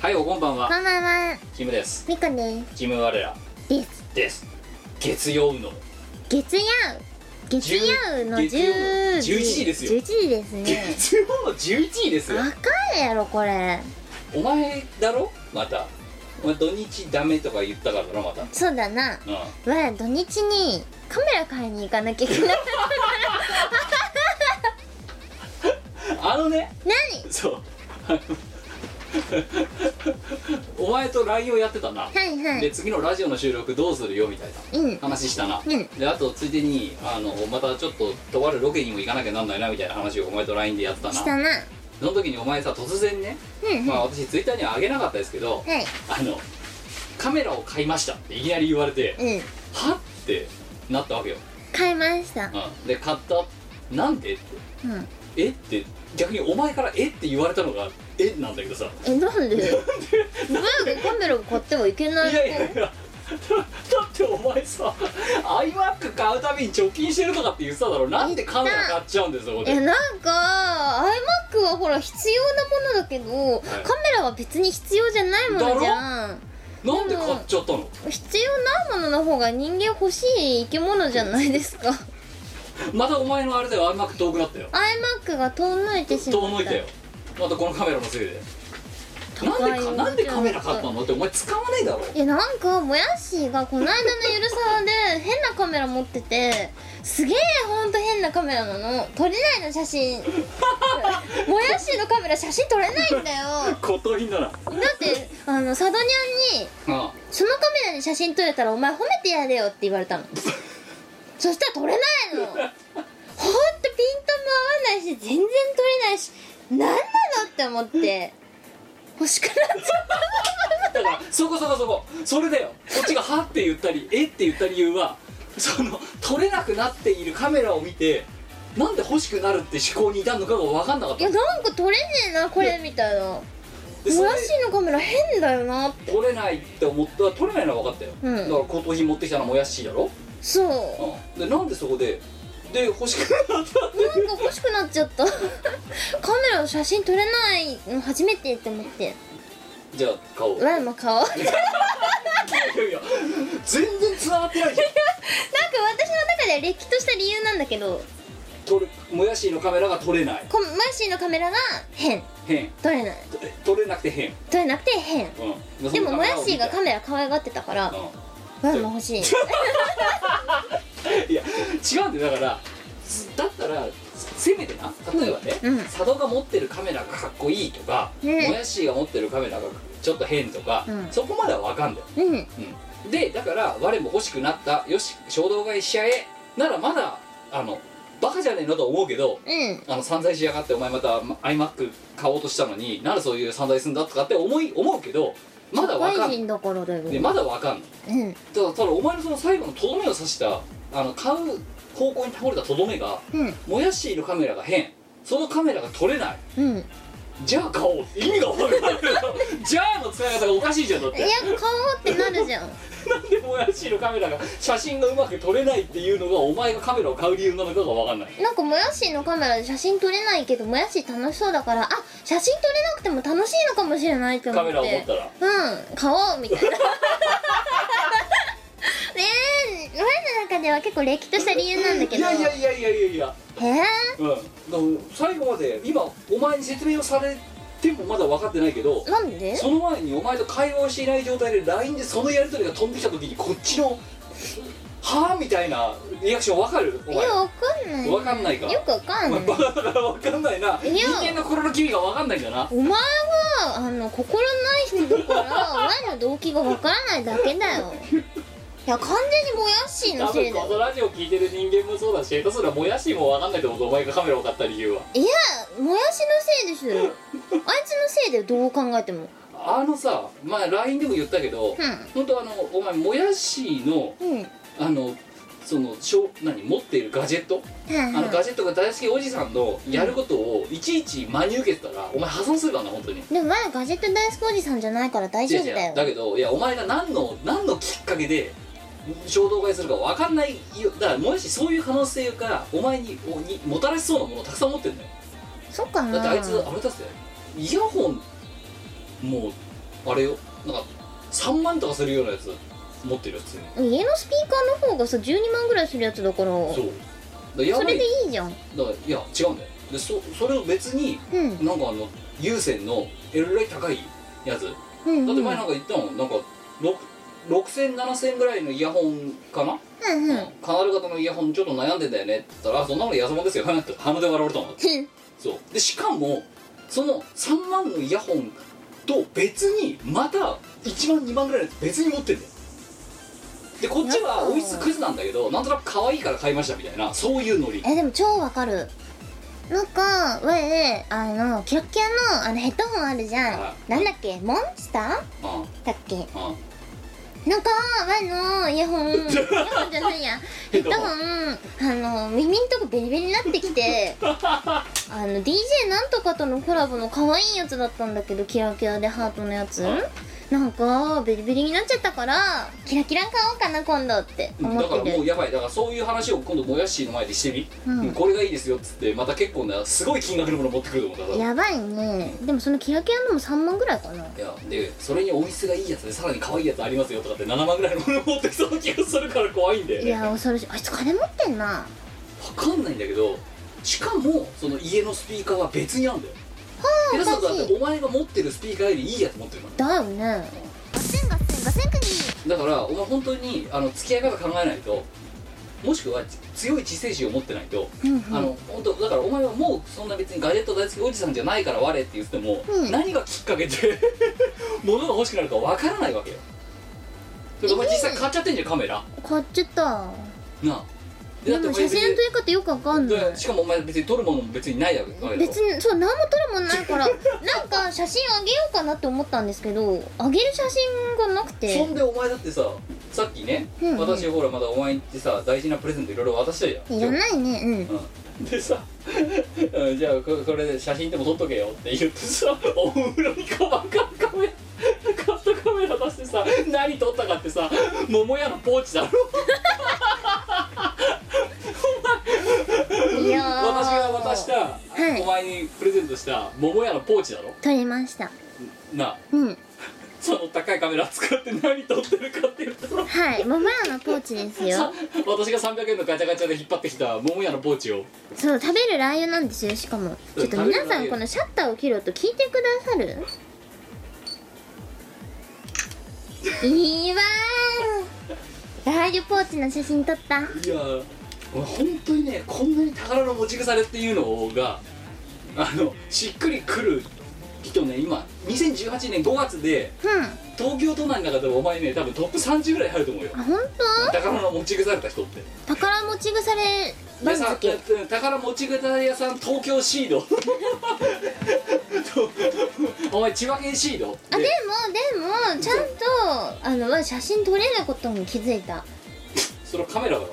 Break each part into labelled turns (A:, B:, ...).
A: はいおこんばんは
B: こんばんは
A: キムです
B: みこで
A: キム我ら
B: すです
A: です月曜の
B: 月曜月曜の
A: 月曜
B: 10時
A: 11時ですよ
B: 11時ですね
A: 月曜の11時ですよ
B: わかるやろこれ
A: お前だろまたお前土日ダメとか言ったからだろまた
B: そうだな
A: うん
B: わら土日にカメラ買いに行かなきゃいけない
A: あのね
B: 何
A: そうあの お前と LINE をやってたな、
B: はいは
A: で
B: い
A: 次のラジオの収録どうするよみたいな
B: うん
A: 話したな、
B: うん
A: であとついでにあのまたちょっととあるロケにも行かなきゃなんないなみたいな話をお前と LINE でやってたな
B: したな
A: その時にお前さ突然ね、
B: うん
A: ま
B: は
A: あ私ツイッターにはあげなかったですけど
B: い
A: あのカメラを買いましたっていきなり言われて、
B: うん
A: はってなったわけよ、
B: 買いました
A: うん、で買ったなんでって
B: うん
A: えって逆にお前からえって言われたのがえなんだけどさ
B: えなんで早くカメラ買ってはいけない
A: いやいやいや だだってお前さ iMac 買うたびに貯金してるとかって言ってただろなんでカメラ買っちゃうんですよこ
B: いや
A: れ
B: なんか iMac はほら必要なものだけど、
A: い
B: カメラは別に必要じゃないものじゃん
A: なんで買っちゃったの
B: 必要ないものの方が人間欲しい生き物じゃないです か
A: またお前のあれだよ iMac 遠くなったよ
B: iMac が遠のいてしまった
A: 遠のいたよまたこのカメラのせいでなん
B: 高い
A: でか
B: よ
A: なんでカメラ買ったのってお前使わねえだろ
B: いやなんかもやしーがこの間のゆるさわで変なカメラ持っててすげえほんと変なカメラなの撮れないの写 真もやしーのカメラ写真撮れないんだよ
A: 小鳥だな
B: だってあのサドニャンに
A: あ
B: そのカメラに写真撮れたらお前褒めてやれよって言われ たのそしたら撮れないのほんとピントも合わないし全然撮れないし何なのって思って欲しくなっちゃった
A: だからそこそこそこそれだよこっちが「は」って言ったり「え」って言った理由はその撮れなくなっているカメラを見てなんで欲しくなるって思考に至るのかが分かんなかっ
B: い
A: た
B: やなんか撮れねえなこれみたいなも
A: でそれ
B: やしのカメラ変だよな
A: 取れないって思った取れないのは分かったよ、
B: うん
A: だから骨董品持ってきたのはもやしだろ、
B: そう
A: うん、でなんでそこでで欲しくなったって
B: なんか欲しくなっちゃったカメラの写真撮れないの初めてって思って
A: じゃあ買おうい
B: わあも う買おうなんか
A: やいや全然つながってないじゃん
B: 私の中ではれっきとした理由なんだけど
A: 取れもやしのカメラが取れない
B: こマーシーのカメラが変
A: 変
B: 撮れない
A: と取れなくて変、
B: 撮れなくて変
A: うん、
B: でももやしーがカ
A: メ
B: メラ可愛がってたから
A: ラ、うん
B: ワンも欲しい
A: いや違うんだよだからすだったらせめてな例えばね、
B: うん
A: 佐渡が持ってるカメラがかっこいいとか、
B: ね
A: もやしが持ってるカメラがちょっと変とか、
B: うん
A: そこまでは分かんだよ、
B: うん
A: うん、でだから我も欲しくなったよし衝動買いしちゃえならまだあのバカじゃねえのと思うけど
B: うん
A: あの散財しやがってお前またま iMac 買おうとしたのになんでそういう散財すんだとかって思い思うけどまだ分か
B: 外
A: んない
B: 人だからだよ、
A: でまだ分かんない
B: うん
A: ただただお前のその最後のとどめを刺したあの買う方向に倒れたとどめが
B: うん
A: もやしのカメラが変そのカメラが撮れない
B: うんいや
A: じゃあ買おうって意味が分かんない じゃあの使い方がおかしいじゃんだって
B: 買おうってなるじゃん
A: なんでもやしのカメラが写真がうまく撮れないっていうのがお前がカメラを買う理由なのかが分かんない
B: なんかもやしーのカメラで写真撮れないけどもやしー楽しそうだからあ写真撮れなくても楽しいのかもしれないって思
A: カ
B: っ
A: メ
B: て
A: ラを持ったら
B: うん買おうみたいな ねえワンの中では結構れっきとした理由なんだけ
A: い
B: ど
A: やいやいやいやいやいや
B: へえ
A: うんだから最後まで今お前に説明をされてもまだ分かってないけど
B: なんで
A: その前にお前と会話をしていない状態で LINE でそのやり取りが飛んできた時にこっちの「はあ?」みたいなリアクションわかるお
B: い
A: 前
B: やわかんない
A: わかんないか
B: よくわか
A: お
B: んない
A: 前バカだからわかんないない
B: や
A: 人間の心の機微がわかんないんだな
B: お前はあの心ない人だからお前の動機がわからないだけだよいや完全にもやっしーの
A: 多
B: せい
A: 分
B: だ
A: この
B: よ
A: ラジオ聞いてる人間もそうだし下手すらもやしもわかんないと思うお前がカメラを買った理由はい
B: やもやしのせいでしょあいつのせいだよどう考えても
A: あのさまあ LINE でも言ったけど、
B: うん
A: 本当あのお前もやしの
B: うんはい
A: あのそのしょ何持っているガジェット
B: はい
A: あのガジェットが大好きおじさんのやることをいちいち真に受けてたらお前破産するからな本当に
B: でも前ガジェット大好きおじさんじゃないから大丈夫だ
A: 違う違
B: よ
A: うだけどいやお前が何の何のきっかけで衝動買いするか分かんないよだからもやしそういう可能性がお前におにもたらしそうなものをたくさん持ってるんだよ
B: そっかな
A: だってあいつあれだってイヤホンもうあれよなんか3万とかするようなやつ持ってるよ普通に
B: 家のスピーカーの方がさ12万ぐらいするやつだから
A: そ
B: そう
A: だやばい
B: れでいいじゃん
A: だからいや違うんだよでそそれを別に
B: うん
A: なんかあの有線のえらい高いやつだっ
B: うん
A: て
B: うん
A: 前なんか言ったもんなんか60007000ぐらいのイヤホンかな、
B: うんうん
A: カナル型のイヤホンちょっと悩んでんだよねって言ったらあ「そんなの安物ですよ」 って鼻で笑われたもん
B: ふん
A: そうでしかもその3万のイヤホンと別にまた1万2万ぐらいのやつ別に持ってるんだよでこっち
B: やっ
A: は
B: ぱ
A: 音質クズなんだけどなんとなく可愛いから買いましたみたいなそういうノリ
B: えでも超わかるなんか前あのキラッキラのあのヘッドホンあるじゃん、
A: は
B: なんだっけモンスタ
A: あ
B: ーだっけ
A: あああ
B: なんか前のイヤ ホンイヤホンじゃないやヘッドホンあの耳んとこベリベリになって きてあの DJ なんとかとのコラボの可愛いやつだったんだけどキラキラでハートのやつ
A: はい
B: なんかベリベリになっちゃったからキラキラ買おうかな今度って
A: だ
B: 思
A: か
B: っ
A: ら
B: て
A: もう
B: る
A: やばいだからそういう話を今度もやっしーの前でしてみ、
B: うん
A: うんこれがいいですよっつってまた結構なすごい金額のもの持ってくると思うんだから
B: やばいねでもそのキラキラのも3万ぐらいかない
A: やでそれに音質がいいやつでさらに可愛いやつありますよとかって7万ぐらいのもの持ってきそうな気がするから怖いんだよ
B: い
A: ね
B: や恐ろしいあいつ金持ってんな
A: わかんないんだけどしかもその家のスピーカーは別にあんだよ皆さんだっ
B: おかして
A: お前が持ってるスピーカーよりいいやつ持ってるか
B: だよねガセンガセンガセンクニー
A: らだからお前本当にあの付き合い方考えないともしくは強い知性心を持ってないと、
B: うんうん
A: あの本当だからお前はもうそんな別にガジェット大好きおじさんじゃないから我って言っても、
B: うん
A: 何がきっかけで 物が欲しくなるかわからないわけよだってお前実際買っちゃってんじゃんカメラ
B: 買っちゃった
A: なあで
B: で
A: だって
B: も
A: お
B: 写
A: 前別に
B: 真の撮り方よくわかんない
A: でしかもお前別に撮るものも別にないわけだろ
B: 別にそう何も撮るもんないからなんか写真あげようかなって思ったんですけどあげる写真がなく
A: そ
B: て
A: んでお前だってささっきね、
B: うんうん
A: 私ほらまだお前にってさ大事なプレゼントいろいろ渡したじゃん
B: いらないねうん
A: うんでさ、うんじゃあここれで写真でも撮っとけよって言ってさお風呂にカバンからカメラカットカメラ出してさ何撮ったかってさ桃屋のポーチだろ
B: いやー
A: 私が渡した、
B: い
A: お前にプレゼントした桃屋のポーチだろ
B: 撮りました
A: なあ
B: うん
A: その高いカメラ使って何撮ってるかって言ったら
B: はい桃屋のポーチですよ
A: さ私が300円のガチャガチャで引っ張ってきた桃屋のポーチを
B: そう食べるラー油なんですよしかもちょっと皆さんこのシャッターを切る音聞いてくださるいいわーラー油ポーチの写真撮った
A: いやー俺本当にねこんなに宝の持ち腐れっていうのがあのしっくりくる人ね今2018年5月で
B: うん
A: 東京都内の中でもお前ね多分トップ30ぐらい入ると思うよ
B: あ本
A: 宝の持ち腐れた人って
B: 当宝持ち腐れ
A: で
B: 番
A: さ
B: 付
A: 宝持ち腐れ屋さん東京シードお前千葉県シード
B: あでもでもちゃんとあのわ写真撮れることに気づいた
A: それはカメラだか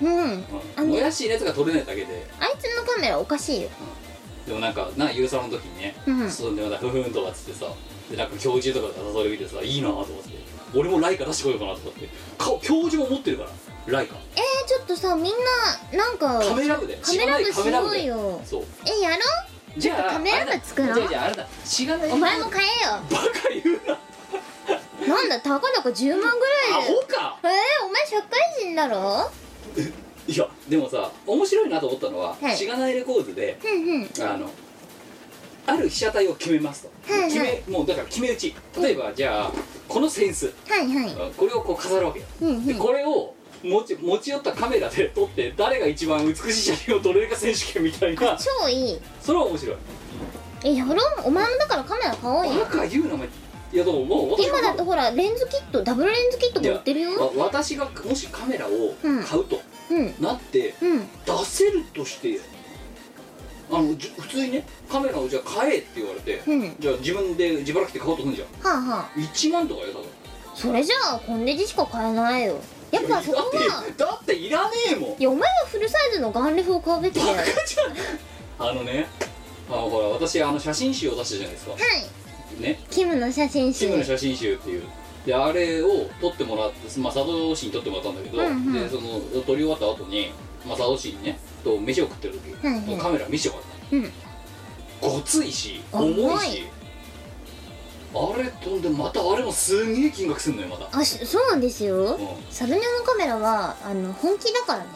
A: らな
B: うん
A: う
B: あ
A: ん
B: の
A: もやしいやつが撮れないだけで
B: あいつのカメラおかしいよ
A: でもなんかなゆうさんの時にね、
B: うん
A: そんでまたふふんとかっつってさでなんか教授とかが誘いを見てさいいなと思って俺もライカ出してこようかなと思ってか教授も持ってるからライカ
B: えー、ちょっとさみんななんか
A: カメラ部だよ
B: カメラ部
A: しがないカメラ部だ
B: しようよ
A: そう
B: えやろ
A: じゃあ
B: カメラ部
A: あれだ
B: 作ろう
A: じゃあじゃああれだしがない
B: お前も買えよ
A: バカ言うな
B: なんだたかだか10万ぐ
A: ア
B: らいで
A: ホか
B: えー、お前社会人だろ
A: いやでもさ面白いなと思ったのは、
B: はい
A: しがないレコーズで
B: うんうん
A: あのある被写体を決めますと、
B: はいはい
A: 決めもうだから決め打ち例えばじゃあこのセンス
B: はいはい
A: これをこう飾るわけよ
B: うんうん
A: でこれを持ち持ち寄ったカメラで撮って誰が一番美しい写真を撮れるか選手権みたいな
B: 超いい
A: それは面白い
B: えやろお前もだからカメラ買おう
A: バ
B: よ
A: カ言うなお前いやでももう
B: 今だとほらレンズキットダブルレンズキット
A: い
B: が
A: や
B: 売ってるよ
A: わ私がもしカメラを
B: うん
A: 買うと
B: うん
A: なって
B: うん
A: 出せるとしてあのじ普通にねカメラをじゃあ買えって言われて、
B: うん
A: じゃあ自分で自腹切って買おうとするじゃん
B: はあは
A: 1万とかよ多分
B: あそれじゃあコンデジしか買えないよやっぱそこ
A: だっ
B: は
A: てだっていらねえもん
B: いやお前はフルサイズのガンレフを買うべきだよはい
A: あのねあのほら私あの写真集を出したじゃないですかね
B: キムの写真集
A: 新聞の写真集っていうであれを撮ってもらって、まあ、佐渡市に撮ってもらったんだけど、
B: うんうん
A: でその撮り終わった後に、まあ、佐渡市にねと飯を食ってる時、
B: うんうん
A: もうカメラ見せてもらっ
B: うん
A: たごついし
B: 重い
A: 重いしあれとんでまたあれもすげえ金額すんのよまた
B: あしそうなんですよ、
A: うん
B: サルネモンカメラはあの本気だからね、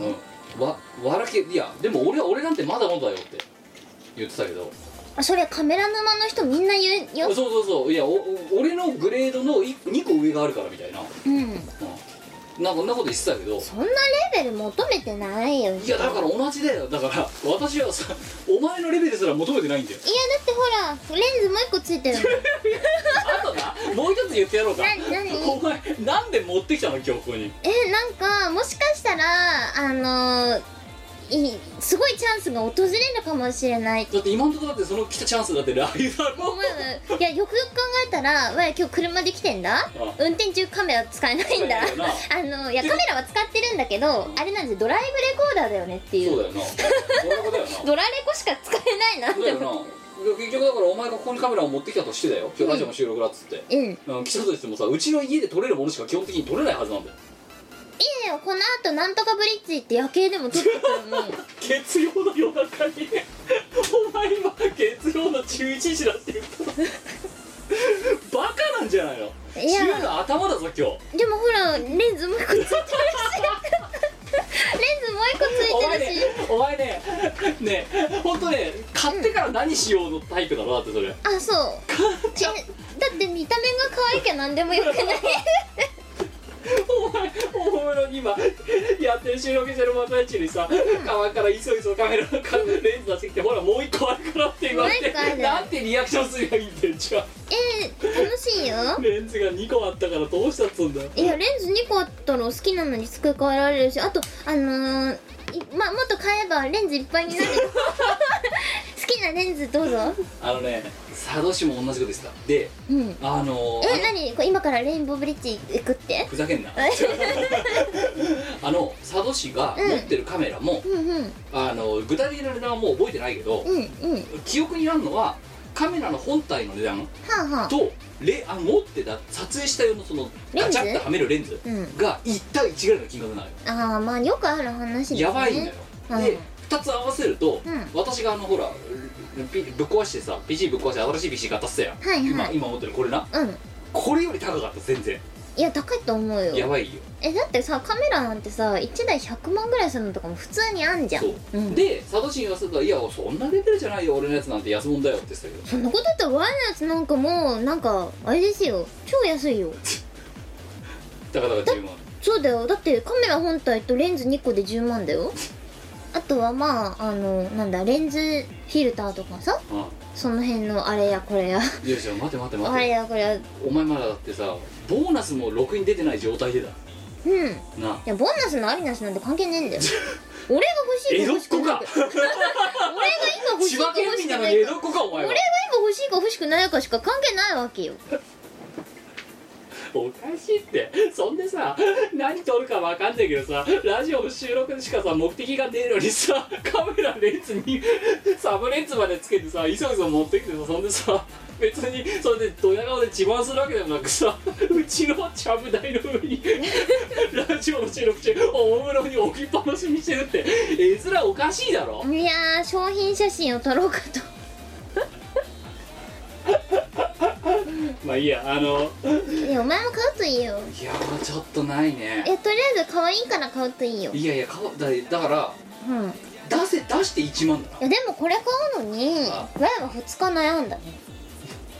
A: うんわ笑けいやでも俺は俺なんてまだまだよって言ってたけど
B: あそれカメラ沼の人みんな言う
A: そう
B: よ
A: そうそういやおお俺のグレードの2個上があるからみたいな、
B: うん
A: うん、なんかそんなこと言ってたけど
B: そんなレベル求めてないよいやだっ
A: いやだ
B: て
A: から同じだよだから私はさお前のレベルすら求めてないんだよ
B: ほらレンズもう一個ついて るもん
A: あとなもう一つ言ってやろうか
B: 何何
A: お前なんで持ってきたの今日ここに
B: えなんかもしかしたらあのいすごいチャンスが訪れるかもしれない
A: だって今のところだってその来たチャンスだってライだ
B: 思
A: ろ
B: ういやよくよく考えたら「わい今日車で来てんだ
A: あ
B: 運転中カメラ使えないんだ
A: 使えないよ」
B: あのいやカメラは使ってるんだけどあれなんですよドライブレコーダーだよねってい
A: そう
B: う
A: だよなそういうことだよな
B: ドラレコしか使えないなっ
A: そうだ
B: て
A: よ
B: 思っ
A: な
B: て
A: 結局だからお前がここにカメラを持ってきたとしてだよ今日ラジオの収録だっつって、
B: うんい
A: うん、来たとしてもさうちの家で撮れるものしか基本的に撮れないはずなんだよ
B: いよこの後なんとかブリッジ行って夜景でも撮ってくるもん
A: 月曜の夜中にお前今月曜の11時だって言ったのバカなんじゃないの
B: いや
A: 週の頭だぞ今日
B: でもほらレンズもう一個ついてるしレンズもう一個
A: お
B: つい
A: 前
B: てる
A: ね
B: し
A: お前ねね本当ね買ってから何しようのタイプだろだってそれ
B: あそうえだって見た目が可愛いきゃ何でもよくない
A: お前お前の今やってる収録してる真っ最中にさ川からいそいそカメラのレンズ出してきてほらもう一個あるからって言われ
B: もう一個あ
A: て
B: る
A: なんてリアクションすりゃいいんだよじゃ
B: えー、楽しいよ
A: あレンズが2個あったからどうしたっつうんだよ
B: いやレンズ2個あったら好きなのに付け替えられるしあとあのー、いまあもっと買えばレンズいっぱいになる 好きなレンズどうぞ
A: あのね佐渡市も同じことでしたで
B: うん
A: あの
B: え何これ今からレインボーブリッジ行くって
A: ふざけんな あの佐渡市が
B: うん
A: 持ってるカメラも、
B: うんうん
A: あの具体的な値段はもう覚えてないけど、
B: うんうんは
A: 記憶にあるのはカメラの本体の値段
B: あはあ
A: とレあ持ってた撮影した用のその
B: レンズ
A: ガチャッとはめるレンズ
B: うん
A: が1対1ぐらいの金額なのよ、
B: ああまあよくある話ですね
A: やばいんだよ、
B: うん
A: で2つ合わせると、
B: うん
A: 私があのほらピぶっ壊してさ PC ぶっ壊して新しい PC 買ったっすやん、
B: はいはい
A: 今今持ってるこれな
B: うん
A: これより高かった全然
B: いや高いと思う
A: や
B: よ
A: ばいよ
B: えだってさカメラなんてさ1台100万ぐらいするのとかも普通にあんじゃん
A: そう、
B: ん、
A: で佐渡市に言わせたら「いやそんなレベルじゃないよ俺のやつなんて安物だよ」って言ってたけど
B: そんなこと言ったらワイのやつなんかもうなんかあれですよ超安いよ
A: だからだから10万
B: そうだよだってカメラ本体とレンズ2個で10万だよあとはまああのなんだレンズフィルターとかさその辺のあれやこ れや
A: うんいやいや待て待て待
B: あ
A: て
B: れやこれやうん
A: お前まだだってさボーナスもろくに出てない状態でだ
B: い
A: な
B: やボーナスのありなしなんて関係ねえんだ よ俺が欲しい
A: 江戸っ
B: 欲しく
A: 子
B: ない
A: か
B: 俺が今欲しい
A: 千
B: か
A: 葉県
B: 欲し
A: 民
B: く
A: なの
B: な
A: に
B: い
A: 江
B: か
A: 戸っ子かお前
B: 俺
A: は
B: が今欲しいか欲しくないかしか関係ないわけよ
A: おかしいってそんでさ何撮るかわかんないけどさラジオの収録でしかさ目的がねえのにさカメラレンズにサブレンズまでつけてさ急いそ持ってきてさそんでさ別にそれでドヤ顔で自慢するわけでもなくさうちのちゃぶ台の上にラジオの収録中おもむろに置きっぱなしにしてるって絵面おかしいだろ
B: いやー商品写真を撮ろうかと
A: まあいいやあの
B: いやお前も買うといいよ
A: いやーちょっとない
B: い
A: ね
B: やとりあえず可愛いから買うといいよ
A: いやいやかわだだから
B: うんい
A: 出せ出して1万だな
B: やでもこれ買うのに
A: あ
B: わいは2日悩んだね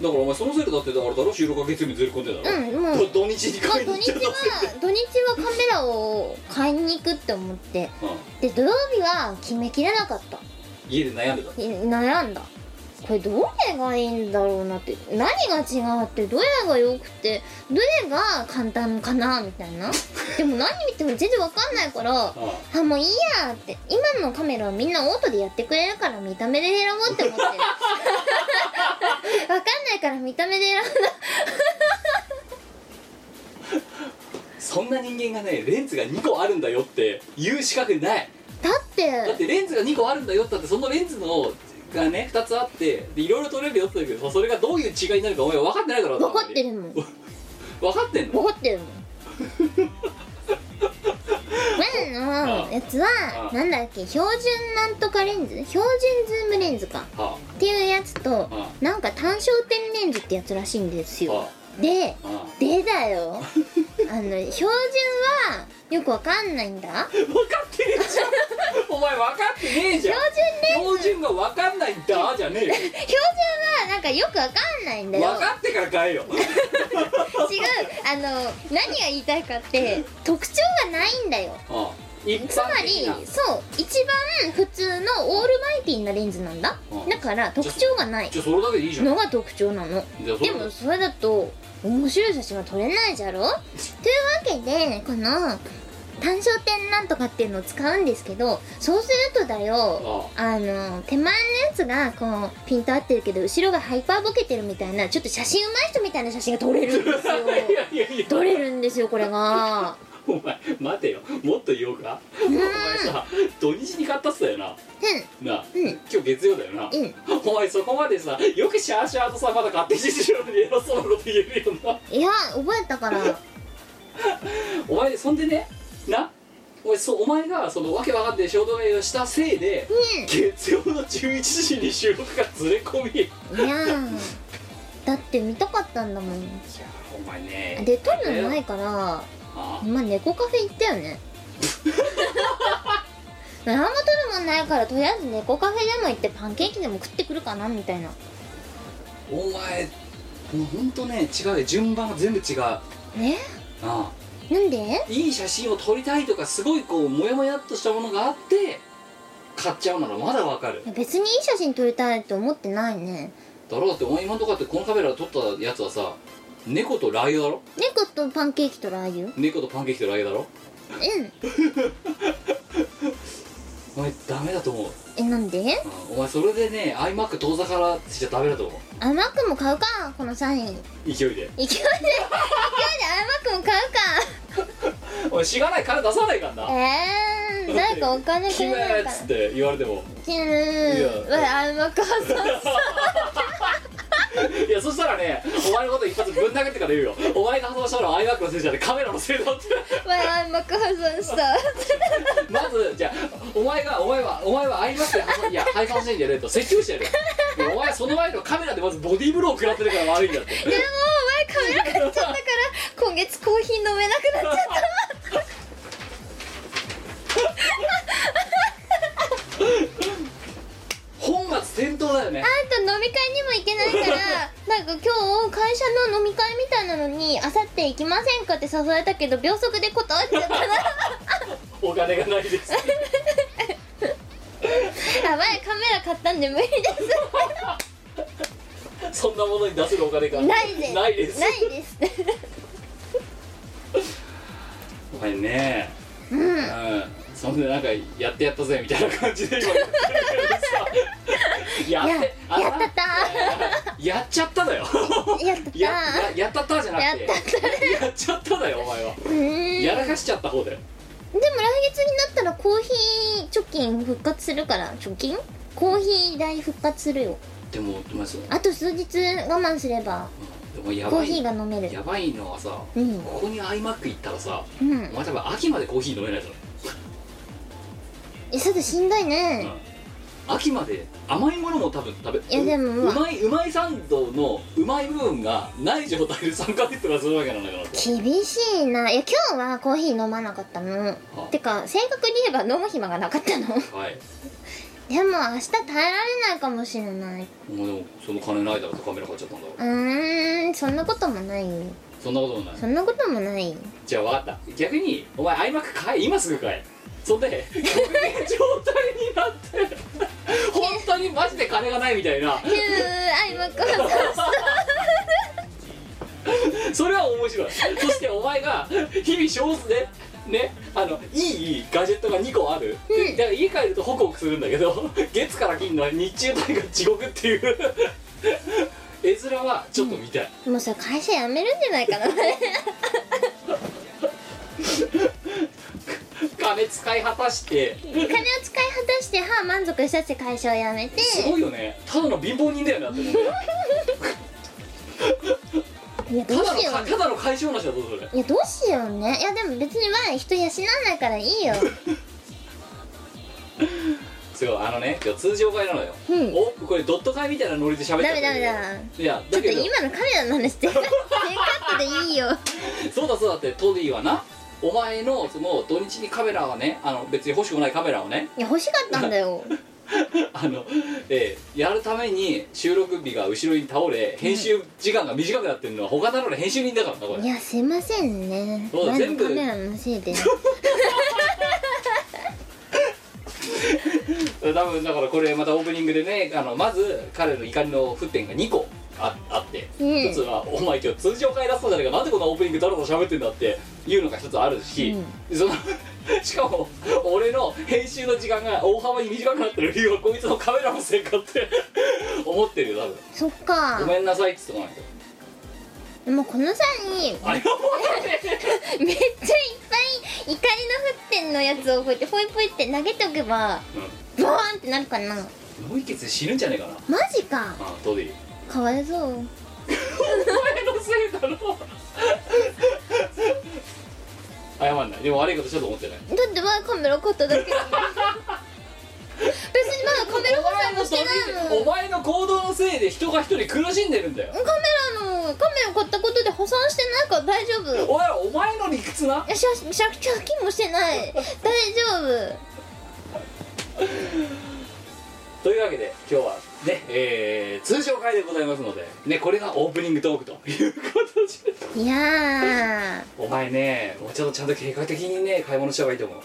A: だからお前そのせいでだってだからだろ収録が月曜日にずれ込んでんだろ、
B: うんもう
A: 土日に
B: まあ
A: 買い
B: 土
A: に行っ
B: 日
A: ちゃった
B: は土日はカメラを買いに行くって思ってで土曜日は決めきれなかった
A: うん家で悩んでた
B: い悩んだこれどれがいいんだろうなって何が違うってどれが良くてどれが簡単かなみたいなでも何見ても全然わかんないから
A: あ
B: あもういいやって今のカメラはみんなオートでやってくれるから見た目で選ぼうって思ってるわかんないから見た目で選んだ
A: そんな人間がねレンズが2個あるんだよって言う資格ない
B: だっ
A: だっててレンズが2個あるんだよってだってそのレンズのがね2つあってでいろいろ撮れるよって言ったけどさそれがどういう違いになるかお前分かってないだろ
B: 分かってるもん
A: 分かってんの
B: 分かってるもんなんンのやつは
A: うん
B: なんだっけ標準なんとかレンズ標準ズームレンズか
A: は
B: っていうやつと
A: う
B: なんか単焦点レンズってやつらしいんですよで
A: あはあ
B: 出たよあの標準はよくわかんないんだ標
A: 分かってねえじゃんお前分かってねえじゃん
B: 準レン
A: 標
B: ズ
A: 準が分かんないんだじゃねえ
B: 標準はなんかよくわかんないんだ
A: よ
B: よ
A: 分かってから変えよ
B: 違うあの何が言いたいかって特徴がないんだよ
A: ああ一般
B: つまり
A: 的な
B: そう一番普通のオールマイティなレンズなんだ
A: うん
B: だから特徴がない
A: じゃあそれだけでいいじゃん
B: のが特徴なの
A: じゃあそれ
B: でもそれだと面白い写真は撮れないじゃろというわけでこの単焦点なんとかっていうのを使うんですけどそうするとだよあの手前のやつがこうピント合ってるけど後ろがハイパーボケてるみたいなちょっと写真上手い人みたいな写真が撮れるんですよ
A: いやいやいや
B: 撮れるんですよこれが
A: お前待てよもっと言おうかお前さ土日に買ったっすよななあ
B: うんうん
A: 今日月曜だよな、
B: うん
A: お前そこまでさよくシャーシャーとさまだ買ってきてるのに偉そうなこと言えるよない
B: や覚えたから
A: お前そんでねなお前そうお前がそのわけわかんない衝動買いをしたせいで、月曜の11時に収録がずれ込みいや
B: いやーだって見たかったんだもん
A: お前ね
B: で撮るのないから
A: あ
B: まあ猫カフェ行ったよね 何も撮るもんないからとりあえず猫カフェでも行ってパンケーキでも食ってくるかなみたいな
A: お前もうほんとね違うよ順番が全部違うあ
B: ね
A: あ
B: なんで
A: いい写真を撮りたいとかすごいこうモヤモヤっとしたものがあって買っちゃうならまだわかる
B: 別にいい写真撮りたいと思ってないね
A: だろうってお前今のとこだってこのカメラで撮ったやつはさ猫とライオだろ
B: 猫とパンケーキとラー油
A: 猫とパンケーキとライオだろ
B: うん
A: お前ダメだと思う、
B: えなんで
A: うんお前それでね iMac 遠ざからしちゃダメだと思
B: アマックも買うかこのサイン勢いで
A: う勢いで
B: 勢いでアマックも買うか
A: お前しがない金出さないからな
B: えー、なんかお金く
A: 決
B: れ
A: め
B: ない
A: っ
B: から
A: つって言われても
B: キューン
A: いや
B: わアマックはさ
A: いやそしたらねお前のこと一発ぶん投げてから言うよお前が発動したのは iMac のせいじゃねカメラのせいだって
B: わアマック破産した
A: まずじゃあお前がお前はお前は iMac で破産いや配散してんじゃねえと説教してやるよいやお前はその前のカメラでまずボディーブロー食らってるから悪いんだって
B: でもお前カメラ買っちゃったから今月コーヒー飲めなくなっちゃった
A: 本末転倒だよね
B: あんた飲み会にも行けないからなんか今日会社の飲み会みたいなのにあさって行きませんかって誘われたけど秒速で断っちゃったな
A: お金がないです
B: やばいカメラ買ったんで無理です
A: そんなものに出せるお金が
B: ないです
A: ないです
B: ないです
A: お前ね
B: うん
A: うんそんでなんかやってやったぜみたいな感じで今言ってるけど
B: や
A: さや
B: や
A: っ
B: って
A: あ
B: たった
A: やっちゃった だよ
B: ーやったったー
A: やややったったじゃなくて
B: やったった
A: やっちゃっただよお前は
B: うーん
A: やらかしちゃった方だよ
B: でも来月になったらコーヒー貯金復活するから貯金コーヒー代復活するよ
A: でもお前そう
B: あと数日我慢すれば
A: でもや
B: コー
A: ばい
B: ヒーが飲める
A: やばいのはさ、
B: うん
A: ここに iMac 行ったらさ
B: うん
A: お前多分秋までコーヒー飲めないだろ、
B: えそれしんどいね、
A: うん、秋まで甘いものも多分食べ
B: いやでも
A: うまいうまいサンドのうまい部分がない状態で3ヶ月とかするわけなんだから
B: 厳しいないや今日はコーヒー飲まなかったのてか正確に言えば飲む暇がなかったの でも
A: はい
B: 明日耐えられないかもしれない
A: お前でもその金ないだろってカメラ買っちゃったんだろ
B: うーんそんなこともないよ
A: そんなこともない
B: そんなこと もない
A: じゃあ分かった逆にお前 iMac 買え今すぐ買えそん で極限状態になって本当にマジで金がないみたいな
B: ヒューアイマックはさ
A: それは面白いそしてお前が日々少数でねあのいいガジェットが2個ある、
B: うん
A: だから家帰るとホクホクするんだけど月から金の日中帯が地獄っていう絵面はちょっと見たい、
B: もうさ会社辞めるんじゃないかな
A: 金使い果たして
B: 金を使い果たして歯満足したって会社を辞めて
A: すごいよねただの貧乏人だよなって思う
B: いや
A: た
B: どう
A: だの
B: しよ
A: か
B: う
A: ただの解消話はどうする
B: いやどうしようねいやでも別に前人養わないからいいよ
A: すごいあのね今日通常会なのよ、
B: うん
A: おこれドット会みたいなノリで喋って
B: ダメダメダメ
A: いや
B: ち
A: だ
B: ょっと
A: けど
B: 今のカメラの話全カットでいいよ
A: そうだそうだってトディはなお前のその土日にカメラはねあの別に欲しくもないカメラをね
B: いや欲しかったんだよ
A: あの、えーやるために収録日が後ろに倒れ編集時間が短くなってるのは他だろうね編集人だからなこ
B: い
A: れ
B: やすいませんね
A: そうだ
B: 前の
A: 全部
B: カメラのせいで
A: 多分だからこれまたオープニングでねあのまず彼の怒りの沸点が2個ああって、
B: うん
A: 一つは「お前今日通常会出すんじゃねえかなんでこんなオープニングだろうと喋ってんだ」っていうのが一つあるし、その しかも俺の編集の時間が大幅に短くなってる理由はこいつのカメラのせいかって思ってるよ多分
B: そっか
A: ごめんなさいっつってこないと
B: でもこの際に
A: あれは
B: めっちゃいっぱい怒りの沸点のやつをこうやってポイポイって投げておけばボーンってなるかな
A: 脳溢血で死ぬんじゃねえかな
B: マジか
A: あどうでいい
B: かわいそう
A: 俺のせいだろ 謝んないでも悪いことしたと思ってない
B: だってまだカメラ買っただけだもん別にまだカメラ保存もしてないもん
A: お前の行動のせいで人が一人苦しんでるんだよ
B: カメラのカメラ買ったことで破産してないから大丈夫い
A: おいお前の理屈な
B: やしゃ借金もしてない大丈
A: というわけで今日はねえー通常会でございますのでねこれがオープニングトークということで
B: 夫いやー
A: お前ねもうちょっとちゃんと計画的にね買い物した方がいいと思う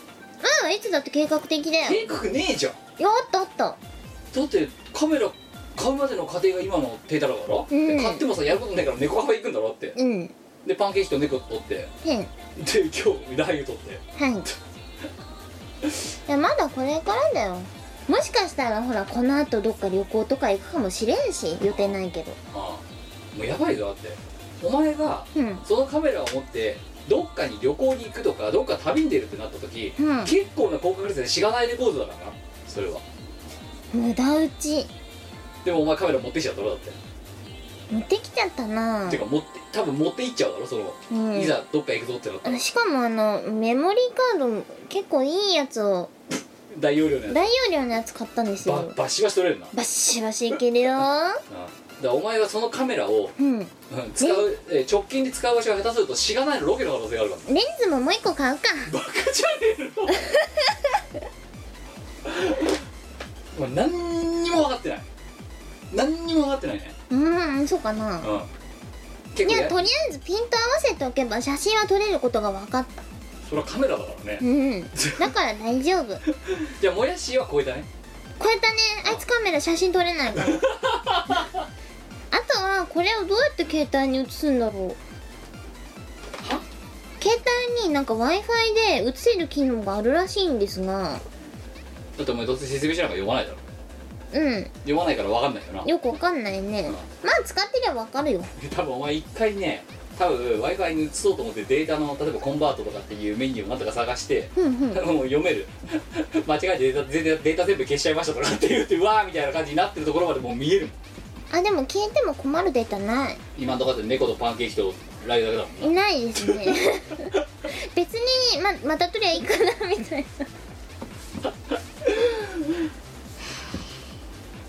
B: うんいつだって計画的だよ
A: 計
B: い
A: 画ねえじゃん
B: やあったあった
A: だってカメラ買うまでの過程が今の手だろだろ、
B: うん
A: で買ってもさやることないから猫カフェ行くんだろって
B: うん
A: でパンケーキと猫取って
B: ペン
A: で今日ラー油取って
B: はいいやまだこれからだよもしかしたらほらこの後どっか旅行とか行くかもしれんし予定ないけど
A: ああもうやばいぞだってお前が
B: うん
A: そのカメラを持ってどっかに旅行に行くとかどっか旅に出るってなった時、
B: うん
A: 結構な高確率でしがないレコードだからなそれは
B: 無駄打ち
A: でもお前カメラ持ってきちゃったろだって、
B: 持ってきちゃったな
A: ていうか持って多分持って行っちゃうだろその、
B: うん
A: いざどっか行くぞってなった
B: あ
A: ら
B: のしかもあのメモリーカード結構いいやつを
A: 大容量のや
B: 大容量のやつ買ったんです
A: つば
B: よ
A: バシバシ取れるな、うん
B: バッシバシいけるよ
A: だからお前はそのカメラを、
B: うんレン
A: うん使うえー直近で使う場所が下手するとしがないのロケの可能性があるから
B: ズももう一個買うか
A: バカじゃねえのもう何にも分かってない何にも分かってないね
B: うんそうかな
A: うん結
B: い
A: 構
B: や
A: ね
B: とりあえずピント合わせておけば写真は撮れることが分かった
A: それはカメラだからね
B: うんだから大丈夫
A: じゃあもやしは超えたね
B: こうやったねあいつカメラ写真撮れないからあとはこれをどうやって携帯に映すんだろう
A: は
B: 携帯になんか w i f i で映せる機能があるらしいんですが
A: だってお前どうせ説明書なんか読まないだろ
B: うん
A: 読まないから分かんないよな
B: よくわかんないねまあ使ってりゃわかるよ
A: 多分お前一回ね多分 w i f i に移そうと思ってデータの例えばコンバートとかっていうメニューをなんとか探して
B: ふんふん
A: 多分もう読める 間違えてデータデータデータ全部消しちゃいましたとかって言ってうわーみたいな感じになってるところまでもう見えるもん
B: あでも消えても困るデータない
A: 今のところで猫とパンケーキとライブだけだもんな
B: ないですね 別にままた撮りゃいいかなみたいな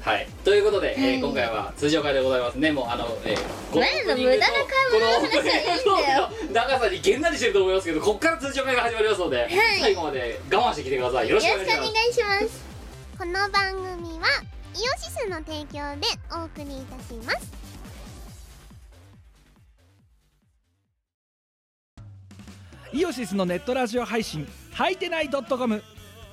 A: はい、ということで、えー
B: はい
A: 今回は通常会でございますねもうあの、えー、こ
B: 前の無駄な買い物の話はいいんだよ
A: このオープニングトークの長さにげんなりしてると思いますけどこっから通常会が始まりますので、最後まで我慢してきてくださいよろしくお
B: よ
A: 願
B: ろ
A: い
B: し
A: し
B: くお
A: ま
B: 願
A: す
B: いしますこの番組はイオシスの提供でお送りいたします
C: イオシスのネットラジオ配信「はいてない .com」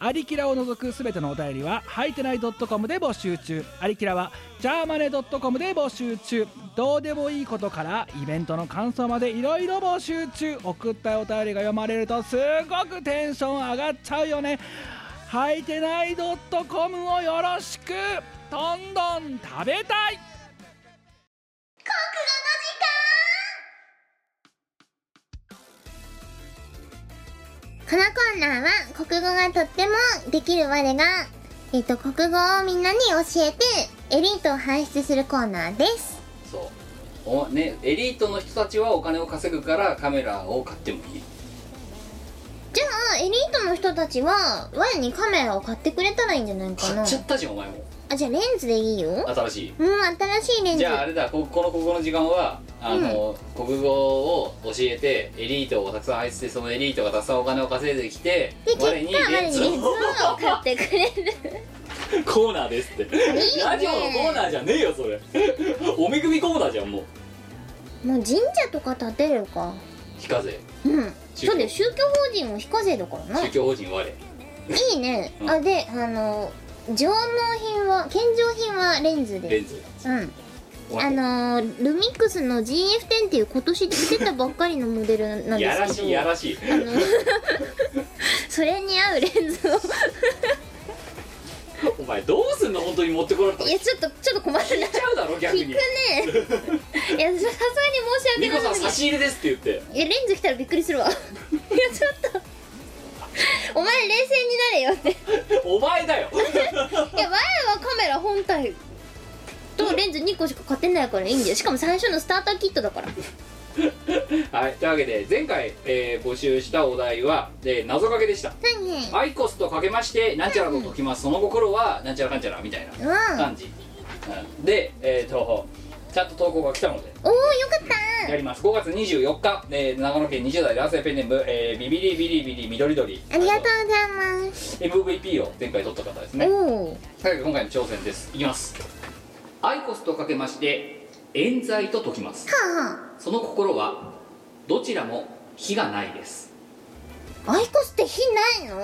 C: アリキラを除くすべてのお便りは、はいてない .com で募集中。アリキラは、ジャーマネ .com で募集中。どうでもいいことから、イベントの感想までいろいろ募集中。送ったお便りが読まれると、すごくテンション上がっちゃうよね。はいてない .com をよろしくどんどん食べたい
B: このコーナーは国語がとってもできる我が、えっと、国語をみんなに教えてエリートを輩出するコーナーです。
A: そうおねエリートの人たちはお金を稼ぐからカメラを買ってもいい
B: じゃあ、エリートの人たちは、我にカメラを買ってくれたらいいんじゃないか
A: 買
B: な
A: っ。ちゃったじゃんお前も
B: あ、じゃあレンズでいいよ。
A: 新し
B: うん、新しいレン
A: い
B: ズ。
A: じゃああれだここのここの時間はあの、国語を教えてエリートをたくさん愛してそのエリートがたくさんお金を稼いできて
B: で、結果、
A: 我
B: 我
A: に
B: に
A: レ
B: レ
A: ン
B: ン
A: ズ
B: ズ
A: を
B: を買ってくれる。
A: コーナーですって
B: いね
A: ラジオのコーナーじゃねえよそれお恵みコーナーじゃんもう
B: もう神社とか建てるか。
A: 非課税
B: うん。
A: 宗教
B: そうだよ、宗教法人も非課税だからな。
A: 宗
B: い
A: 教法人我
B: いね。
A: うん
B: あ、で、あの、上納品は、献上品はレンズ
A: レ
B: で
A: ン。ズ
B: うん。
A: お前
B: あのー、ルミックスの GF10 っていう今年出たばっかりのモデルなんですけど
A: やらしいやらしい
B: あのそれに合うレンズを
A: お前どうすんの本当に持ってこられたら
B: いやちょっとちょっと困る
A: 聞いちゃうだろ
B: な
A: 逆
B: 引く
A: に
B: ねいやさすがに申し
A: ミ
B: 訳
A: コ
B: ない
A: さん
B: ん
A: 差
B: だ
A: し入れですって言って
B: けどいやレンズ来たらびっくり するわいやちょっとお前冷静になれよって
A: お前だ よ
B: いや前はカメラ本体とレンズ2個しか買ってないからいいんだよしかも最初のスターターキットだから
A: はいというわけで前回、えー募集したお題は、えー謎かけでした
B: 何ね
A: アイコスとかけましてなんちゃらと解きますその心はなんちゃらかんちゃらみたいな
B: うん
A: 感じ、うんで、えー、とちゃんと投稿が来たので
B: おおよかっ
A: やります5月24日、えー長野県20代男性ペンネーム、えービビリビリビリ緑鳥
B: たありがとうございます
A: えー MVP を前回取った方ですね
B: お
A: と
B: お
A: いうわけで今回の挑戦ですいきますアイコスとかけまして冤罪と解きます
B: は
A: その心はどちらも火がないです
B: あアイコスって火ないの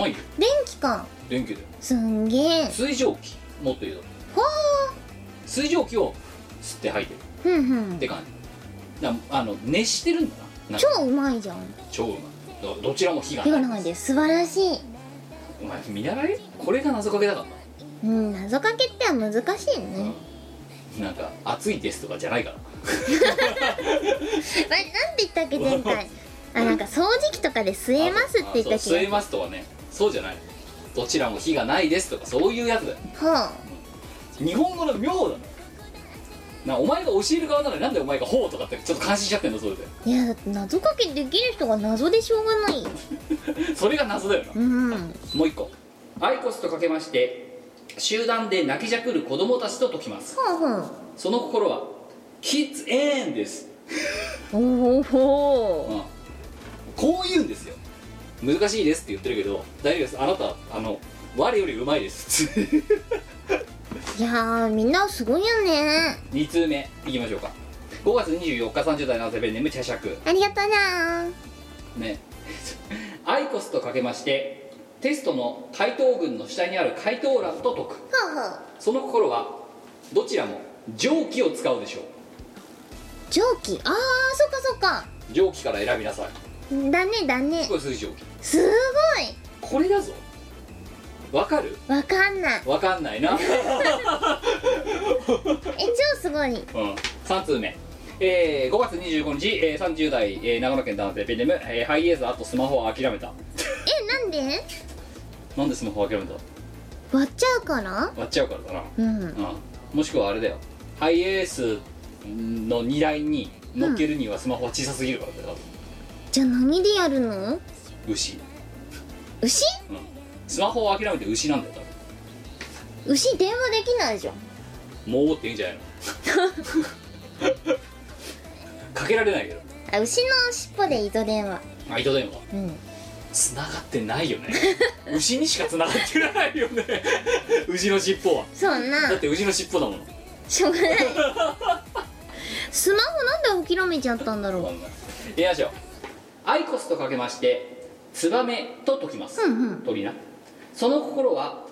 A: ないよ
B: 電気か
A: 電気だよ
B: すんげえ
A: 水蒸気もっと言うと
B: ほ
A: 水蒸気を吸って吐いてる
B: ーふんふん
A: って感じだあの熱してるんだななんか
B: 超うまいじゃん
A: 超うまいだからどちらも火が
B: 手が
A: な
B: 長
A: い
B: いです素晴らしい
A: お前見習えこれが謎かけだから
B: うん謎かけっては難しい
A: な、
B: ね
A: うん、なんか暑いですとかじゃないから
B: えなんて言ったっけ前回あなんか掃除機とかで吸えますって言った
A: あ
B: っ
A: そう吸え
B: け
A: ますとはねそうじゃないどちらも火がないですとかそういうやつだよ
B: ほう
A: 日本語の妙だねなお前が教える側なのになんでお前が「ほう」とかってちょっと感心しちゃってんのそれで
B: いやだって謎かけできる人が謎でしょうがないよ
A: それが謎だよな
B: うん
A: もう一個アイコスとかけまして集団で泣きじゃくる子供たちと解きます
B: ほうほう
A: その心はキッズエーンです、
B: おお
A: う
B: ほ
A: ん、こう言うんですよ難しいですって言ってるけど大丈夫ですあなたあの我よりうまいです
B: ういやーみんなすごいよね
A: 2通目いきましょうか5月24日30代男性ペンネーム茶尺
B: ありがとうなー
A: ね アイコスとかけましてテストの回答群の下にある回答欄と解く
B: ほうほう
A: その心はどちらも蒸気を使うでしょう
B: 蒸気あーそっかそっか
A: 蒸気から選びなさい
B: だねだね
A: これ水蒸気
B: すご
A: これだぞわかる
B: いわかんない
A: わかんないな、うん、
B: え超すごい
A: 3通目えー、5月25日、えー、30代、えー長野県男性ペンネーム、えーハイエーザーとスマホは諦めた
B: えなんで
A: なんでスマホを諦めた
B: 割っちゃうから
A: 割っちゃうからだな
B: うん
A: うん、もしくはあれだよハイエースの荷台に乗っけるにはスマホは小さすぎるからだよ、
B: じゃあ何でやるの
A: 牛、
B: 牛
A: うん、スマホを諦めて牛なんだよ多分
B: 牛電話できないじゃん
A: もうって言うんじゃないのかけられないけど
B: あ牛の尻尾で糸電話
A: 相手電話
B: うん
A: つながってないよね牛にしかつながってないよね牛の尻尾は
B: そんな
A: だって牛の尻尾だもの
B: しょうがないスマホなんで諦めちゃったんだろ
A: いきましょうアイコスとかけましてツバメと解きます、
B: うんうん
A: 鳥なその心は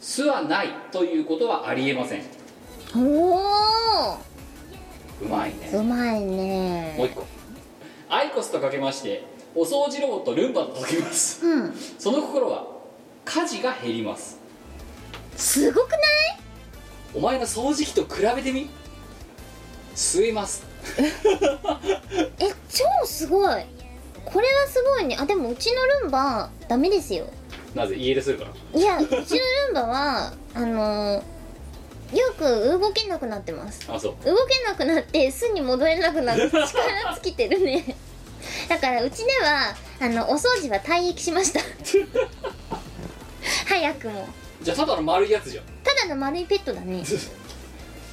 A: 巣はないということはありえませんう
B: うお
A: まいね
B: ーうまい
A: もう一
B: ね
A: 個アイコスとかけましてお掃除ロボットルンバと解きます
B: うん
A: その心は家事が減ります
B: すごくない
A: お前の掃除機と比べてみ吸います
B: え超すごいこれはすごいねあでもうちのルンバダメですよ
A: なぜ家出するから
B: いやうちのルンバはあのーよく動けなくなってます
A: あそう
B: 動けなくなって巣に戻れなくなって力尽きてるねだからうちではあのお掃除は退役しました早くも
A: じゃあただの丸いやつじゃん
B: ただの丸いペットだね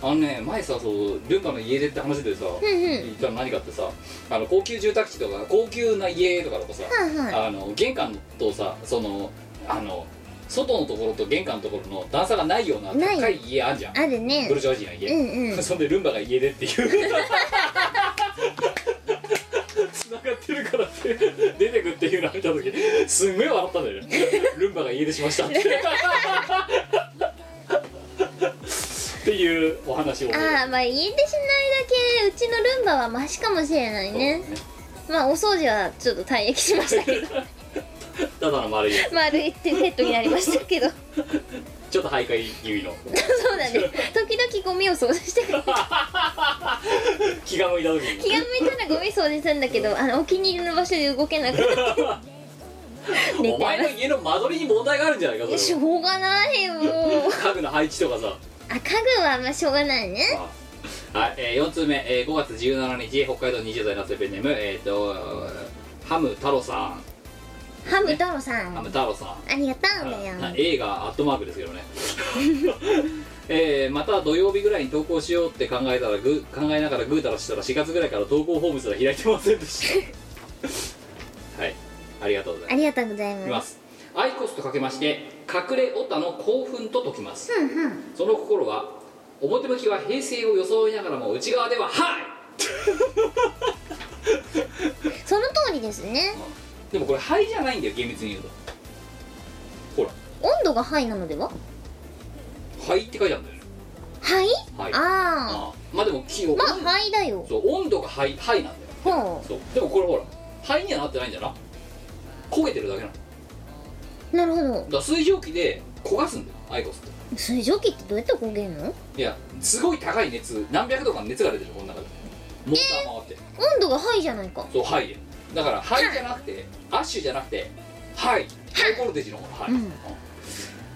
A: あのね前さそうルンバの家出って話でさ
B: うんうん
A: 言ったの何かってさあの高級住宅地とか高級な家とかだとさ
B: はいはい
A: あの玄関とさそのあの外のところと玄関のところの段差がないような
B: ない
A: 高い家あんじゃん
B: あるね
A: ブルジョージーな家、
B: うんうん
A: そんでルンバが家出っていう繋がってるからって出てくっていうのを見た時すんごい笑ったんだよねルンバが家出しましたってっていうお話を思い出した
B: ああまあ家出しないだけうちのルンバはマシかもしれないねまあお掃除はちょっと退役しましたけど
A: ただの丸いや
B: 丸いってペットになりましたけど
A: つちょっと徘徊気味の
B: そうだね時々ゴミを掃除し てくれる
A: 気が向いた時に
B: 気が向いたらゴミ掃除するんだけどあのお気に入りの場所で動けなくなって寝
A: お
B: てま
A: 前の家の間取りに問題があるんじゃないか
B: すし
A: それ
B: ょうがないよ
A: 家具の配置とかさ
B: あ家具はまあしょうがないね
A: はい、えー、4通目、えー、5月17日北海道20代男性ペンネームえっ、とハム太郎さ
B: ハム太郎さ
A: んハム
B: ん
A: 太郎さん
B: ありがとうだ
A: はい
B: よ
A: 映画アットマークですけどね えー、また土曜日ぐらいに投稿しようって考えたらぐ考えながらぐうたらしたら4月ぐらいから投稿フォームすら開いてませんでした はいありがとうございます
B: ありがとうござい
A: い
B: ま
A: ますすアイコスとかけまして隠れオタの興奮と解きます
B: うんうん
A: その心は表向きは平成を装いながらも内側でははい
B: その通りですね
A: でもこれはいじゃないんだよ厳密に言うとほら
B: 温度がハイなのでは
A: はいって書いてあるんだよね
B: はい、
A: はい
B: あ
A: ああまあでも気を、
B: あまあはいだよ
A: そう温度がはいはいなんだよ
B: ほ
A: そうでもこれほらはいにはなってないんだよな焦げてるだけなのだか
B: うなるほど
A: ら水蒸気で焦がすんだよアイコスって
B: 水蒸気ってどうやって焦げるの
A: いやすごい高い熱何百度かの熱が出てるこの中でモーター回って、
B: 温度がハイじゃないか
A: そうはいでだからはいじゃなくてアッシュじゃなくてはいハイボルテージの方のはい、
B: うん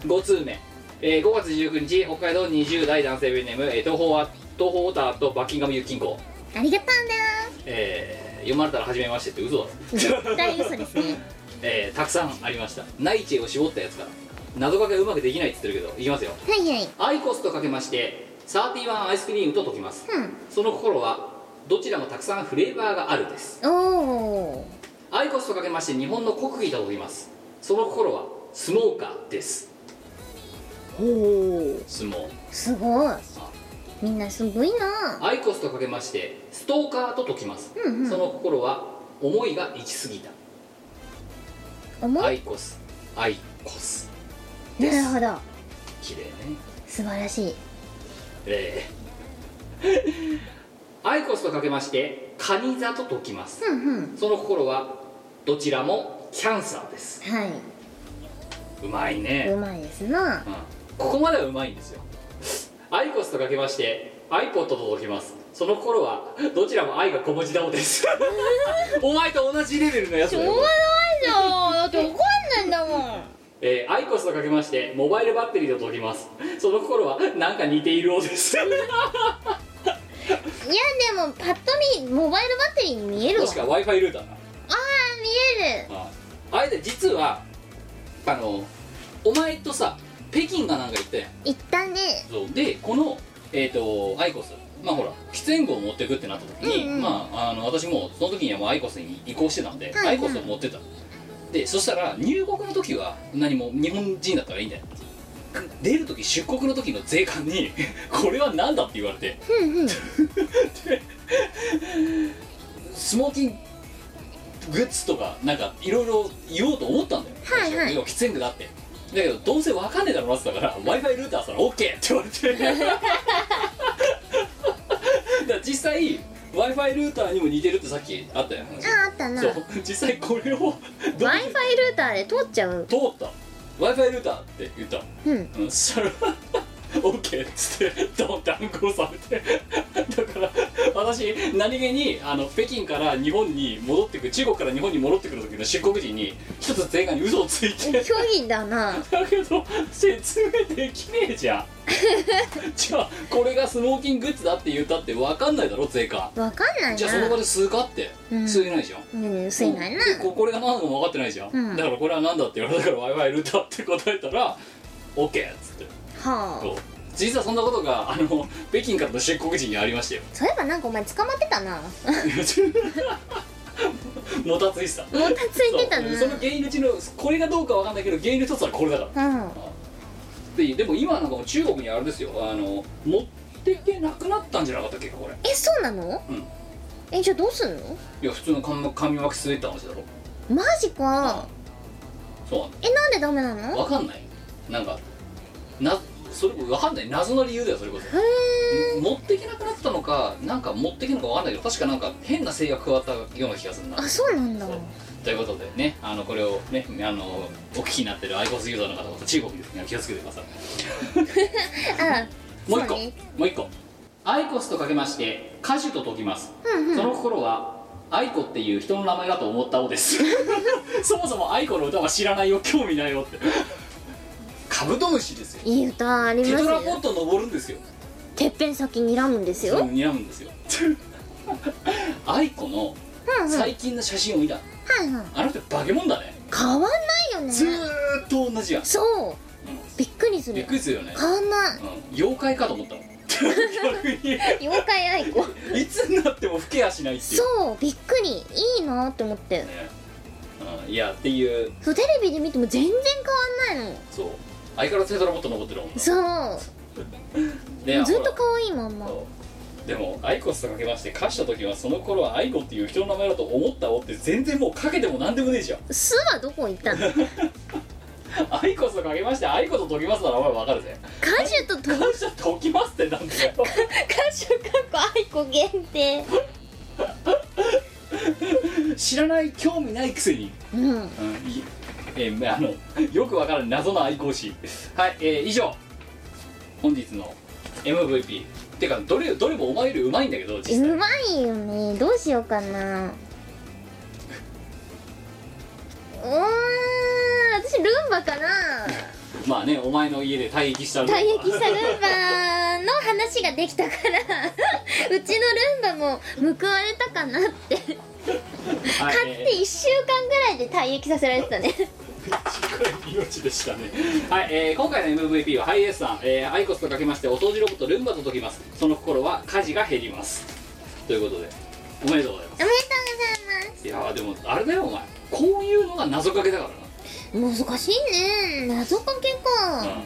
A: 5通目、えー5月19日北海道20代男性ベネーム、えー東方は東方オーターとバッキンガム郵金庫、
B: ありがと
A: えー読まれたら初めましてって嘘だろ、
B: うだ絶対嘘ですね
A: えーたくさんありましたナイチェを絞ったやつから謎かけはうまくできないって言ってるけどいきますよ
B: はいはい
A: アイコスとかけまして31アイスクリームと解きますその心はどちらもたくさんフレーバーがあるです
B: うんおお
A: アイコスとかけまして日本の国技と言いますその心はスモーカーです
B: おお
A: スモー
B: すごい
A: あ
B: みんなすごいな
A: アイコスとかけましてストーカーと解きます、
B: うんうん
A: その心は思いが行き過ぎた、
B: 重
A: ア
B: い
A: イコスアイコスで
B: なる
A: す
B: ほど
A: 綺麗ね
B: 素晴らしい
A: えー アイコスとかけましてカニ座と解きます、
B: うんうん
A: その心はどちらもキャンサーです
B: は
A: うまいね
B: いうまいですな
A: うんここまではうまいんですよアイコスとかけまして iPod と届きますその頃はどちらも愛が小文字顔ですお前と同じレベルのやつ
B: し
A: だ
B: ょうが
A: よ
B: ないじゃんだって怒んないんだもん
A: えー、アイコスとかけましてモバイルバッテリーと届きますその頃はなんか似ているようです
B: いやでもパッと見モバイルバッテリーに見えるわ
A: 確か w i f i ルーターな
B: ああ見える
A: ああれで実はあのお前とさ北京がなんか行ったやん
B: いったね
A: そうでこのえっ、とアイコスまあほら喫煙具を持ってくってなった時に、
B: うんうん
A: まああの私もその時にはもうアイコスに移行してたんで、
B: はい
A: アイコスを持ってたでそしたら入国の時は何も日本人だったらいいんだよ出る時出国の時の税関に これは何だって言われて
B: ふんふん
A: スモーキンググッズとかなんかいろいろ言おうと思ったんだよ、
B: はいは
A: 私
B: い
A: 要喫煙具だってだけどどうせわかんねえだろうなって言ったから w i f i ルーターしたら OK って言われてだから実際 w i f i ルーターにも似てるってさっきあったよ話
B: ああったな w
A: そう実際これを
B: i f i ルーターで通っちゃう
A: 通った w i f i ルーターって言った
B: うん
A: うんそしたら OK っつってドンって暗号されてだから私何気にあの北京から日本に戻ってくる中国から日本に戻ってくる時の出国時に一つ前外に嘘をついて
B: 虚偽だな
A: だけど説明できねえじゃんじゃあこれがスモーキングッズだって言ったって分かんないだろ税か
B: わかんないな
A: じゃあその場で吸うかって、
B: うん
A: 吸えないじゃん
B: うん薄いないな
A: うんここれが何なのも分かってないじゃん、
B: うん
A: だからこれは何だって言われたから w i f i ルーターって答えたら OK っつって
B: はあ
A: こう実はそんなことがあの 北京からの出国時にありましたよ
B: そういえばなんかお前捕まってたな
A: もたついてた
B: もたついてたな
A: そうその原因のうちのこれがどうかわかんないけど原因の一つはこれだから
B: うん
A: ででも今なんかもう中国にあれですよあの持っていけなくなったんじゃなかったっけかこれ
B: えそうなの、
A: うん
B: えじゃあどうすんの
A: いや普通の紙紙巻き吸えた話だろ
B: マジか
A: そうなんだ
B: えなんでダメなの
A: わかんないなんかなそれわかんない謎の理由だよそれこそ
B: へえ
A: 持っていけなくなったのかなんか持っていけるのかわかんないけど確かなんか変な制約加わったような気がするな
B: あそうなんだ
A: そうということでねあのこれをねあのお聞きになってるアイコスユーザーの方々中国に気をつけてください
B: あ
A: もう一個
B: そうね
A: もう一個アイコスとかけまして歌手と解きます、
B: うんうん
A: その心はアイコっていう人の名前だと思ったおです そもそもアイコの歌は知らないよ興味ないよってカブトムシですよ
B: いい歌あり
A: テ
B: ます
A: トラポッ
B: よ
A: ト登るんですよ
B: てっぺん先にらむんですよ、
A: その睨むんですよ アイコの
B: うんうんはい
A: 最近の写真を見た
B: はい
A: あの人化け物だね
B: 変わんないよね
A: ずーっと同じやん
B: そうびっくりす
A: びっ
B: る
A: くりするよね、
B: 変わんない
A: うん、妖怪かと思ったもん 逆に
B: 妖怪愛子
A: いつになっても老けやしないっていう
B: そうびっくりいいなって思って
A: ねうん、いやっていう
B: そうテレビで見ても全然変わんないの
A: そう相変わらずテトラポット登ってるもんな
B: そう
A: で
B: ずっと
A: ほ
B: 可愛いまん
A: ら
B: ま
A: そうでもアイコスとかけまして歌した時はその頃はアイコっていう人の名前だと思ったおって全然もうかけても何でもねえじゃん
B: 巣はどこ行ったの
A: アイコスとかけましてアイコと解きますならお前わかるぜ
B: 歌手とと歌
A: 歌手と解きますってなんだよ
B: 手かっこ愛子限定
A: 知らない興味ないくせに、
B: うん
A: うんいえーあのよくわからない謎の愛好師はい、えー以上本日の MVP てかどれどれもお前よりうまいんだけど実際
B: うまいよねどうしようかなうーん私ルンバかな
A: まあねお前の家で退役した
B: たい焼きしたルンバの話ができたからうちのルンバも報われたかなって買
A: はい
B: って1週間ぐらいでたい焼きさせられてたね
A: えー命でしたねはい、えー今回の MVP はハイエースさん、えーアイコスとかけましてお掃除ロボットルンバと解きますその心は家事が減りますということでおめでとうございま
B: おめでと
A: すいやーでもあれだよお前こういうのが謎かけだから
B: うございます難しいね謎かけ
A: な、
B: か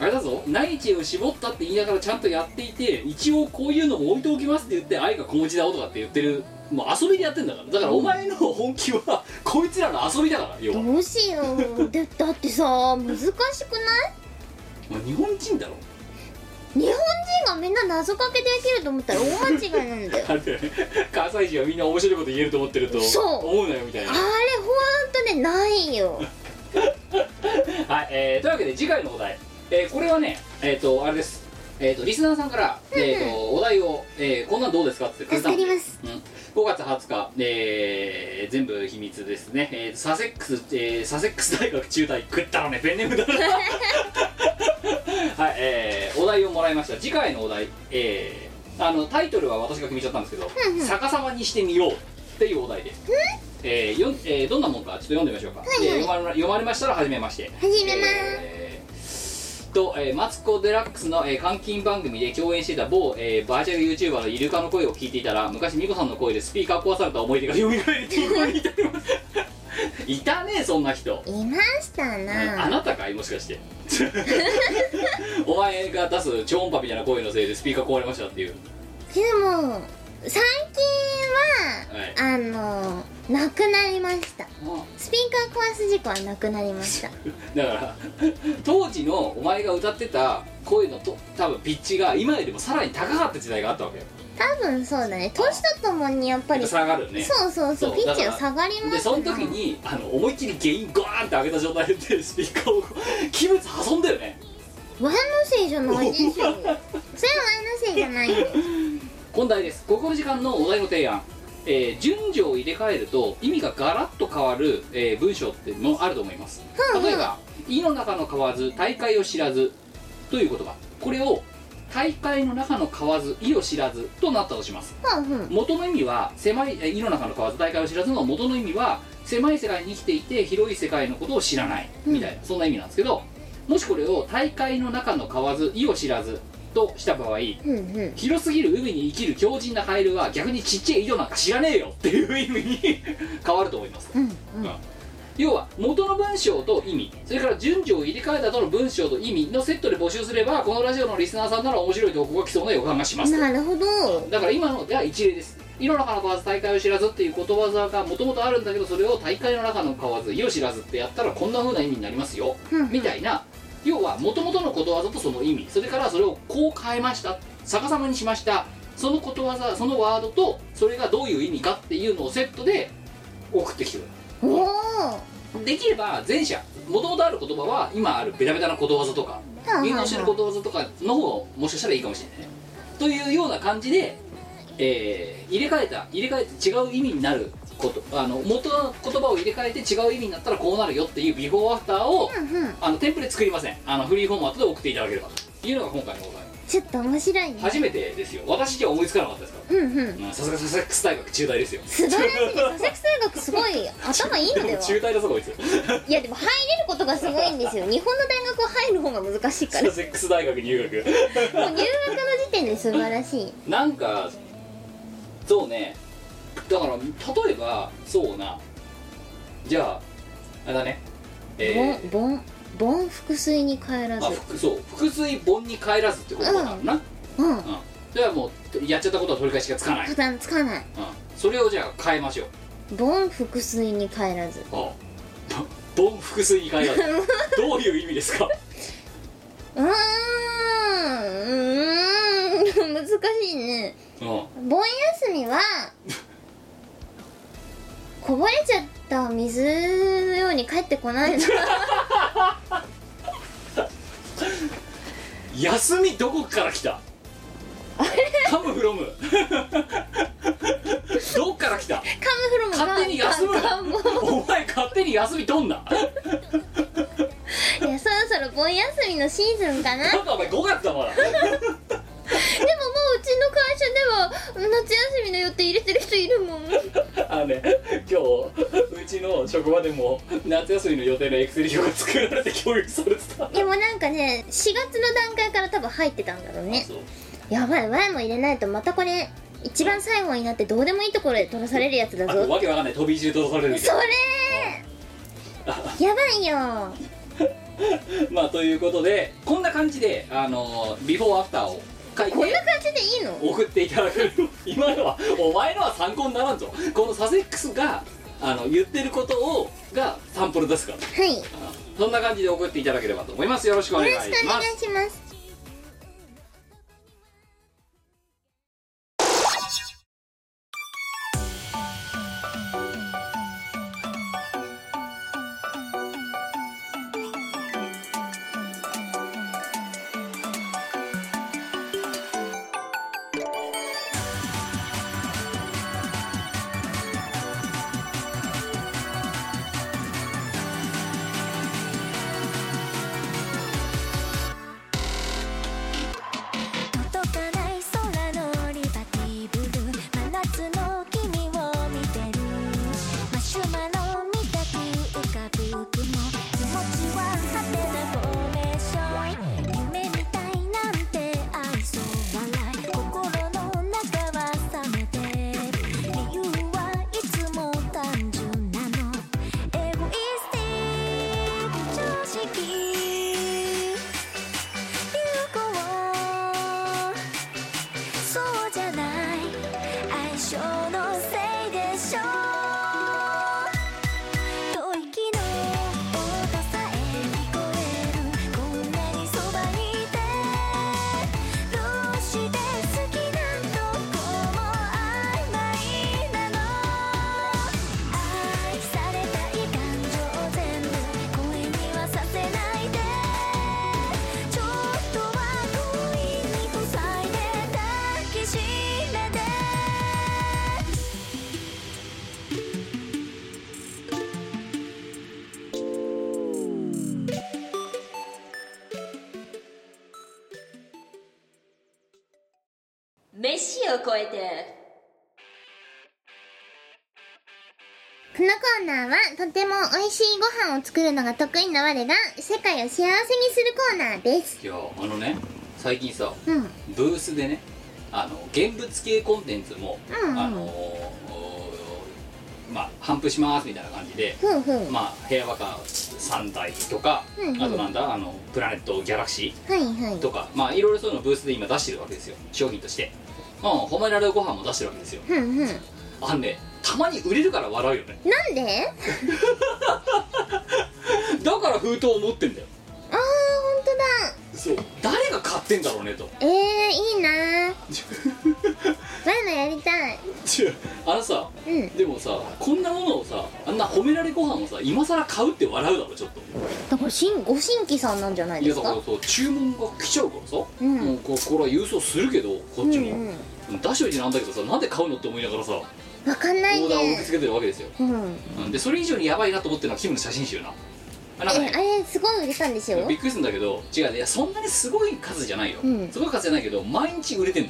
A: あれだぞ内地を絞ったって言いながらちゃんとやっていて一応こういうのも置いておきますって言って愛が小持ちだおとかって言ってるもう遊びでやってんだからだからお前の本気はこいつらの遊びだから要は
B: どうしようでだってさ難しくない
A: お前日本人だろ
B: 日本人がみんな謎かけできると思ったら大間違い なんだよ
A: あれだよね関西人はみんな面白いこと言えると思ってると
B: そう
A: 思うなよみたい
B: あ
A: な
B: れほんとねないよ
A: はい、えーというわけで次回のお題、えーこれはねえっ、とあれですえっ、とリスナーさんから、えー、とお題を、えーこんなんどうですかってくれたんで
B: 助かります、
A: うん、5月20日、えー全部秘密ですね、えーサセックス、えーサセックス大学中退食ったらねペンネームだ なはい、えーお題をもらいました次回のお題、えーあのタイトルは私が決めちゃったんですけど
B: うんうん
A: 逆さまにしてみようっていうお題で、えーよんえーどんなもんかちょっと読んでみましょうか、
B: はいはい
A: えー読まれ読まれましたら初めまして
B: はじめまーす
A: えーと、えーマツコ・デラックスの、えー監禁番組で共演していた某、えーバーチャル YouTuber のイルカの声を聞いていたら昔ミコさんの声でスピーカー壊された思い出が蘇り投稿に至りますいたねそんな人
B: いました
A: あ
B: な
A: なたかいもしかしてお前が出す超音波みたいな声のせいでスピーカー壊れましたっていう
B: でも最近は、あのなくなりましたスピーカー壊す事故はなくなり ました
A: だから当時のお前が歌ってた声のと多分ピッチが今よりもさらに高かった時代があったわけよ
B: 多分そうだね年とともにやっぱり
A: 下がるね
B: そうそう
A: そ
B: そう
A: う
B: ピッチ
A: だ
B: が
A: から
B: 下がります
A: でその時にあの思いっきりゲインゴーンって上げた状態でスピーカーをこう器物破損だよね
B: ワンのせいじゃないですよそれはワンのせいじゃないんです
A: 本題ですここの時間のお題の提案、えー順序を入れ替えると意味がガラッと変わる、えー文章っていうのもあると思います
B: うんうん
A: 例えば「意の中の買わず大会を知らず」という言葉これを「大会の中の買わず意を知らず」となったとします
B: ふんふん
A: 元の意味は狭いえ井の中の蛙大会を知らずの元の意味は狭い世界に生きていて広い世界のことを知らないみたいな、そんな意味なんですけどもしこれを大会の中の蛙意を知らずとした場合
B: ふんふん
A: 広すぎる海に生きる強靭なカエルは逆にちっちゃい井戸なんか知らねえよっていう意味に変わると思います
B: うんうん
A: 要は元の文章と意味それから順序を入れ替えたとの文章と意味のセットで募集すればこのラジオのリスナーさんなら面白い投稿が来そうな予感がします
B: なるほど
A: だから今のでは一例です井の中の蛙大会を知らずっていうことわざがもともとあるんだけどそれを大会の中の蛙井を知らずってやったらこんな風な意味になりますよ
B: うん
A: みたいな要はもともとのことわざとその意味それからそれをこう変えました逆さまにしましたそのことわざそのワードとそれがどういう意味かっていうのをセットで送ってきてくれる
B: おお
A: できれば前者もともとある言葉は今あるベタベタなことわざとか芸能人のことわざとかの方がもしかしたらいいかもしれないねというような感じで、えー入れ替えた入れ替えて違う意味になることあの元の言葉を入れ替えて違う意味になったらこうなるよっていうビフォーアフターを、
B: ふんふん
A: あのテンプレ作りませんあのフリーフォーマットで送っていただければというのが今回のお題
B: ちょっと面白いね
A: 初めてですよ私じゃ思いつかなかったですか
B: ふんふん
A: ら、うんさすがサセックス大学中大ですよ
B: 素晴らしい佐々木大学すごい頭いいん
A: で
B: だ
A: も
B: よ
A: 中大だぞこいつ
B: いやでも入れることがすごいんですよ日本の大学は入る方が難しいか
A: サ
B: らも
A: セックス大学入学
B: う入学の時点で素晴らしい
A: なんかそうねだから例えばそうなじゃああれだねえ
B: ボンボンボン腹水に帰ら
A: ー、あ
B: ず
A: ふそう腹水盆に帰らずってことだからな、うん
B: うん
A: それはもうやっちゃったことは取り返しがつかない、うん
B: 普、段つかない
A: それをじゃあ変えましょう
B: ボン腹水に帰らず
A: ああ盆腹水に帰ら ずどういう意味ですか
B: うーん うーん難しいね
A: うん
B: 盆休みはこぼれちゃった水のように帰ってこな いの
A: 休みどこから来たカムフロム どっから来た
B: カムフロムが
A: 勝手に休むな
B: 願望
A: お前勝手に休みとんない
B: やそろそろ盆休みのシーズン かなでも
A: な
B: もう
A: かお前
B: ん
A: 5月だまだ
B: うちの会社では夏休みの予定入れてる人いるもん
A: あのね今日うちの職場でも夏休みの予定のエクセル表が作られて共有されてた
B: でもなんかね4月の段階から多分入ってたんだろうね
A: そう
B: やばい Y も入れないとまたこれ一番最後になってどうでもいいところで取らされるやつだ
A: あ
B: ぞ
A: とわけわかんない飛び石で飛ばされるみ
B: そ
A: たい
B: れーやばいよ
A: なまあということでこんな感じであのビフォーアフターを書い
B: こんな
A: て
B: 感じでいいの
A: 送っていただく今のはお前のは参考にならんぞこのサセックスがあの言ってることをがサンプルですから
B: はいよ
A: あそんな感じで送っていただければと思いますよろしくお願いし
B: ろしくお
A: ま
B: 願い
A: す
B: します
D: 「飯を超えて
B: このコーナーはとても美味しいご飯を作るのが得意な我が世界を幸せにするコーナーです
A: いやあのね最近さ
B: うんうん
A: ブースでねあの現物系コンテンツも、
B: うんうん
A: あのーまあ反布しますみたいな感じで、
B: ふんふんは
A: まあ部屋バカ3台とか、
B: うんうん
A: あとなんだあのプラネットギャラクシ
B: いはい
A: ーとかまあいろいろそういうのをブースで今出してるわけですよ商品としてうん褒められるご飯も出してるわけですよ
B: ふんふんなん
A: あんねたまに売れるから笑うよね
B: で
A: だから封筒を持ってんだよ
B: あーほんとだ
A: そう誰が買ってんだろうねと
B: えー、いいなー我のやりたい
A: 違うあのさ
B: うん
A: でもさこんなものをさあんな褒められご飯をさ今更買うって笑うだろちょっと
B: だからしんご新規さんなんじゃない
A: い
B: で
A: や
B: す
A: だ
B: か
A: からそう注文が来ちゃうからさ、
B: うん
A: もうここれは郵送するけどこっちも、
B: うんうん
A: 出しといてなんだけどさなんで買うのって思いながらさオ
B: わかんない
A: ーダーを受け
B: ね
A: 付けてるわけですよ、
B: うん
A: うんでそれ以上にやばいなと思ってるのはキムの写真集なあなんか
B: え
A: ね
B: あれすごい売れたんですよ
A: びっくりするんだけど違ういやそんなにすごい数じゃないよ、
B: うん
A: すごい数じゃないけど毎日売れ てんの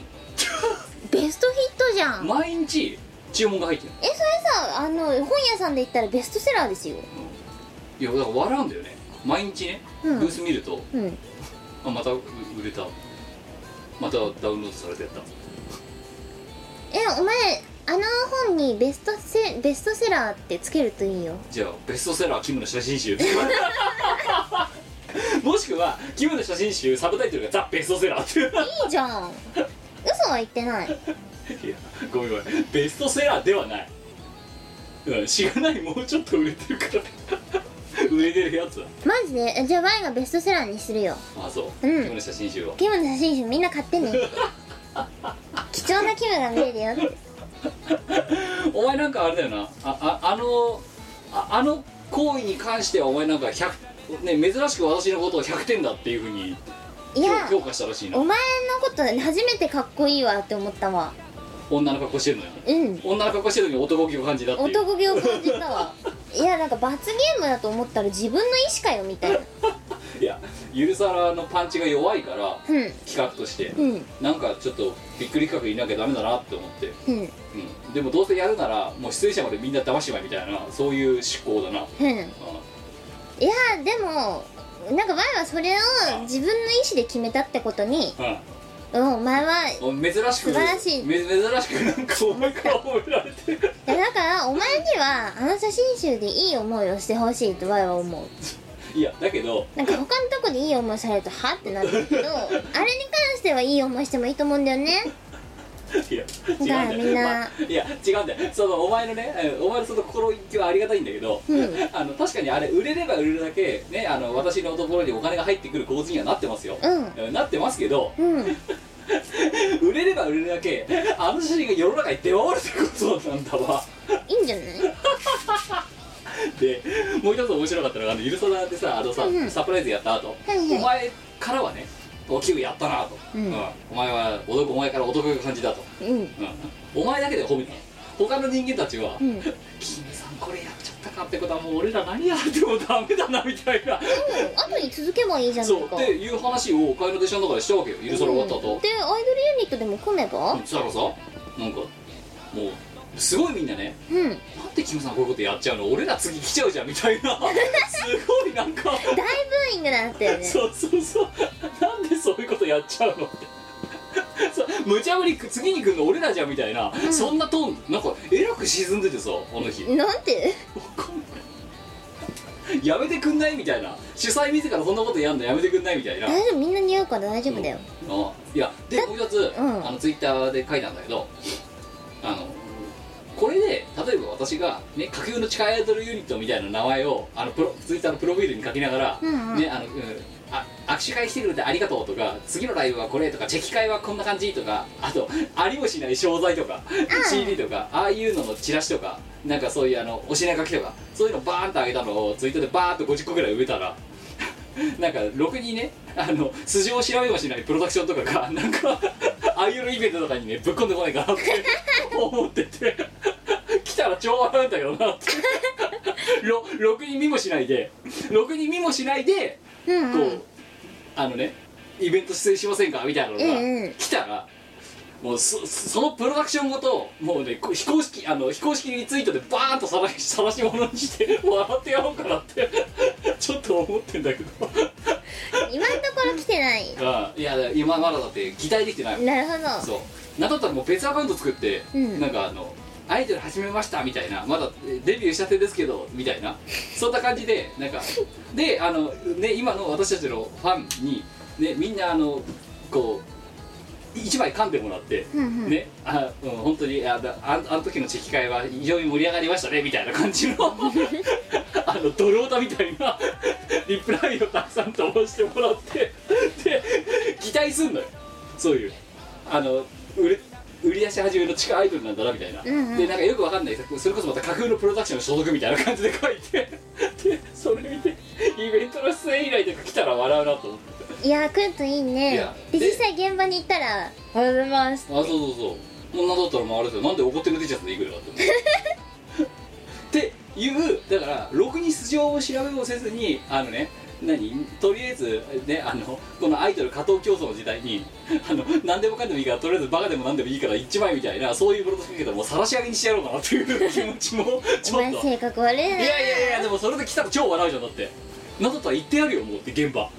B: ベストヒットじゃん
A: 毎日注文が入ってる
B: えそれさあの本屋さんで言ったらベストセラーですよ
A: いやだから笑うんだよね毎日ね、
B: うん
A: ブース見ると
B: うん
A: あまた売れたまたダウンロードされてやった
B: えお前あの本にベストセベストセラーってつけるといいよ
A: じゃあベストセラーキムの写真集もしくはキムの写真集サブタイトルが「ザ・ベストセラー」っ
B: いいじゃん嘘は言ってない
A: ていやごめんごめんベストセラーではないうんしがないもうちょっと売れてるから売れてるやつだ
B: マジでえじゃあ Y がベストセラーにするよ
A: あそう、
B: うん
A: キムの写真集を
B: キムの写真集みんな買って ね貴重なキムが見れるよって
A: お前なんかあれだよなあああのああの行為に関してはお前なんか100、ね、珍しく私のことを100点だっていうふうに
B: いや
A: 評価したらしいな
B: お前のこと初めてかっこいいわって思ったわ
A: 女の格好してるのよ
B: うん
A: 女の格好してる時に男気を感じたっていう
B: 男気を感じたわいやなんか罰ゲームだと思ったら自分の意思かよみたいない
A: やゆるさらのパンチが弱いから
B: うん
A: 企画として、
B: うん
A: なんかちょっとびっくり企画いなきゃダメだなって思って、
B: うん
A: うん、でもどうせやるならもう出演者までみんな騙しまいみたいなそういう思考だな、うん、
B: うんいやでもなんか前はそれを自分の意思で決めたってことにうんお前は
A: うんもう珍しく
B: 素晴らしい
A: め珍しくなんかお前から褒められてる
B: いやだからお前にはあの写真集でいい思いをしてほしいと我は思う
A: いやだけど
B: なんか他のとこでいい思いされるとはってな るけどあれに関してはいい思いしてもいいと思うんだよね
A: いや違うんだよ
B: みんな
A: まあいや違うんだよそのお前のねえお前のその心意気はありがたいんだけど、
B: うん
A: あの確かにあれ売れれば売れるだけねあの私のところにお金が入ってくる構図にはなってますよ、
B: う
A: なってますけど
B: うん
A: 売れれば売れるだけあの写真が世の中に出回るってことなんだわ
B: いいんじゃない
A: でもう一つ面白かったのがあのゆるさだでさあのさ、
B: うんうん
A: サプライズやった後、
B: はいはい
A: お前からはねお給やったなと、
B: うん
A: お前はお得お前からお得が感じたと、
B: うん
A: うんお前だけで褒めた他の人間たちは、
B: うん
A: キムさんこれやっちゃったかってことはもう俺ら何やってもダメだなみたいな
B: 後に続けばいいじゃない
A: そう
B: か
A: っていう話を会の弟子の中でしたわけよゆるさら終わった後、
B: うんでアイドルユニットでも組めば
A: そしたらさなんかもうすごいみんなね
B: うん
A: なんでキムさんこういうことやっちゃうの俺ら次来ちゃうじゃんみたい なすごいなんか
B: 大ブーイングだったよ ね
A: そうそうそうなんでそういうことやっちゃうのってそう無茶ぶり次に来るの俺らじゃんみたいな、そんなトーンなんかえらく沈んでてさあの日
B: なんて
A: やめてくんないみたいな主催自らそんなことやんのやめてくんないみたいな
B: 大丈夫みんな似合うから大丈夫だよ
A: あいやでもう一つ、
B: うん
A: あのツイッターで書いたんだけどあのこれで例えば私が、ね、架空の地下アイドルユニットみたいな名前をあのプロツイッターのプロフィールに書きながら、
B: うんうん
A: ねあのうんあ握手会来てくれてありがとうとか次のライブはこれとかチェキ会はこんな感じとかあとありもしない商材とか CD とかああいうののチラシとかなんかそういうあのお品書きとかそういうのバーンと上げたのをツイートでバーンと50個ぐらい植えたら なんかろくにねあの素性を調べもしないプロダクションとかがなんかアイドルイベントとかにねぶっ込んでこないかなって思ってて来たら超笑うんだけどな ってろろくに見もしないでろくに見もしないで
B: うん
A: こう、
B: うん
A: あのねイベント出演しませんかみたいなのが、
B: うんうん
A: 来たらもうそそのプロダクションごともうねこう非公式あの非公式リツイートでバーンとさらしさらし物にして笑ってやろうかなってちょっと思ってんだけ ど
B: 今のところ来てない
A: あいや今まだだって擬態できてないもん
B: なるほど
A: そうなんだったらもう別アカウント作って、
B: うん
A: なんかあのアイドル始めましたみたいなまだえデビューしたてですけどみたいなそんな感じでなんかであのね今の私たちのファンにねみんなあのこう一枚噛んでもらって、
B: うんうん
A: ねあ、うん、本当にあだああの時のチェキ会は非常に盛り上がりましたねみたいな感じの あのドロータみたいなリプライをたくさん飛ばしてもらってで擬態すんのよそういうあの売れ売り出し始めの地下アイドルなんだなみたいな、
B: んうん
A: でなんかよくわかんないそれこそまた架空のプロダクションの所属みたいな感じで書いてでそれ見てイベントの出演依頼とか来たら笑うなと思って
B: いやー来るといい
A: い
B: ね
A: や
B: で
A: で
B: 実際現場に行ったら「おはようございます
A: あそうそうそうこんなだったらもうあれだよなんで怒ってる T シャツで行くのかって思う っていうだからろくに素性を調べもせずにあのね何とりあえずねあのこのアイドル加藤競争の時代にあの何でもかんでもいいからとりあえずバカでも何でもいいから一枚みたいなそういうプロトスかけどもう晒し上げにしてやろうかなっていう気持ちもち
B: お
A: ょっ
B: 前
A: と
B: 性格悪いない
A: やいやいやでもそれで来たら超笑うじゃんだってなんだったら行ってやるよもうって現場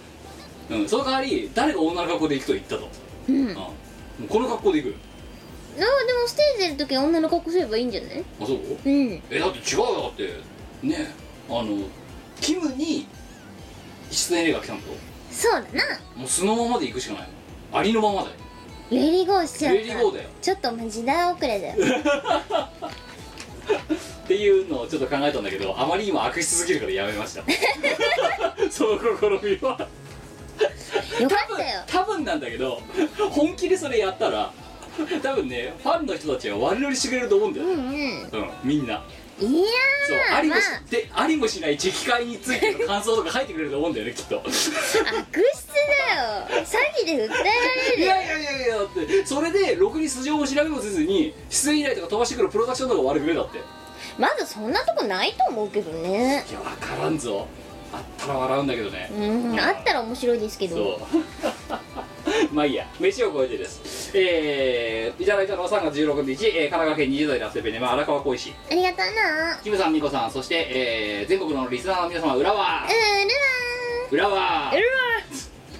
A: うんその代わり誰が女の格好で行くと言ったと、
B: うん
A: うん、もうこの格好で行く
B: あーでもステージ出る時女の格好すればいいんじゃない
A: あそう
B: うん
A: えだって違うよだってねあのキムに出演映画来たのと
B: そうだな
A: もう素のままで行くしかないのありのままだよ
B: レディーゴーしちゃう
A: レディーゴーだよ
B: ちょっとお前時代遅れだよ
A: っていうのをちょっと考えたんだけどあまりにも悪質すぎるからやめま したその試みは
B: よかったよ
A: 多分なんだけど本気でそれやったら多分ねファンの人たちは悪乗りしてくれると思うんだよ
B: う
A: ね、
B: んう
A: う
B: ん
A: ん、みんな
B: い
A: そ
B: う
A: う
B: やー
A: あり
B: ま
A: もし、
B: あ
A: でありもしないチェキ会についての感想とか書いてくれると思うんだよねきっと
B: 悪質だよ詐欺で訴えられ
A: い
B: るよ
A: やいやいやいやだってそれでろくに素性を調べもせずに出演依頼とか飛ばしてくるプロダクションとか悪くねだってい
B: まだそんなとこないと思うけどね
A: や分からんぞあったら笑うんだけどね
B: うんあったら面白いですけど
A: そう まあいいや飯を超えてですえー、いただいたのは3月16日、えー神奈川県20代男性ペンネーム荒川浩石
B: ありがとうな
A: キムさんミコさんそして、えー、全国のリスナーの皆様裏は
B: うーる
A: 裏は
B: わーうる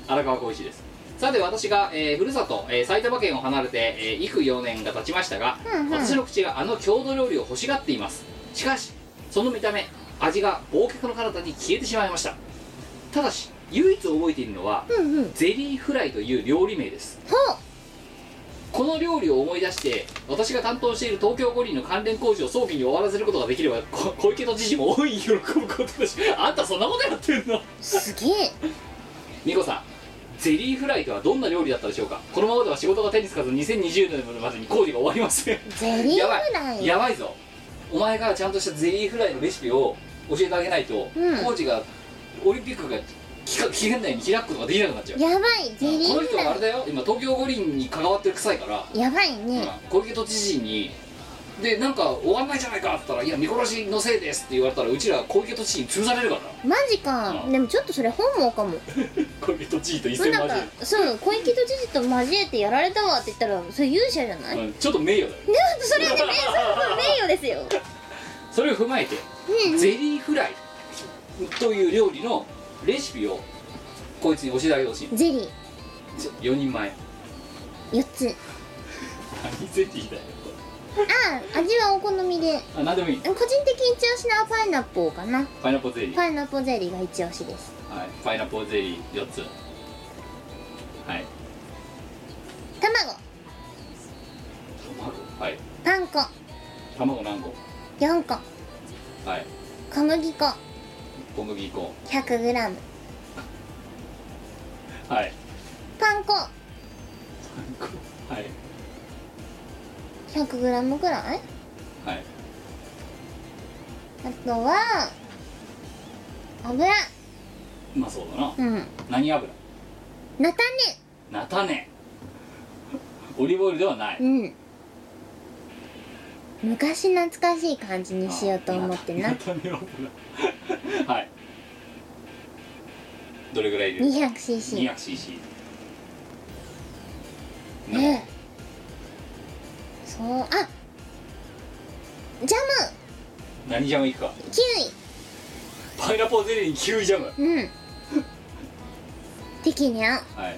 A: 荒川浩一ですさて私が、えーふるさと、えー埼玉県を離れて、えー、幾4年が経ちましたが、
B: うんうん
A: 私の口があの郷土料理を欲しがっていますしかしその見た目味が忘却の彼方に消えてしまいましたただし唯一覚えているのは、
B: わーうんうん
A: ゼリーフライという料理名です
B: ほう
A: この料理を思い出して私が担当している東京五輪の関連工事を早期に終わらせることができればこ小池都知事も大いに喜ぶことでしょうあんたそんなことやってんの
B: すげえ
A: ミコさんゼリーフライとはどんな料理だったでしょうかこのままでは仕事が手につかず2020年までに工事が終わります
B: ゼリー
A: や
B: フ
A: ば
B: ラ
A: い
B: イ
A: やばいぞお前がちゃんとしたゼリーフライのレシピを教えてあげないと、
B: うん
A: 工事がオリンピックが期間期限内に開くことができなくなっちゃう
B: やばいゼリ
A: この
B: ーフ
A: 人はあ
B: ラ
A: れだよ今東京五輪に関わってる臭いから
B: イやばいね
A: 小池都知事に「でなんか終わんないじゃないか」って言ったら「いや見殺しのせいです」って言われたらうちら小池都知事に潰されるからな
B: マジか
A: うん
B: でもちょっとそれ本望かも
A: 小池都知事と一
B: そ
A: 戦
B: うなん
A: 交
B: か
A: える
B: そう小池都知事と交えてやられたわって言ったらそれ勇者じゃない、ね
A: うんちょっと名誉だよ
B: それで名それは名誉です よ
A: それを踏まえて
B: うん
A: ゼリーフライという料理のレシピをこいつに教えてあげてほしい
B: ゼリー
A: 4人前
B: 4つ
A: 何ゼリーだよ
B: ああ味はお好みで
A: あ何でもいい
B: 個人的に一押しなパイナップルかな
A: パイナップルゼリー、
B: パイナップルゼリーが一押しです
A: はい、パイナップルゼリー4つはい
B: 卵
A: 卵はい
B: パン粉
A: 卵何個
B: 4個
A: はい
B: 小麦粉
A: 小麦粉
B: 100g
A: はい
B: パン粉
A: はい
B: 100g ぐらい
A: はい
B: あとは油
A: まあそうだな
B: うん
A: 何油
B: 菜
A: 菜種 オリーブオイルではない
B: 種うん昔懐かしい感じにしようと思ってな
A: 菜種油はいどれぐらい入れる
B: 200cc
A: 200cc の
B: ねそうあジャム
A: 何ジャムいくか
B: キ
A: パイナポーゼリーにキウイジャム
B: ウイうん的にゃ
A: はい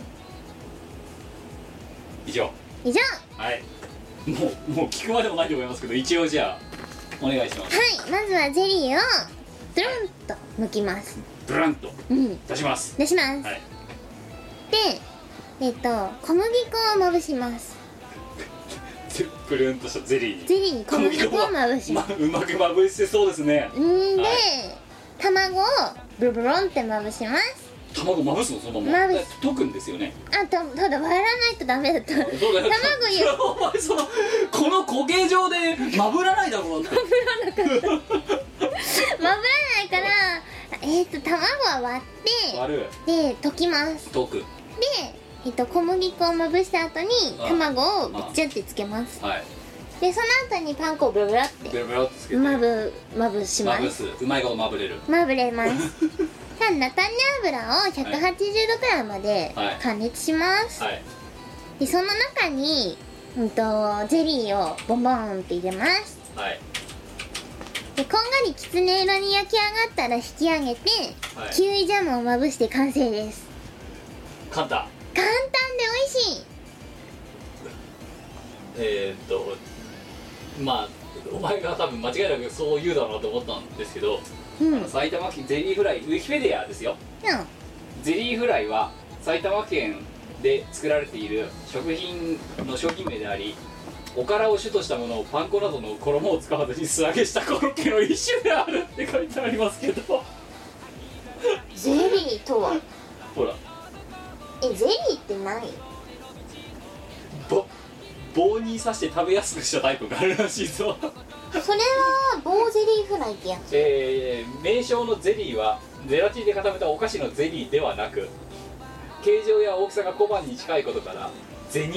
A: 以上
B: 以上
A: はいもうもう聞くまでもないと思いますけど一応じゃあお願いします
B: はいまずはゼリーをドロンと剥きます
A: ブランと
B: うん
A: 出します
B: 出します、
A: はい
B: でえっと小麦粉をまぶします
A: ぜプルンとしたゼリーに
B: ゼリーに小麦粉をまぶしま
A: ますうまくまぶしてそうですね
B: うんで、
A: はい
B: 卵をブルブロンってまぶします
A: 卵まぶすのそのまま
B: まぶす
A: え溶くんですよね
B: あとただ割らないとダメだった
A: どうだよ
B: 卵ゆ
A: お前そのこの固形状でまぶらないだろうって
B: まぶらないからえっ、と卵は割っ
A: 悪い
B: てで溶きます
A: 溶く
B: で、えっと、小麦粉をまぶした後に
A: あ
B: 卵を
A: あ
B: ジュってつけます
A: はい
B: でその後にパン粉をブラブラっ
A: ベ
B: て
A: ロベロってつけて
B: まぶまぶしま
A: まぶ
B: す
A: すうまいことまぶれる
B: まぶれます さあ菜種油を180度くらいまで
A: はい
B: 加熱します、
A: はい
B: でその中に、うん、とゼリーをボンボンって入れます
A: はい
B: でこんがりきつね色に焼き上がったら引き上げて、
A: はい
B: キウイジャムをまぶして完成です
A: 簡単
B: 簡単で美味しい
A: えー、っとまあお前が多分間違いなくそう言うだろうなと思ったんですけど、
B: うん、
A: あ
B: う
A: の埼玉県ゼリーフライウィキペディアですよ
B: ん
A: ゼリーフライは埼玉県で作られている食品の商品名でありおからを主としたものをパン粉などの衣を使わずに素揚げしたコロッケの一種であるって書いてありますけど
B: ゼリーとは
A: ほら
B: えゼリーって何
A: ぼ棒に刺して食べやすくしたタイプがあるらしいぞ
B: それは棒ゼリーフライってやつ
A: えー名称のゼリーはゼラチンで固めたお菓子のゼリーではなく形状や大きさが小判に近いことから銭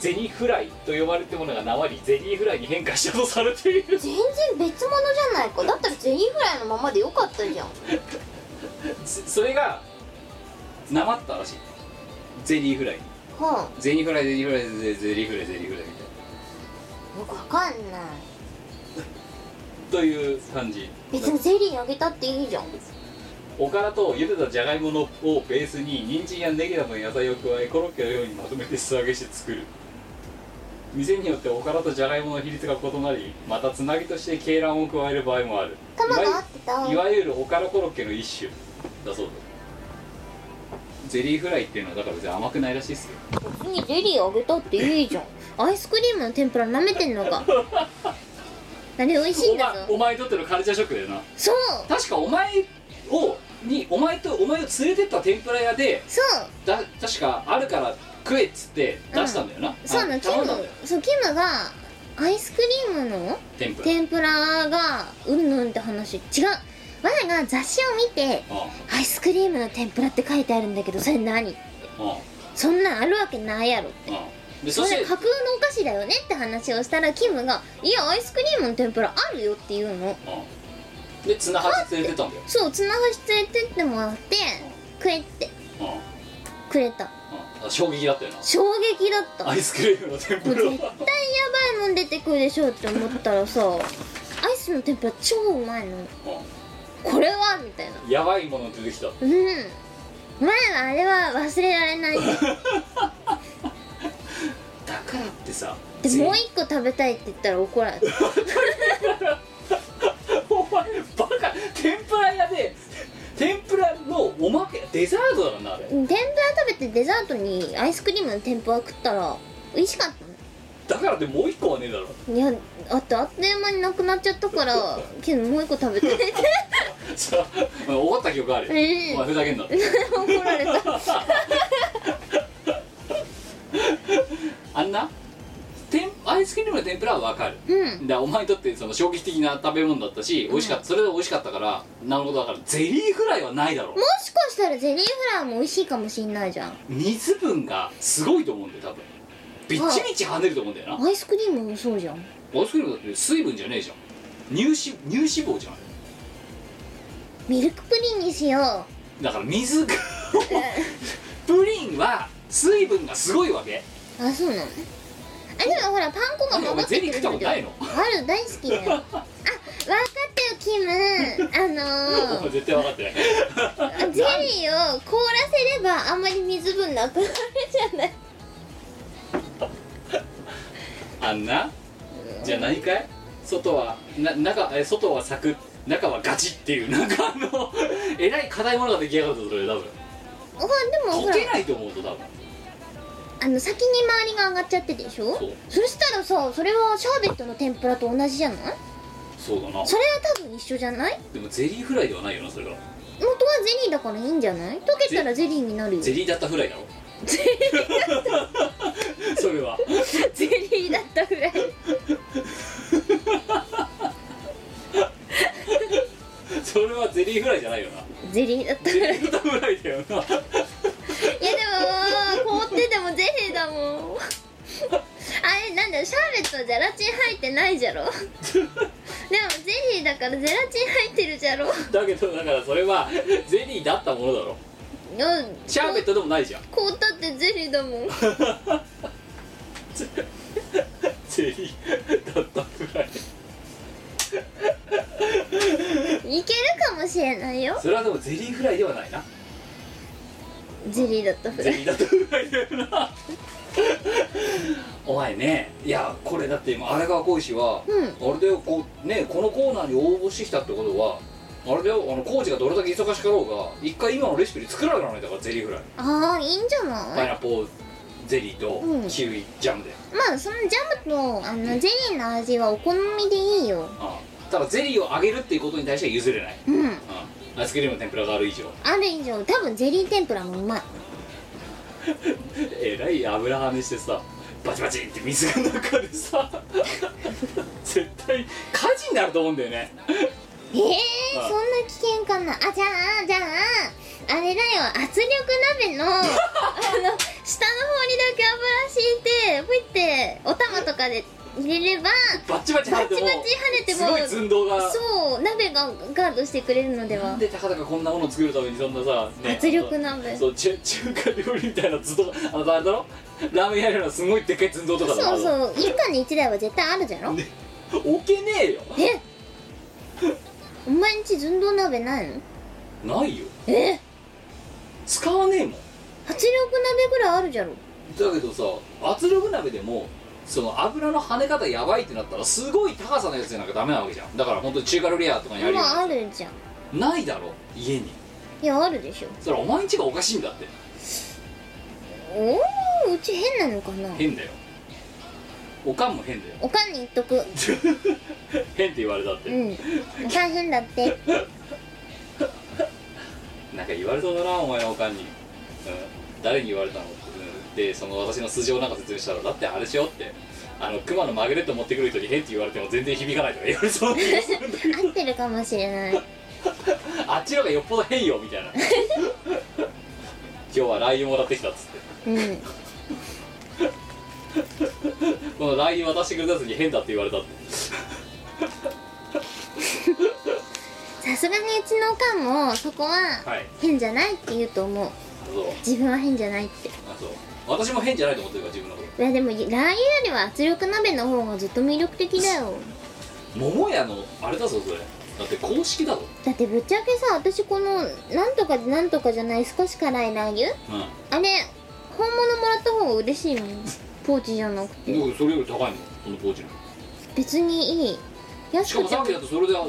A: 銭フライと呼ばれてものがなまりゼリーフライに変化したとされている
B: 全然別物じゃないかだったらゼリーフライのままでよかったじゃん
A: そそれがなまったらしいゼリーフライ
B: は
A: ゼリーフライゼリーフライゼゼリーフライゼリーフライみたい
B: あよくわかんない
A: なという感じ
B: 別にゼリーあげたっていいじゃん
A: おからと茹でたじゃがいものをベースに人参やネギなどの野菜を加えコロッケのようにまとめて素揚げして作る店によっておからとじゃがいもの比率が異なりまたつなぎとして鶏卵を加える場合もある
B: 卵合ってた
A: いわゆるいわゆるおからコロッケの一種だそうだゼリーフライっていうのはだから別に甘くないらしいですよ
B: 別にゼリーあげたっていいじゃんアイスクリームの天ぷら舐めてんのかあれ美味しい
A: お
B: んだ
A: 前
B: ぞ
A: お前にとってのカルチャーショックだよな
B: そう
A: 確かお前をにお前とお前を連れてった天ぷら屋で
B: そう
A: だ確かあるから食えっつって出したんだよな、
B: そう
A: あ
B: な
A: の
B: のキ
A: 頼んだんだ
B: ム
A: よ
B: そうキムがアイスクリームの
A: 天ぷら
B: 天ぷらがうんぬんって話違う我が雑誌を見て
A: あ
B: アイスクリームの天ぷらって書いてあるんだけどそれ何
A: ああ
B: そんなんあるわけないやろ
A: ああで
B: そ
A: そし
B: れ
A: て
B: 架空のお菓子だよねって話をしたらキムが「いやアイスクリームの天ぷらあるよ」って言うの
A: ああで綱八連れてたんだよ
B: そう綱橋連れてってもらって食えって
A: あ
B: くれた
A: あああ衝撃だったよな
B: 衝撃だった
A: ア
B: も
A: イスクリームの天
B: う
A: ぷ
B: 絶
A: ら
B: 対やばいもん出てくるでしょうって思ったらさアイスの天ぷら超うまいの
A: あ
B: これはみたいな
A: あやばいもの出てきた
B: うん前はあれは忘れられない
A: だからってさ
B: でもう
A: 一
B: 一個食べたいって言ったら怒られた
A: お前バカ天ぷら屋で天ぷらのおまけデザートだろなあれ
B: 天ぷら食べてデザートにアイスクリームの天ぷら食ったら美味しかったの
A: だからってもう一個はねえだろ
B: いやあってあっという間になくなっちゃったからけどもう一個食べて
A: さあ怒った記憶あるよ、
B: うん
A: お前ふざけんな
B: 怒られた
A: あんな天アイスクリームの天ぷらはわかる
B: うん
A: だからお前にとってその衝撃的な食べ物だったし美味しかった、それで美味しかったからなるほどだからゼリーフライはないだろ
B: もしかしたらゼリーフライも美味しいかもしんないじゃん
A: 水分がすごいと思うんだよ多分ビッチビチ跳ねると思うんだよな
B: アイスクリームもそうじゃん
A: アイスクリームだって水分じゃねえじゃん乳脂乳脂肪じゃん
B: ミルクプリンにし よ
A: だから水がプリンは水分がすごいわけ
B: うあそうなのあでもほらパン粉が
A: お
B: 守
A: 前
B: って
A: ゼ
B: く
A: リー食っ
B: れてる
A: たことないの
B: ある大好き だよあわかったよキムあの
A: お前 絶対分かってない
B: ー、ゼリーを凍らせればあんまり水分なくなるじゃない
A: あんなじゃあ何かい外はな中え外はサクッ中はガチっていうなんかあの えらい硬いものが出来上がったぞそれ多分
B: あでもほ
A: 溶
B: ら
A: けないと思うと多分
B: あの先に周りが上がっちゃってでしょ
A: そう
B: そしたらさそれはシャーベットの天ぷらと同じじゃない
A: そうだな
B: それは多分一緒じゃない
A: でもゼリーフライではないよなそれが
B: 元はゼリーだからいいんじゃない溶けたらゼリーになるよ
A: ゼ
B: ゼ
A: リーだったフライだろ それは
B: リーだったぐらい
A: それはゼリーフライじゃないよな
B: ゼリーだったぐ
A: ゼ
B: らい
A: リーだったフライだよない
B: やでも凍っててもゼリーだもんあれなんだよシャーベットはゼラチン入ってないじゃろでもゼリーだからゼラチン入ってるじゃろ
A: だけどだからそれはゼリーだったものだろ
B: いや
A: シャーベットでもないじゃん
B: 凍ったってゼリーだもん
A: ゼリーだったフライ
B: いけるかもしれないよ
A: それはでもゼリーフライではないな
B: ゼリーだったふ
A: ゼ
B: ら
A: リーだったフライだよなお前ねいやこれだって今荒川浩司は、
B: うん
A: あれだよこうねこのコーナーに応募してきたってことはあれだよあの浩司がどれだけ忙しかろうが一回今のレシピで作られないんだからゼリーフライ
B: ああいいんじゃない、
A: パイナップルゼリーと
B: うん
A: キウイジャムで、
B: まあそのジャムとあのゼリーの味はお好みでいいよ
A: うんただゼリーをあげるっていうことに対しては譲れない、
B: うん
A: うん、アイスクリームの天ぷらがある以上
B: ある以上多分ゼリー天ぷらもうまい
A: えらい油跳ねしてさバチバチって水が中でさ 絶対火事になると思うんだよね
B: えー、
A: ああ
B: そんな危険かなあじゃあじゃああれだよ圧力鍋 のあの下の方にだけ油敷いてふいってお玉とかで入れれば
A: バッチバチ跳ねても
B: バチバチ跳ねても
A: すごい寸胴が
B: そう鍋がガードしてくれるので
A: な
B: は
A: んでたかだかこんなものを作るためにそんなさ、ね
B: 圧力鍋
A: そう中中華料理みたいなずっとあのあれだろラーメンやるようなすごいでっかい寸胴とかだろ
B: そうそう一家に一台は絶対あるじゃろ
A: ね置けねえよ
B: えお前んち寸胴鍋ないの
A: ないよ
B: え
A: 使わねえもん
B: 圧力鍋ぐらいあるじゃろ
A: だけどさ圧力鍋でもその油の跳ね方やばいってなったらすごい高さのやつじゃなきゃダメなわけじゃんだから本当に中華料理屋とかにやるよう
B: まあ
A: な
B: あるじゃん
A: ないだろ家に
B: いやあるでしょ
A: それお前んちがおかしいんだって
B: おおうち変なのかな
A: 変だよおかんも 変だよ
B: おかんに言っとく
A: 変って言われたって、
B: うん大変だって
A: なんか言われそうだなお前のおかんに、うん、誰に言われたの、うん、でその私の素性をなんか説明したらだってあれしようってあの熊のマグネット持ってくる人に変って言われても全然響かないとか言われ そうな気がするんだけど
B: 合ってるかもしれない
A: あっちの方がよっぽど変よみたいな今日はラー油もらってきたっつって
B: うん
A: このラー油渡してくれたやつに変だって言われたって
B: さすがにうちのおかんもそこは
A: はい
B: 変じゃないって言うと思う
A: あそう
B: 自分は変じゃないって
A: あそう私も変じゃないと思ってるから自分のこ
B: いやでもラー油よりは圧力鍋の方がずっと魅力的だよ
A: と桃屋のあれだぞそれだって公式だぞ
B: だってぶっちゃけさ私このなんとかなんとかじゃない少し辛いラー油
A: うん
B: あれ本物もらった方が嬉しいもんポーチじゃなくて
A: だからそれより高いのそのポーチの
B: 別にいい
A: し
B: 安
A: か
B: く
A: も
B: て
A: さっきだとそれでさ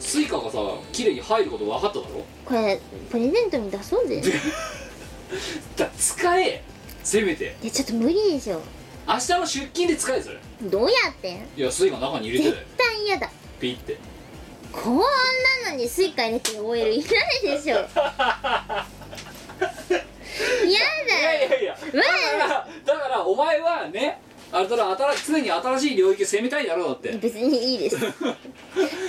A: スイカがさ綺麗に入ること分かっただろ
B: これプレゼントに出そうぜ
A: だ使えせめて
B: いやちょっと無理でしょ
A: 明日の出勤で使えそれ
B: どうやってん
A: いやスイカ中に入れて
B: 絶
A: だよ
B: 対嫌だ
A: ピッて
B: こんなのにスイカ入れて終えるいないでしょ嫌
A: い
B: だ
A: や
B: よ
A: いやいやだからだからお前はねあれだろ新し常に新しい領域を攻めたいだろうだって
B: 別にいいです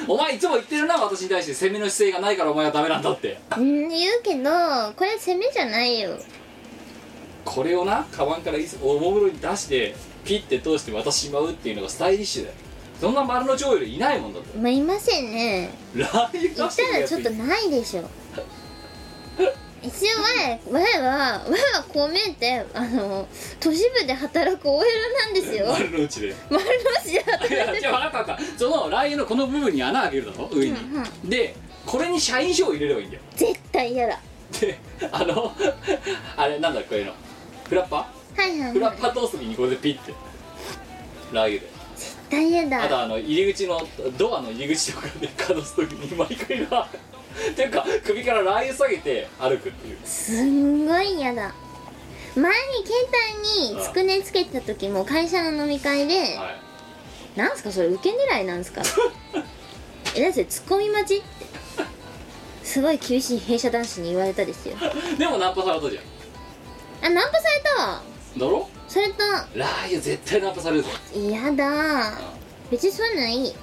A: お前いつも言ってるな私に対して攻めの姿勢がないからお前はダメなんだって
B: うん言うけどこれ攻めじゃないよ
A: これをなカバンからいつおもむろに出してピッて通して渡してしまうっていうのがスタイリッシュだよそんな丸の上よりいないもんだって
B: まあいませんね
A: ラー油
B: 言
A: 出
B: っ
A: して
B: た
A: る
B: ら
A: や
B: ち
A: つ
B: ょっとないでしょえ一応前前は前はこう見えてあの都市部で働く OL なんですよ
A: 丸の内で
B: 丸の内で働い
A: い
B: て
A: やじゃあ分かった分かったそのラー油のこの部分に穴開けるだろ上に、
B: うん
A: でこれに社員証を入れればいいんだよ
B: 絶対嫌だ
A: であのあれなんだこれのフラッパ
B: はいはい
A: フラ
B: はい
A: ッパ通す時にこれでピッてラー油で
B: 絶対嫌
A: あ
B: だ
A: とあの入り口のドアの入り口とかでかざす時に毎回がっていうか首からラー油下げて歩くっていう
B: すんごい嫌だ前に携帯につくねつけてた時も会社の飲み会で
A: はい
B: 「なんすかそれ受け狙いな んすか? 」えなんせツッコミ待ちってすごい厳しい弊社男子に言われたですよ
A: でもナンパされたじゃ
B: あナンパされたわ
A: んだろ
B: それと
A: ラー油絶対ナンパされるぞ
B: 嫌だ別にそういうのいい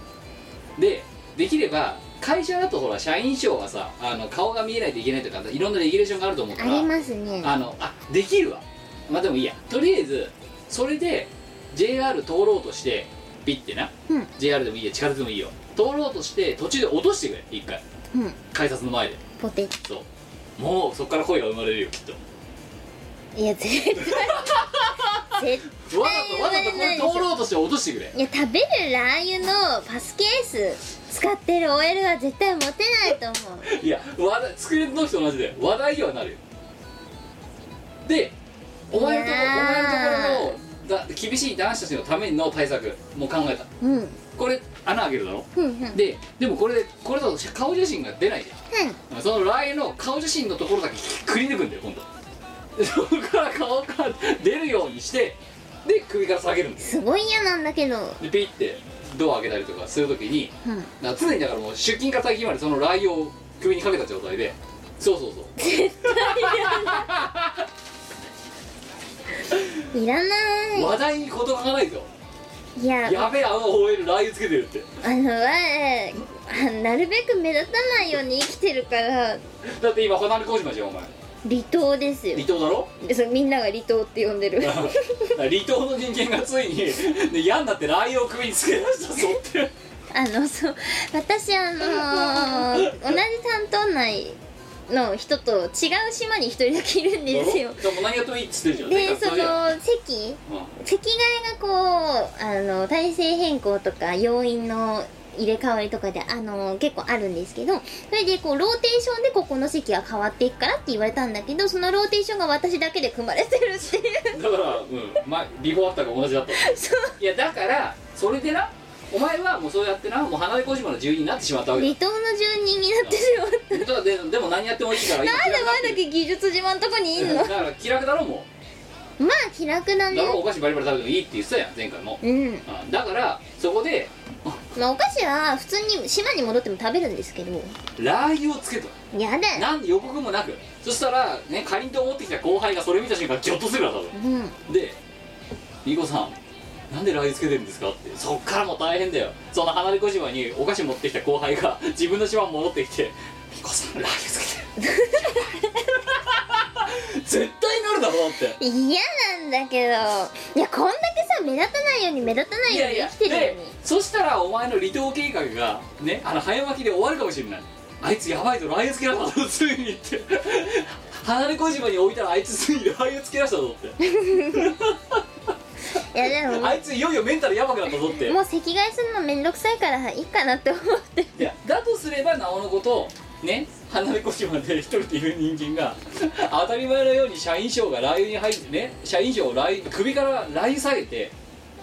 A: でできれば会社だとほら社員証はさあの顔が見えないといけないとかいろんなレギュレーションがあると思うか
B: あ
A: ら
B: りますね
A: あのあできるわまあでもいいやとりあえずそれで JR 通ろうとしてピッてな、
B: うん
A: JR でもいいや地下鉄でもいいよ通ろうとして途中で落としてくれ一回
B: うん
A: 改札の前で
B: ポテチ
A: そうもうそっから恋が生まれるよきっと
B: いや絶対絶
A: わざとわざとこれ通ろうとして落としてくれ
B: いや食べるラー油のパスケース使ってる OL は絶対モテないと思う
A: いや話題作れの人と同じで話題にはなるよでお前のとこ
B: いやー
A: お前のところのだ厳しい男子たちのための対策もう考えた
B: うんうん
A: これ穴開けるだろ
B: うんうん
A: ででもこれでこれだと顔写真が出ないじゃんそのライの顔写真のところだけくり抜くんだよ今度でそこから顔が出るようにしてで首から下げるんです
B: すごい嫌なんだけど
A: でピッてドア開けたりとかするときに
B: うん
A: だから常にだからもう出勤から最近までそのライオンを首にかけた状態でそうそうそう
B: いらない
A: 話題に事欠かないぞ
B: いや
A: やべえあの OL ラー油つけてるって
B: あの我あなるべく目立たないように生きてるから
A: だって今離れ小島じゃんお前
B: 離島ですよ
A: 離島だろ
B: でそうみんなが離島って呼ん でる
A: だから離島の人間がついに、ね、嫌になってラー油を首につけ出したぞっていう
B: あのそう私あの ー同じ担当内の人と違う島に一人だけいるんです よ
A: だろでも何やってもいいっつってるじゃん
B: で
A: ね
B: そ
A: 学校じゃん
B: の席
A: うん
B: 席替えがこうあの体制変更とか要因の入れ替わりとかであの結構あるんですけどそれでこうローテーションでここの席は変わっていくからって言われたんだけどそのローテーションが私だけで組まれてるっていう
A: だからうん前ビフォーアフターが同じだった
B: そう
A: いやだからそれでなお前はもうそうやってなもう離れ小島の住人になってしまったわけ
B: 離島の住人になってしま った
A: だからででも何やってもいいから今
B: なんで前だけ技術自慢とこにいんの
A: だから気楽だろも
B: まあ気楽だ
A: う
B: ね
A: だろお菓子バリバリ食べてもいいって言ってたやん前回も、
B: うん
A: うんだからそこで
B: まあお菓子は普通に島に戻っても食べるんですけど
A: ラー油をつけと
B: やだよ
A: なんで予告もなくそしたらねかりんとう持ってきた後輩がそれ見た瞬間ギョッとするから多分
B: うん
A: で「みこさんなんでラー油つけてるんですか?」ってそっからもう大変だよその離れ小島にお菓子持ってきた後輩が 自分の島戻ってきて「みこさんラー油つけてる」絶対なるだろうだって
B: 嫌なんだけどいやこんだけさ目立たないように目立たないように生きてる
A: で
B: のに
A: そしたらお前の離島計画がねあの早巻きで終わるかもしれないあいつやばいぞラー油つけなかったぞついにって 離れ小島に置いたらあいつついにラー油つけ出したぞって
B: いやでも
A: あいついよいよメンタルやばくなったぞって
B: もう席替えするのめんどくさいからいいかなって思って
A: いやだとすればなおのことね離れ小島で一人でいる人間が 当たり前のように社員証がラー油に入ってね社員証をラー油首からラー油下げて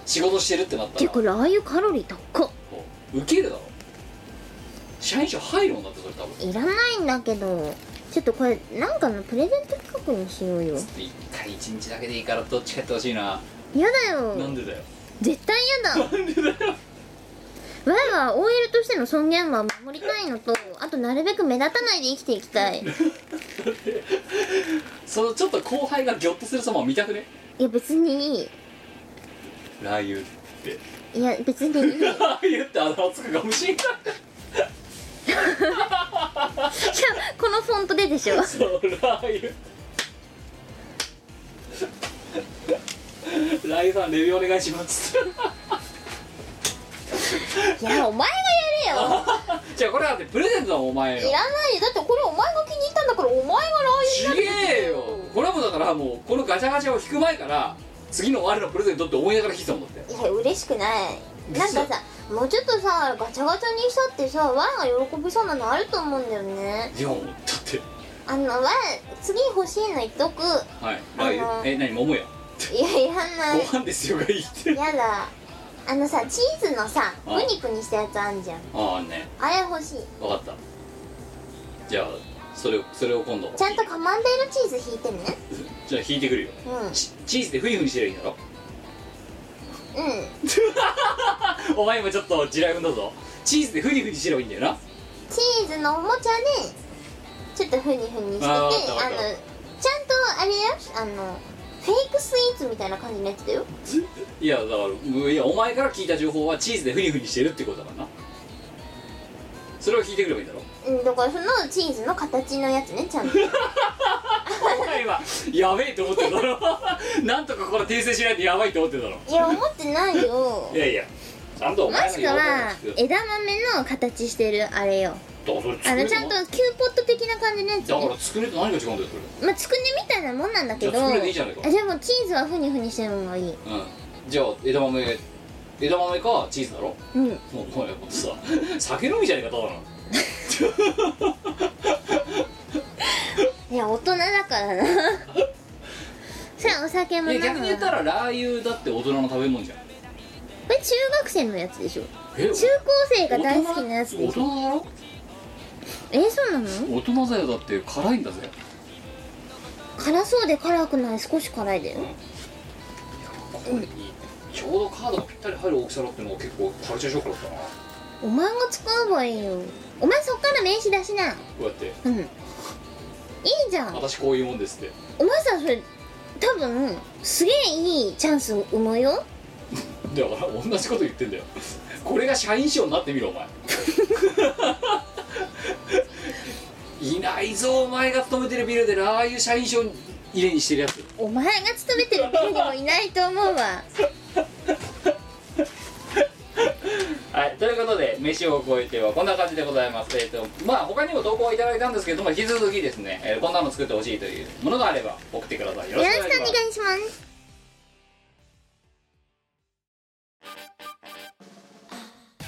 A: 仕事してるってなった
B: て
A: ら
B: かラー油カロリー高っ
A: こうウケるだろ社員証入るもんだってそれ多分
B: いらないんだけどちょっとこれなんかのプレゼント企画にしようよ
A: 一回一日だけでいいからどっちかやってほしいな、
B: やだよ
A: なんでだよ
B: 絶対嫌 だ
A: なんでだよ
B: 我は OL としての尊厳は守りたいのとあとなるべく目立たないで生きていきたい
A: そのちょっと後輩がギョッとする様を見たくね
B: いや別にいい
A: ラー油って
B: いや別に いいいや
A: ラー油ってあのつくかもしれない
B: このフォントででしょ
A: そうラー油ラー油さんレビューお願いします
B: いやお前がやれよ
A: じゃあこれはだってプレゼントだもんお前への
B: いらないよだってこれお前が気に入ったんだからお前が
A: ち
B: LINE
A: げえよこれはもうだからもうこのガチャガチャを引く前から次の我のプレゼントって思いながら引いたもんだって
B: いや嬉しくないなんかさもうちょっとさガチャガチャにしたってさワンが喜びそうなのあると思うんだよね
A: いやもうだって
B: あのワン次欲しいの言っとく
A: はい、
B: あのー
A: え何桃や
B: いやいらない
A: ご飯ですよがいいって
B: やだあのさチーズのさ
A: あ
B: プニプニしたやつあんじゃん
A: ああね
B: あれ欲しい
A: 分かったじゃあそれをそれを今度
B: ちゃんとカマンベールチーズ引いてるね
A: じゃあ引いてくるよ
B: うんうん
A: チチーズでフリフリしてるんだろ お前もちょっと地雷踏んだぞチーズでフリフリしてればいいんだよな
B: チーズのおもちゃでちょっとふにふにしててあ
A: あー
B: の
A: わ
B: ち
A: かったわか
B: ゃん
A: っ
B: と
A: た
B: あれよあのフェイクスイーツみたいな感じのやつだよ
A: いやだからうんいやお前から聞いた情報はチーズでフリフリしてるってことだからなそれを引いてくればいいんだろ
B: うんだからそのチーズの形のやつねちゃん と
A: お前はやべえと思ってるだろ なんとかこれ訂正しないとやばいと思ってるだろ
B: いや思ってないよ
A: いやいやちゃんとお
B: も
A: 前の
B: しく
A: 言うこと
B: は
A: を聞く
B: 枝豆の形してるあれよ
A: だか
B: あ
A: らそれ
B: のちゃんとキューポット的な感じのやつ
A: だか
B: ね
A: ら作れと何が違うんだよそれ
B: まあつくねみたいなもんなんだけど
A: じゃあつくねでいいじゃないか
B: あでもチーズはふにふにしてるのがいい
A: うんじゃあ枝豆枝豆かチーズだろ
B: うん
A: もうお前もうさ酒飲みじゃねえかた だの
B: いや大人だから なそれはお酒も
A: い
B: 飲
A: や
B: む
A: 逆に言ったらラー油だって大人の食べ物じゃん
B: これ中学生のやつでしょ
A: え
B: 中高生が大好きなやつ
A: 大
B: でし
A: 人
B: ょ
A: だろ
B: えーそうなの
A: 大人だよだって辛いんだぜ
B: 辛そうで辛くない少し辛いだよ
A: ここにちょうどカードがぴったり入る大きさだってのが結構カルチャーショックだったなこ
B: お前が使えばいいよお前そっから名刺出しな
A: うやって
B: うんいいじゃん
A: 私こういうもんですって
B: お前さそれ多分すげえいいチャンス思うよ
A: だから同じこと言ってんだよこれが社員賞になってみろお前いないぞお前が勤めてるビルでラー油社員賞入れにしてるやつ
B: お前が勤めてるビルでもいないと思うわ
A: はいということで「飯を超えて」はこんな感じでございますえっ、とまあ他にも投稿はいただいたんですけども引き続きですね、えーこんなの作ってほしいというものがあれば送ってくださいよろ
B: よろ
A: し
B: し
A: く
B: く
A: お
B: お
A: 願いします
B: 願いします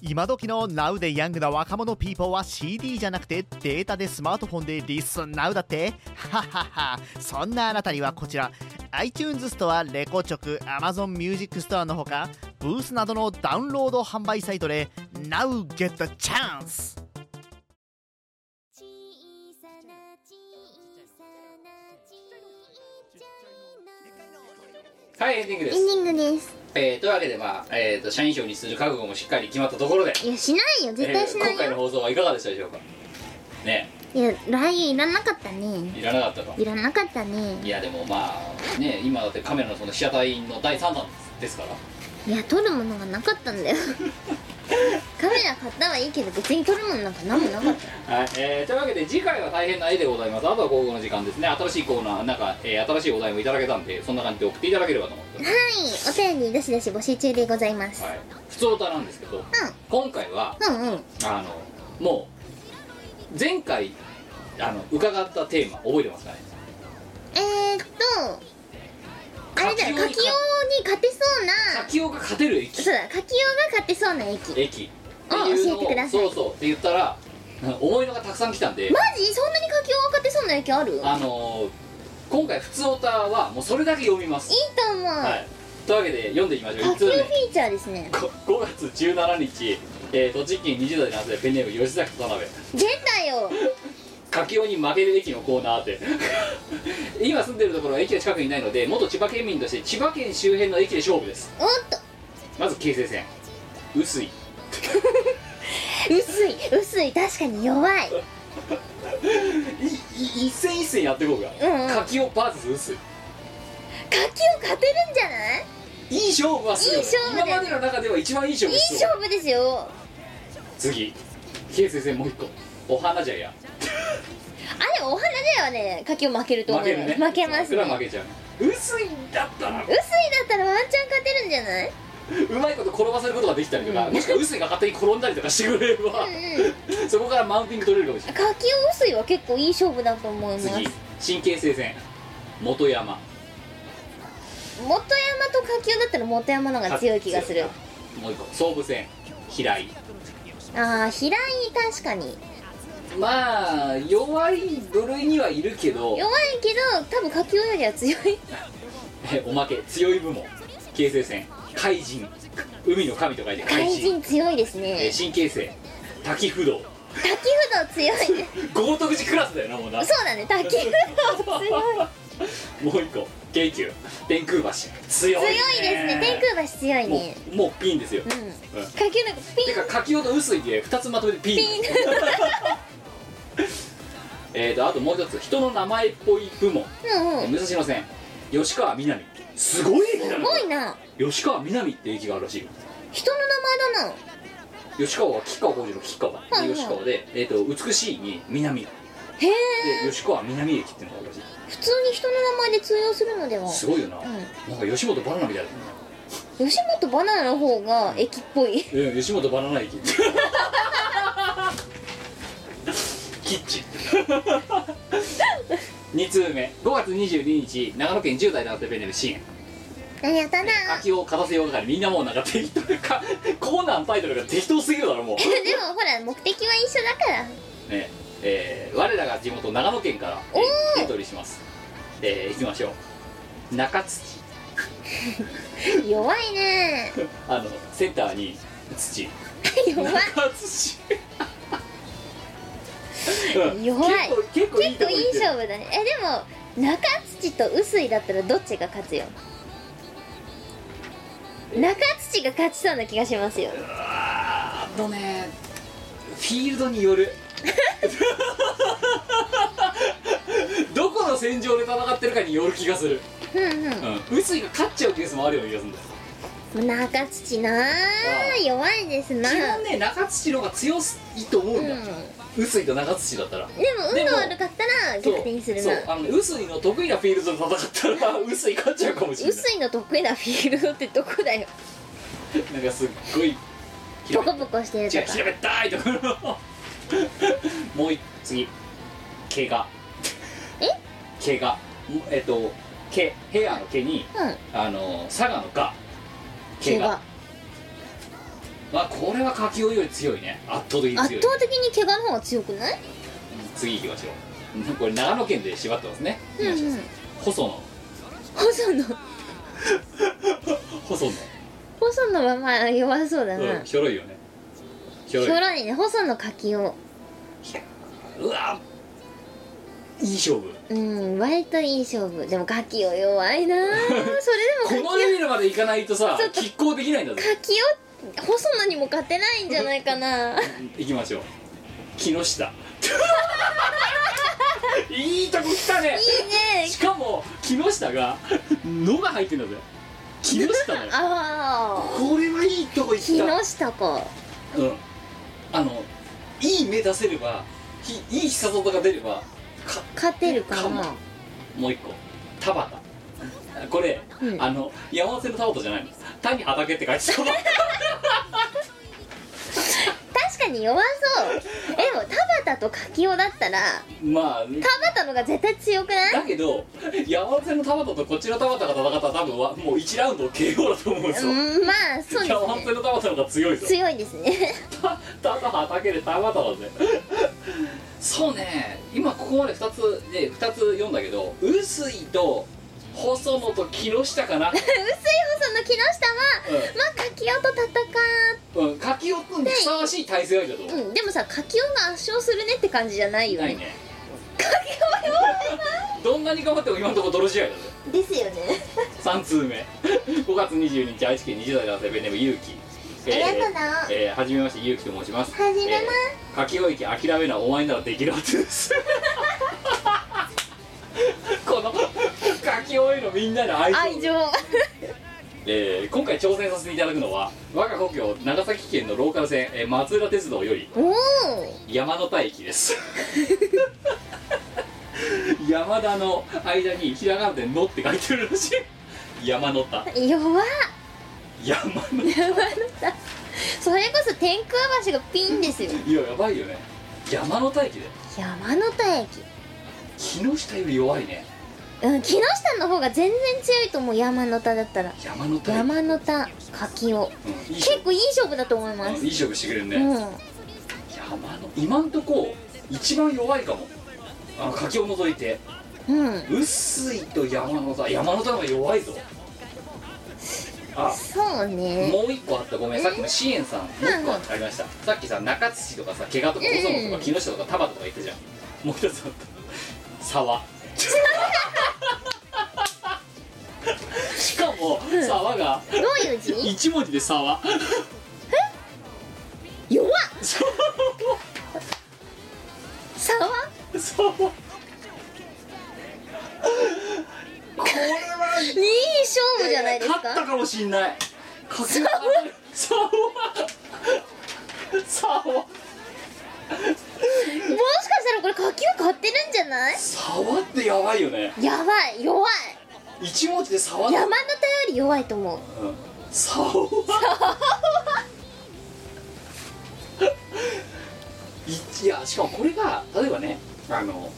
E: 今時の Now でヤングな若者ピーポーは CD じゃなくてデータでスマートフォンでリスン Now だってはははそんなあなたにはこちら iTunes ストア、レコチョク、Amazon ミュージックストアのほかブースなどのダウンロード販売サイトで Now get the chance!
B: 小さな小さなちっち
A: はいエンディングで
B: エン
A: す、
B: ディングです
A: えーというわけでまあ、えー、と社員賞にする覚悟もしっかり決まったところで、
B: いやしないよ絶対しな
A: えー今
B: い
A: 回の
B: よ、
A: 放送はいかがでしたでしょうかね
B: いや LINE いらなかったね
A: いらなかったか
B: いらなかったね
A: いやでもまあね今だってカメラのその被写体の第3弾ですから
B: いや撮るものがなかった んだよカメラ買ったはいいけど別に撮るものなんか何もなかった
A: はい、えーというわけで次回は大変な絵でございますあとは午後の時間ですね新しいコーナーなんか、えー新しいお題もいただけたんでそんな感じで送っていただければと思ってま
B: はいお便りどしどし募集中でございます
A: す、はい、普通歌なんですけど、今回は
B: うんうん
A: あのもう前回あの伺ったテーマ覚えてますかね
B: えー、っとあれだ
A: 柿
B: よ柿用
A: 用
B: に勝てそうな
A: 滝尾が勝てる駅
B: そうだ柿用が勝てそうな駅マ
A: 駅っていうの
B: あ教えてください
A: そうそうって言ったらなんか思いのがたくさん来たんで、
B: ジそんなに柿用が勝てそうな駅あるいいと
A: あのー今回普通オタはもうそれだけ読みます
B: 思う、
A: はいというわけで読んでいきましょう
B: 柿
A: 1通
B: 用
A: 目
B: フィーチャーですね
A: こ5月17日、えー栃木県20代男性ペンネーム吉崎田辺
B: 出たよ
A: 柿雄に負ける駅のコーナーって 今住んでるところは駅が近くにないので元千葉県民として千葉県周辺の駅で勝負です
B: おっと
A: まず京成線薄い
B: 薄い薄い確かに弱い
A: いい一戦一戦やっていこうか、
B: うんうん
A: 柿雄 VS 薄い
B: を勝てるんじゃない
A: いい勝負はするよね
B: いい勝負だ
A: 今
B: よ
A: までの中では一番いい勝
B: い
A: 負
B: い
A: ですよ
B: 勝負ですよ
A: 次圭先生もう一個お花じゃや
B: あでもお花ではね柿を負けると思
A: 負
B: う
A: けるね
B: 負けますね
A: 桜負けちゃう薄いだったら
B: 臼井だったらワンチャン勝てるんじゃないう
A: まいこと転ばせることができたりとか、もしくは薄いが勝手に転んだりとかしてくれれば、そこからマウンティング取れるかもしれない
B: 柿を臼井は結構いい勝負だと思います元
A: 次
B: 山
A: 神経性戦元山
B: と柿をだったら元山の方が強い気がする
A: もう一個総武戦平井
B: ああ平井確かに
A: まあ弱い部類にはいるけど
B: 弱いけど多分柿をよりは強い
A: え おまけ強い部門形成戦怪人海の神と書いて怪
B: 怪
A: 人
B: 人強いです
A: え
B: ね
A: 神経性滝不動
B: 滝不動強いね
A: 豪徳寺クラスだよなもうな
B: そうだね滝不動強い
A: もう一個京急天空橋強い
B: 強いですね天空橋強いね
A: もうもうピンですよ、
B: うん
A: うん
B: 柿のピ
A: て
B: ン
A: か柿尾と薄いで2つまとめてピン
B: ピン
A: えーとあともう一つ人の名前っぽい部門
B: うんうん
A: 武蔵野線吉川みなみすごいね
B: すごいな
A: 吉川みなみって駅があるらしいよ
B: 人の名前だな
A: 吉川は吉川浩司の吉川で
B: はいはい
A: 吉川で、えー、と美しいに南で
B: へえ
A: 吉川南駅っていうのがあるらしい
B: 普通に人の名前で通用するのでは
A: すごいよな、なんか吉本バナナみたいだね
B: 吉本バナナの方が駅っぽい
A: え吉本バナナ駅キッチン2通目5月22日長野県10代男性ペンネーム支援
B: やったな
A: 秋を勝たせようがかりみんなもうなんか適当かコーナーのタイトルが適当すぎるだろもう
B: でもほら目的は一緒だから
A: ねえー我らが地元長野県からえーエントリーしますえー、行きましょう中土
B: 弱いね
A: あのセンターに土
B: 弱い
A: 中土 うん
B: 弱い
A: 結構結構いいとこ行
B: 結構いい
A: ってる
B: 勝負だねえでも中土と臼井だったらどっちが勝つよ中土が勝ちそうな気がしますよ
A: あのねフィールドによる どこの戦場で戦ってるかによる気がする
B: ふんふん
A: うん臼井が勝っちゃうケースもあるような気がするんだよ
B: もう中土なあ
A: うん
B: 弱いですな
A: 基本ね中土の方が強いと思う
B: うんん
A: だ、臼井と中土だったら
B: でも運
A: で
B: が
A: も
B: 悪かったら逆転する
A: そう
B: な
A: そうあのね臼井の得意なフィールドで戦ったら臼井勝っちゃうかもしれない
B: 臼井の得意なフィールドってどこだよ
A: なんかすっごい
B: ボコ
A: 違
B: ボコしてる
A: う
B: とか
A: 平べったいところ もう一次怪我
B: え
A: 怪我もえっと毛ヘアの毛に
B: うん
A: あの佐賀のガ
B: 怪
A: 怪
B: 我
A: 我まあこれは柿尾より強いね圧倒的に強い
B: 圧倒的に怪我の方が強くない
A: 次行きましょう これ長野県で縛ってますね、
B: うんうん
A: 細野
B: 細野
A: 細野
B: 細野はまあ弱そうだ
A: うん
B: な
A: ひょろいよねひょ
B: ひょ
A: ろい
B: ろいね細野柿を
A: うわいい勝負
B: うん割といい勝負でも柿を弱いな それでも
A: このレベルまでいかないとさ
B: ちょっと
A: 拮抗できないんだぞ
B: 柿を細野にも勝てないんじゃないかな
A: 行きましょう木下 いいとこ来たね
B: いいね
A: しかも木下が「の」が入ってんだぜ木下 だよ
B: ああ
A: これはいいとこ
B: 木
A: 行った
B: 下か
A: うんあのいい目出せればひいい久里が出ればか
B: 勝てるか
A: か
B: な
A: ももう一個田畑これ、
B: うん
A: あの山手の田畑じゃないの単に畑って書いてたわ
B: 確かに弱そうえでも田畑と柿をだったら
A: まあ
B: 田畑のが絶対強くない
A: だけど山手の田畑とこっちの田畑が戦ったら多分はもう1ラウンド KO だと思うんですよ、
B: うんまあそうで
A: 山
B: す
A: 手
B: ね
A: の田畑の方が強いぞ
B: 強いですね
A: たただ畑でたまたまねそうね今ここまで2つね2つ読んだけど臼井と細野と木下かな、
B: 薄い細野木下はまあ柿雄と戦
A: うんうん、柿尾君にふさわしい対戦相手だと思う、
B: う、うん、でもさ柿雄が圧勝するねって感じじゃないよ
A: ない
B: ね
A: ね
B: 柿雄弱
A: どんなに頑張っても今のところ泥試合だね
B: いですよね
A: 3通目5月22日愛知県20代男性ベネームゆうき
B: ありがとうな
A: えーはじめましてゆうきと申します
B: はじめま
A: えー柿尾駅諦めな お前ならできるはずですこの柿キオへのみんなの愛情
B: 愛情は
A: えー今回挑戦させていただくのは我が故郷長崎県のローカル線、えー松浦鉄道より
B: おお
A: 山の田駅です山田の間にひらがなで「の」って書いてるらしい山の田
B: 弱っ
A: 山の
B: 山の田それこそ天空橋がピンですよ
A: いややばいよね山の田駅で
B: 山の田駅
A: 木下より弱いね
B: うん木下の方が全然強いと思う山の田だったら
A: 山の田駅、
B: 山の田柿を
A: うん、いい勝
B: 結構いい勝負だと思いま
A: 負うん
B: す
A: いい勝負してくれるね、
B: うん
A: 山の今んとこ一番弱いかもあの柿を除いて
B: うん
A: 薄いと山の田山の田の方が弱いぞあ
B: そうね
A: もう一個あったごめんさっきの支援さんもう一個ありましたさっきさ中津市とかさ怪我とか小園と
B: うん
A: か木下とか田畑とか言ったじゃんもう一つあった 沢しかも沢が
B: どういう字
A: 一文字で沢
B: 弱っ
A: 沢
B: 沢
A: 沢これはい
B: い勝負じゃないです
A: 勝った
B: か
A: かもしんないかけがえ沢沢
B: もしかしたらこれ柿を買ってるんじゃない
A: 沢ってやばいよね
B: やばい弱い
A: 一文字で沢って
B: 山の田より弱いと思
A: う
B: う
A: ん沢いやしかもこれが例えばねあの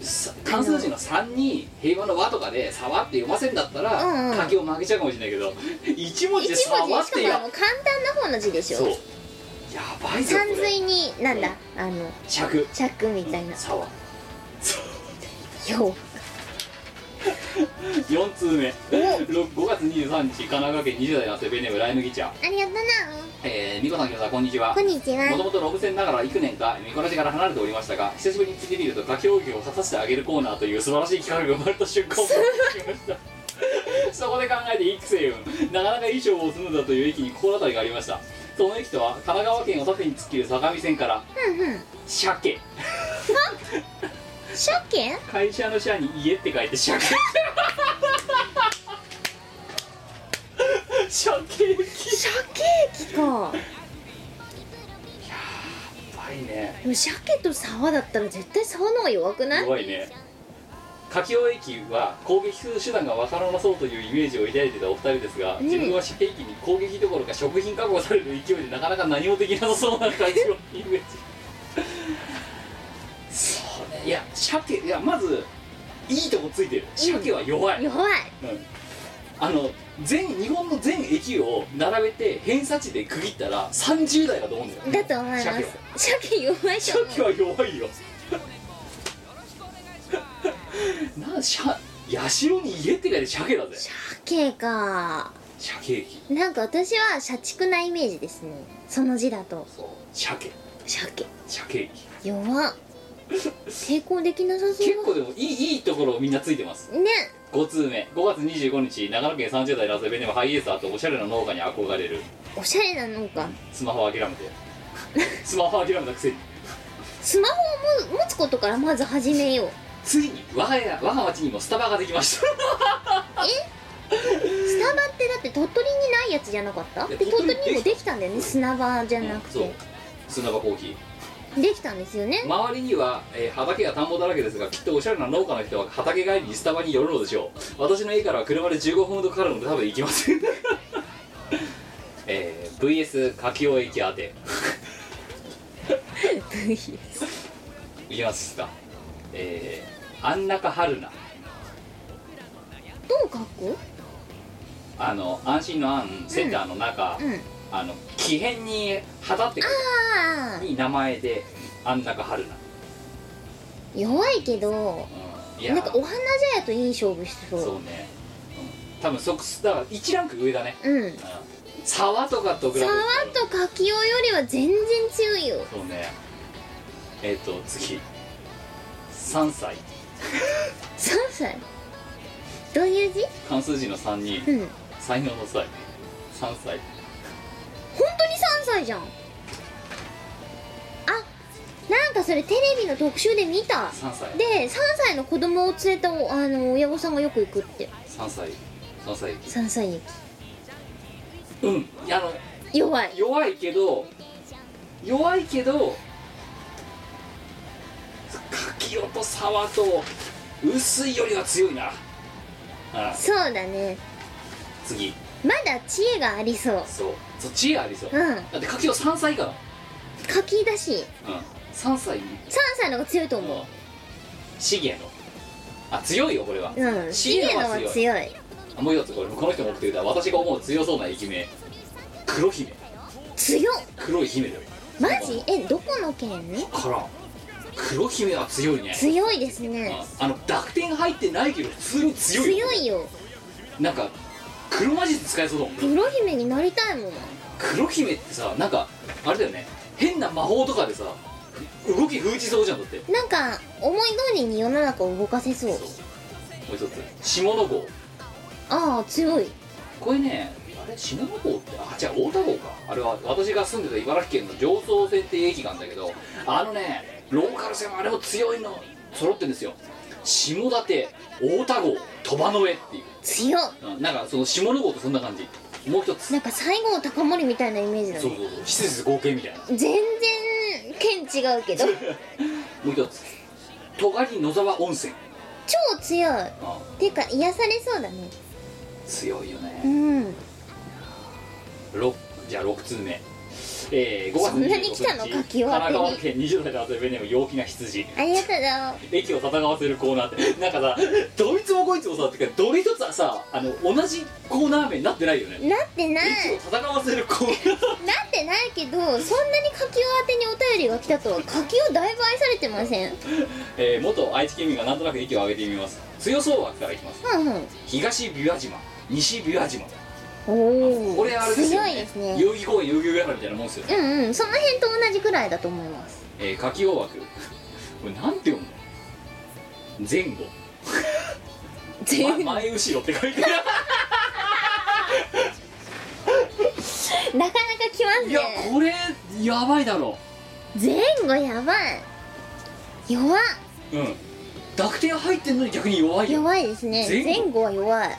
A: さ関数字の3に平和の和とかで「沢」って読ませんだったら、
B: うんうん
A: 書きを負けちゃうかもしれないけど一文字で「
B: 一
A: 沢」
B: 文字
A: っ
B: してかもあ
A: や
B: の簡単な方の字でし
A: そう
B: ょ
A: やばいぞ
B: 三
A: これ
B: 髄になんだあの
A: 尺
B: 着みたいな
A: 沢
B: よ
A: 4通目ろ5月23日神奈川県20代のセベネームライムギチャ
B: ありがとうな
A: えー、みこさんきょさんこんにちは
B: こんにちは
A: もともとロブ戦ながら幾年か見こなしから離れておりましたが久しぶりに聞いてみると書き表現を立たせてあげるコーナーという素晴らしい企画が生まれた瞬間を思い出しましたそこで考えて育成運なかなかいい勝負をするんだという駅に心当たりがありましたその駅とは神奈川県を縦に突っ切る相模線から
B: うんうん
A: 鮭
B: 鮭
A: 会社の社に家って書いて社会社経機
B: 鮭駅か
A: やばいね
B: でも鮭と沢だったら絶対沢の方が弱くない
A: 弱いね柿尾駅は攻撃する手段がわからなそうというイメージを抱いてたお二人ですが、
B: うん
A: 自分は社経機に攻撃どころか食品加工される勢いでなかなか何もできなさそうな感じのイメージそうねいや鮭いやまずいいとこついてる鮭は弱い、
B: 弱い
A: あの全日本の全駅を並べて偏差値で区切ったら30代だと思うんだよ
B: だと思いま
A: 鮭は
B: す鮭弱いと思う
A: 鮭は弱いよなんしゃ社に家って書いて鮭だぜ
B: 鮭か
A: 鮭駅
B: なんか私は社畜なイメージですねその字だと
A: そう鮭
B: 鮭
A: 鮭駅
B: 弱っ成功できなさそう
A: 結構でもいいいいところをみんなついてます
B: ね
A: 5通目5月25日長野県30代ラスベネムハイエーサーとおしゃれな農家に憧れる
B: おしゃれなのか
A: スマホ諦めてスマホ諦めたくせに
B: スマホをも持つことからまず始めよう
A: ついに我が家我が町にもスタバができました
B: スタバってだって鳥取にないやつじゃなかった
A: い
B: で
A: や
B: 鳥取にも
A: 鳥取
B: できたんだよね砂場じゃなく
A: そう
B: て
A: 砂場コーヒー
B: できたんですよね
A: 周りには、えー畑や田んぼだらけですがきっとおしゃれな農家の人は畑帰りにスタバに寄るのでしょう私の家からは車で15分ほどかかるので多分行きませんえー、VS 柿尾駅宛ていきますかえー、安中春菜
B: どう書く
A: あの安心の安センターの中、
B: うん
A: あの木片に旗って書い
B: あ
A: てに名前で安中春菜、
B: あ弱いけど
A: うん、いや
B: なんかお花茶屋といい勝負してそう
A: そうね、うん、多分即だから1ランク上だね
B: うん
A: 沢とかと比べ
B: 沢
A: て
B: と柿雄よりは全然強いよ
A: そうねえっ、と次3歳
B: 3歳どういう字
A: 漢数字の3に
B: うん本
A: 才能の際3歳
B: 当に3歳じゃんあなんなんかそれテレビの特集で見た
A: 3歳
B: で3歳の子供を連れたおあの親御さんがよく行くって
A: 3歳3歳駅
B: 3歳駅
A: うんいやあの
B: 弱い
A: 弱いけど弱いけど柿雄と沢と薄いよりは強いなあ
B: そうだね
A: 次
B: まだ知恵がありそう
A: そうそっちありそう、
B: うん
A: だって柿雄3歳以下だ
B: 書き出し
A: うん3歳
B: 3歳の方が強いと思う
A: もうシゲのあ強いよこれは
B: うん
A: シ
B: シ
A: ゲ
B: ゲ
A: の
B: の
A: 方が
B: は
A: 強い
B: 強い
A: あもう一つこれこの人持ってるだ私が思う強そうな駅名黒姫
B: 強っ
A: 黒い姫だよ
B: マジえどこの県
A: から黒姫は強いね
B: 強いですね
A: うんあの濁点入ってないけど普通に強いよ
B: 強いよ
A: なんか黒魔術使えそうだもん
B: 黒姫になりたいもん
A: 黒姫ってさなんかあれだよね変な魔法とかでさ動き封じそうじゃんだっても
B: なんか思い通りに世の中を動かせそう
A: う一つ下の号
B: ああ強い
A: これねあれ下の号ってあ違う太田号かあれは私が住んでた茨城県の常総線っていう駅なんだけどあのねローカル線はあれも強いの揃ってるんですよ下館太田号鳥羽の上っていう
B: 強っ
A: うんなんかその下の号とそんな感じもう一つ
B: なんか西郷隆盛みたいなイメージだ
A: そう
B: ね
A: そうそう施設合計みたいな
B: 全然県違うけど
A: もう一つ戸狩野沢温泉
B: 超強い
A: あ
B: ていうか癒されそうだね
A: 強いよ
B: う
A: ね
B: ん
A: 六じゃあ6通目えー、5月
B: そんなに来たの
A: 25日
B: 書き終わ
A: 神
B: っ
A: 奈
B: て
A: 川県20代の遊びネーム陽気な羊
B: ありがとうだ
A: 駅を戦わせるコーナーって なんかさどいつもこいつもさってかどれ一つはさあの同じコーナー名になってないよね
B: なっ てない
A: 駅を戦わせるコーナー
B: なってないけどそんなに柿を宛てにお便りが来たとは柿をだいぶ愛されてません
A: えー、元愛知県民がなんとなく駅を挙げてみます強そう枠からいきます
B: うんうん
A: 東琵琶島西琵琶島
B: おお
A: これあれですよ
B: 強
A: ね
B: いですね
A: 代々木公園代々木上原みたいなもんですよね
B: うんうんその辺と同じくらいだと思います
A: えー、柿大枠これなんて読むの前後、ま前後ろって書いてあ
B: なかなか来 ます
A: るいや
B: ね
A: これやばいだろ
B: 前後やばい弱っ
A: うん濁点入ってんのに逆に弱いよ
B: 弱いですね
A: 前後
B: 前後は弱い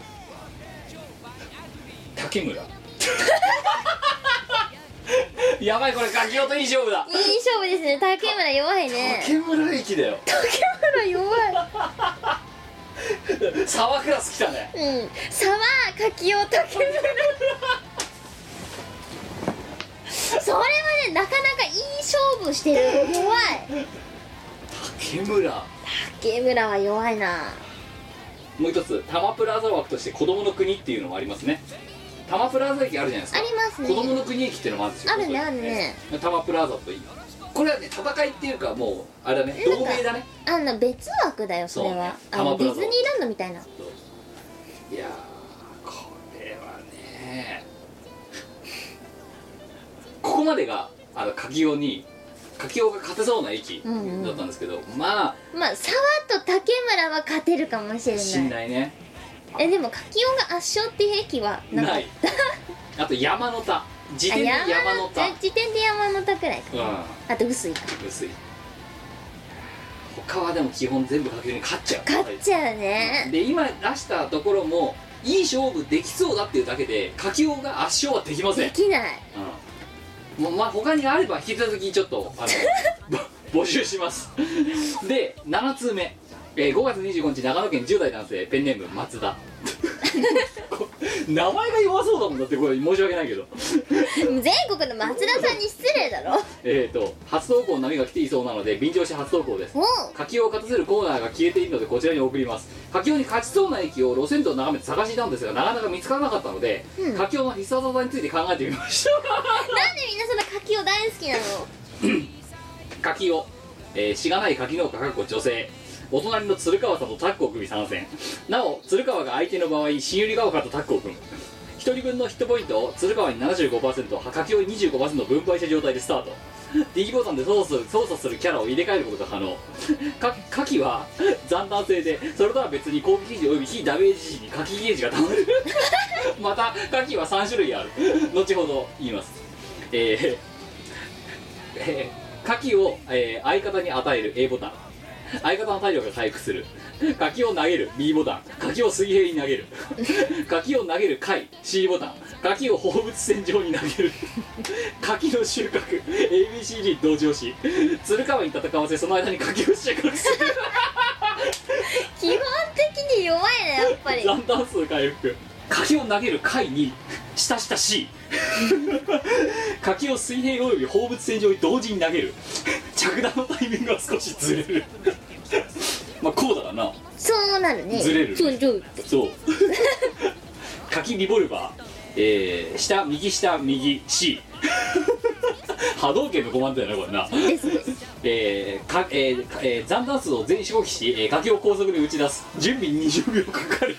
A: 竹村 やばいこれ柿雄といい勝負だ
B: いい勝負ですね竹村弱いね
A: 竹村駅だよ
B: 竹村弱い
A: 沢クラス来たね
B: うん沢柿を竹村それはねなかなかいい勝負してる弱い
A: 竹村
B: 竹村は弱いな
A: もう一つタマプラザ枠として子供の国っていうのもありますねタマプラザ駅あるじゃないです
B: あ
A: か
B: ります
A: 子供
B: ね
A: の国駅っていうのもあるんですよ
B: あるねあるね
A: ええタマプラザといいこれはね戦いっていうかもうあれだね
B: なん
A: 同
B: か
A: 盟だね
B: あの別枠だよそれは
A: そう
B: あ
A: タマ
B: のディ
A: プラザ
B: ズニーランドみたいない
A: やーこれはねここまでがあの柿雄に柿雄が勝てそうな駅だ
B: うんうん
A: ったんですけど、まあ
B: まあ沢と竹村は勝てるかもしれ
A: 信
B: ない
A: 頼ね
B: えでも柿雄が圧勝っていう駅はなか
A: な
B: っ
A: いあと山の田自
B: たあ
A: 転で山の田
B: 山の時点で山の田くらいか
A: う
B: あと薄いか
A: ん薄い他はでも基本全部柿雄に勝っちゃう
B: 勝っちゃうね
A: で今出したところもいい勝負できそうだっていうだけで柿雄が圧勝はできません
B: で、きない
A: うんもうまあ、他にあれば引き続きちょっとあ のぼ募集しますで7通目、えー5月25日長野県10代男性ペンネーム松田 こ名前が弱そうだもんだってこれ申し訳ないけど
B: 全国の松田さんに失礼だろ
A: えっと初投稿の波が来ていそうなので便乗して初投稿です
B: もう
A: 柿を勝たせるコーナーが消えているのでこちらに送ります柿をに勝ちそうな駅を路線図を眺めて探していたんですがなかなか見つからなかったので、
B: うん
A: 柿をの必殺技について考えてみました
B: なんでみんなそんな柿を大好きなの
A: 柿を、えーしがない柿農家かっこ女性お隣の鶴川さんとタッグを組み参戦なお鶴川が相手の場合新百合ヶ丘とタッグを組む一人分のヒットポイントを鶴川に75%柿をに25%分配した状態でスタート D ボタンで操作する操作するキャラを入れ替えることが可能か柿は残弾性でそれとは別に攻撃時および非ダメージ時に柿ゲージがたまる また柿は3種類ある後ほど言いますえーえー カキを、えー相方に与える A ボタン相方の体力が回復するカキを投げる B ボタンカキを水平に投げる カキを投げる回 C ボタンカキを放物線上に投げる カキの収穫 ABCD 同乗し鶴川に戦わせその間にカキを収穫する
B: 基本的に弱いねやっ ぱり
A: ランタン数回復柿を投げる回に下下 C 柿を水平および放物線上に同時に投げる着弾のタイミングが少しずれるまあこうだからな
B: そうなるね
A: ずれる
B: ちょいちょいって
A: そう柿リボルバーえー、下右下右 C 波動拳のコマンドやなこれな
B: ですね
A: えーかえーかえー残弾数を全四方期し、えー、柿を高速で打ち出す準備に20秒かかる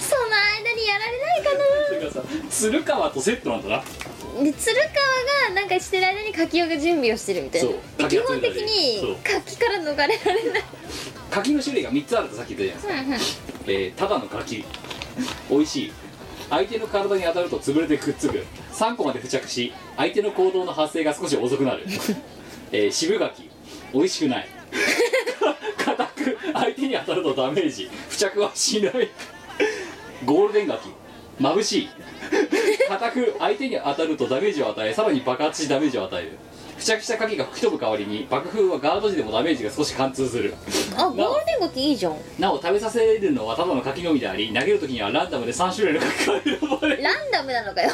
B: その間にやられないか
A: それからさ鶴川とセットなんだな
B: なで鶴川がなんかしてる間に柿雄が準備をしてるみたいな
A: そう
B: で基本的に柿から逃れら れない
A: 柿の種類が3つあるとさっき言ったじゃない
B: うんうん
A: ですか、えーただの柿美味しい相手の体に当たると潰れてくっつく3個まで付着し相手の行動の発生が少し遅くなる、えー渋柿美味しくない硬く相手に当たるとダメージ付着はしないゴールデン柿眩しい硬く相手に当たるとダメージを与えさらに爆発しダメージを与える付着した柿が吹き飛ぶ代わりに爆風はガード時でもダメージが少し貫通する
B: あゴールデン柿いいじゃん
A: なお食べさせるのはただの柿のみであり投げるときにはランダムで3種類の柿が選ばれる
B: ランダムなのかよ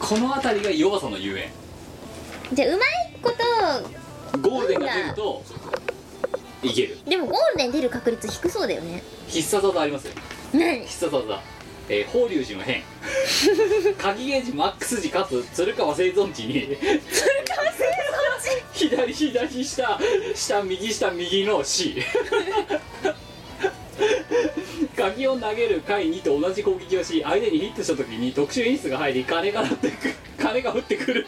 A: この辺りが弱さのゆえ
B: じゃあうまいこと
A: んゴールデンが出るといける
B: でもゴールデン出る確率低そうだよね
A: 必殺技ありますよ
B: 何
A: 必殺技えー、法隆寺の変 鍵ゲージマックス時かつ鶴川生存地に鶴川生存地左左下下右下右の C 鍵を投げる回2と同じ攻撃をし相手にヒットした時に特殊演出が入り金が鳴ってく金が降ってくる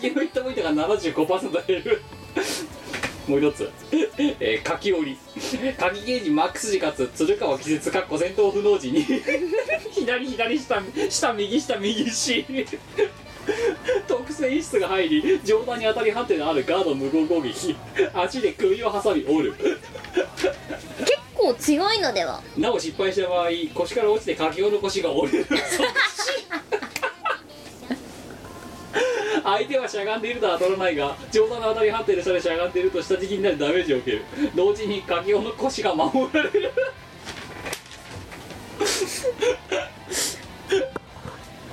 A: 敵のヒットポイントが75%減るもう一つ、えー、柿折り柿ゲージマックス時かつ鶴川季節かっこ戦闘不能時に左左下下右下右し特性質が入り上段に当たり判定のあるガード無効攻撃足で首を挟み折る
B: 結構強いのでは
A: なお失敗した場合腰から落ちて柿尾の腰が折れる 相手はしゃがんでいるとは当たらないが上段の当たり判定で下でしゃがんでいると下敷きになりダメージを受ける同時に柿尾の腰が守られる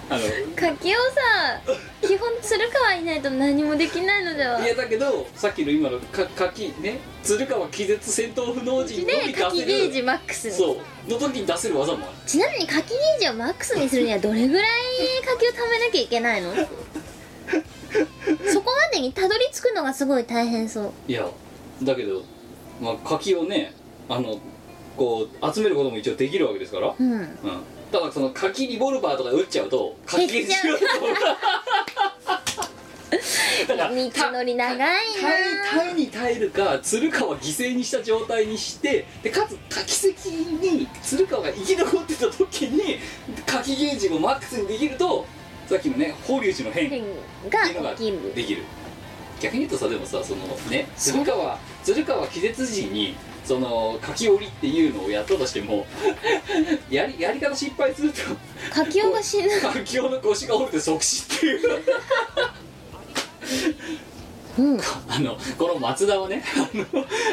A: あの
B: 柿をさ基本鶴川いないと何もできないのではい
A: やだけどさっきの今のか柿ね鶴川気絶戦闘不能人のみ
B: で柿ゲー
A: 出せ
B: ジ
A: る
B: マックスに
A: そうの時に出せる技もある
B: ちなみに柿ゲージをマックスにするにはどれぐらい柿を貯めなきゃいけないのそこまでにたどり着くのがすごい大変そう
A: いやだけど、まあ、柿をねあのこう集めることも一応できるわけですから、うん、
B: うん
A: ただその柿リボルバーとか打っちゃうと柿
B: 減っちゃう
A: が強いと だから
B: 道のり長いな
A: 耐え耐えに耐えるか鶴川犠牲にした状態にしてでかつ柿席に鶴川が生き残ってた時に柿ゲージもマックスにできるとさっきのね法隆寺の変っていうの
B: が
A: が
B: 起きる
A: できる逆に言うとさでもさそのね鶴川鶴川気絶時にその書き折りっていうのをやったとしてもやりやり方失敗すると
B: 柿雄が死ぬ
A: 環境の腰が折れて即死っていう
B: うん
A: あのこの松田はね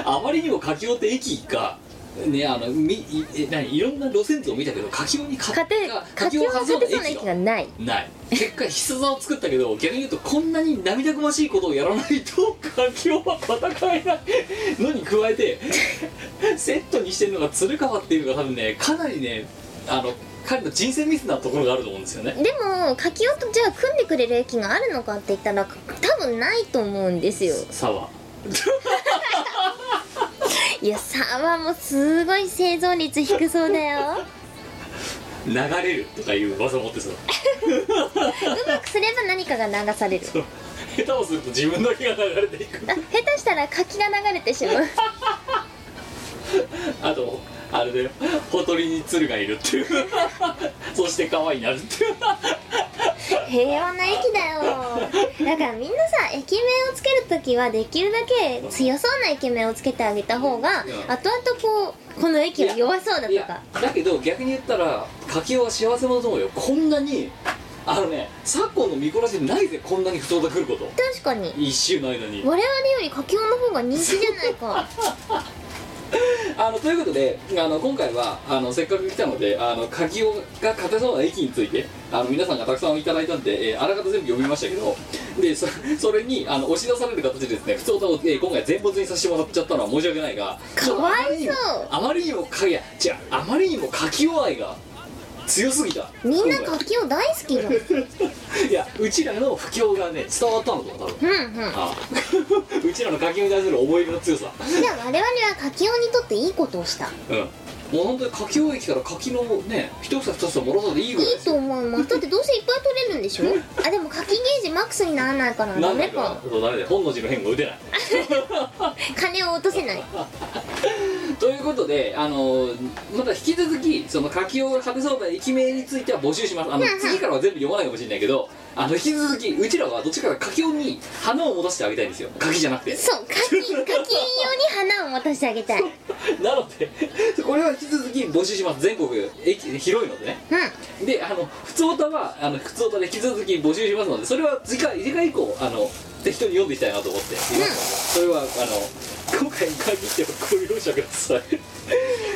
A: あのあまりにも書き折って駅がねあのみいえ何いろんな路線図を見たけど書き折りに
B: 勝て柿
A: 柿
B: 雄
A: を
B: が
A: 外
B: 勝
A: そうな
B: てそうな
A: 駅
B: 駅
A: が
B: がない
A: ない結果必殺技を作ったけど逆に言うとこんなに涙ぐましいことをやらないと柿雄は戦えないのに加えてセットにしてるのが鶴川っていうのが多分ねかなりねあの彼の人生ミスなところがあると思うんですよね
B: でも柿雄とじゃあ組んでくれる駅があるのかって言ったら多分ないと思うんですよ
A: 差はい
B: や沢もすごい生存率低そうだよ
A: 流れるとかいう技を持ってそう
B: うまくすれば何かが流される
A: そう下手をすると自分だけが流れていく
B: あ下手したら柿が流れてしまう
A: あとあれだ よほとりに鶴がいるっていうそして川になるっていう
B: 平和な駅だよだからみんなさ駅名をつけるときはできるだけ強そうな駅名をつけてあげた方が後々こうこの駅は弱そうだ
A: い
B: とか
A: やだけど逆に言ったら家計は幸せ者だと思うよこんなにあのね昨今の見こらしでないぜこんなに不当が来ること
B: 確かに
A: 一周ないのに
B: 我々より佳境の方が人気じゃないか
A: あのということであの今回はあのせっかく来たのであの鍵をが勝てそうな駅についてあの皆さんがたくさんいただいたんで、えーあらかた全部読みましたけどでそそれにあの押し出される形でですね普通歌を、えー今回全没にさせてもらっちゃったのは申し訳ないが
B: かわいそう
A: あまりにもかいや違うあまりにも書き弱愛が強すぎた
B: みんな
A: 今
B: 佳境大好きじゃん
A: 回いやうちらの不況がね伝わったのと 思う多分
B: うんうん
A: あ あうちらの書きに対する思い入れの強さ
B: じゃあ我々は佳境にとっていいことをしたい
A: うんもう本当に柿尾駅から柿のね一房二房もらったでいいぐらいで
B: い
A: す
B: と思いますだってどうせいっぱい取れるんでしょあでも柿ゲージマックスにならないからダ
A: 何
B: メ
A: 年か
B: か
A: そうダメだよ本能寺の変が打てない
B: 金を落とせない
A: ということであのまた引き続きその柿尾が勝てそうな駅名については募集しますあの
B: うんうん
A: 次からは全部読まないかもしれないけどあの引き続きうちらはどっちかが柿尾に花を持たせてあげたいんですよ柿じゃなくて
B: そう柿柿用に花を持たせてあげたいう ん
A: なのでこれは引き続き募集します全国駅広いのでねであの普通歌はあの普通歌で引き続き募集しますのでそれは次回次回以降あの適当に読んでいきたいなと思っています、それはあの今回に限ってはご容赦ください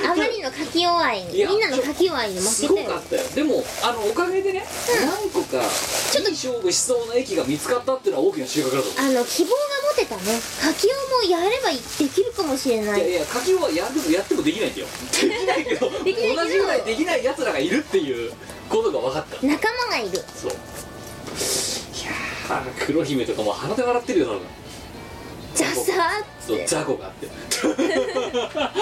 B: あまりの柿用愛
A: い
B: に
A: や
B: みんなの柿用愛に
A: す
B: 負
A: ご
B: けた
A: か
B: よ
A: ったよでもあのおかげでね、何個かちょっと勝負しそうな駅が見つかったっていうのは大きな収穫だと思う
B: あの希望が持てたね柿用もやればできるかもしれないい
A: やいや書きはやるやってもできないんだよできないけど
B: きないけど
A: 同じぐらいできないやつらがいるっていうことが分かった
B: 仲間がいる
A: そういやー黒姫とかもう鼻で笑ってるよ多分
B: じゃあさ
A: そう雑魚があって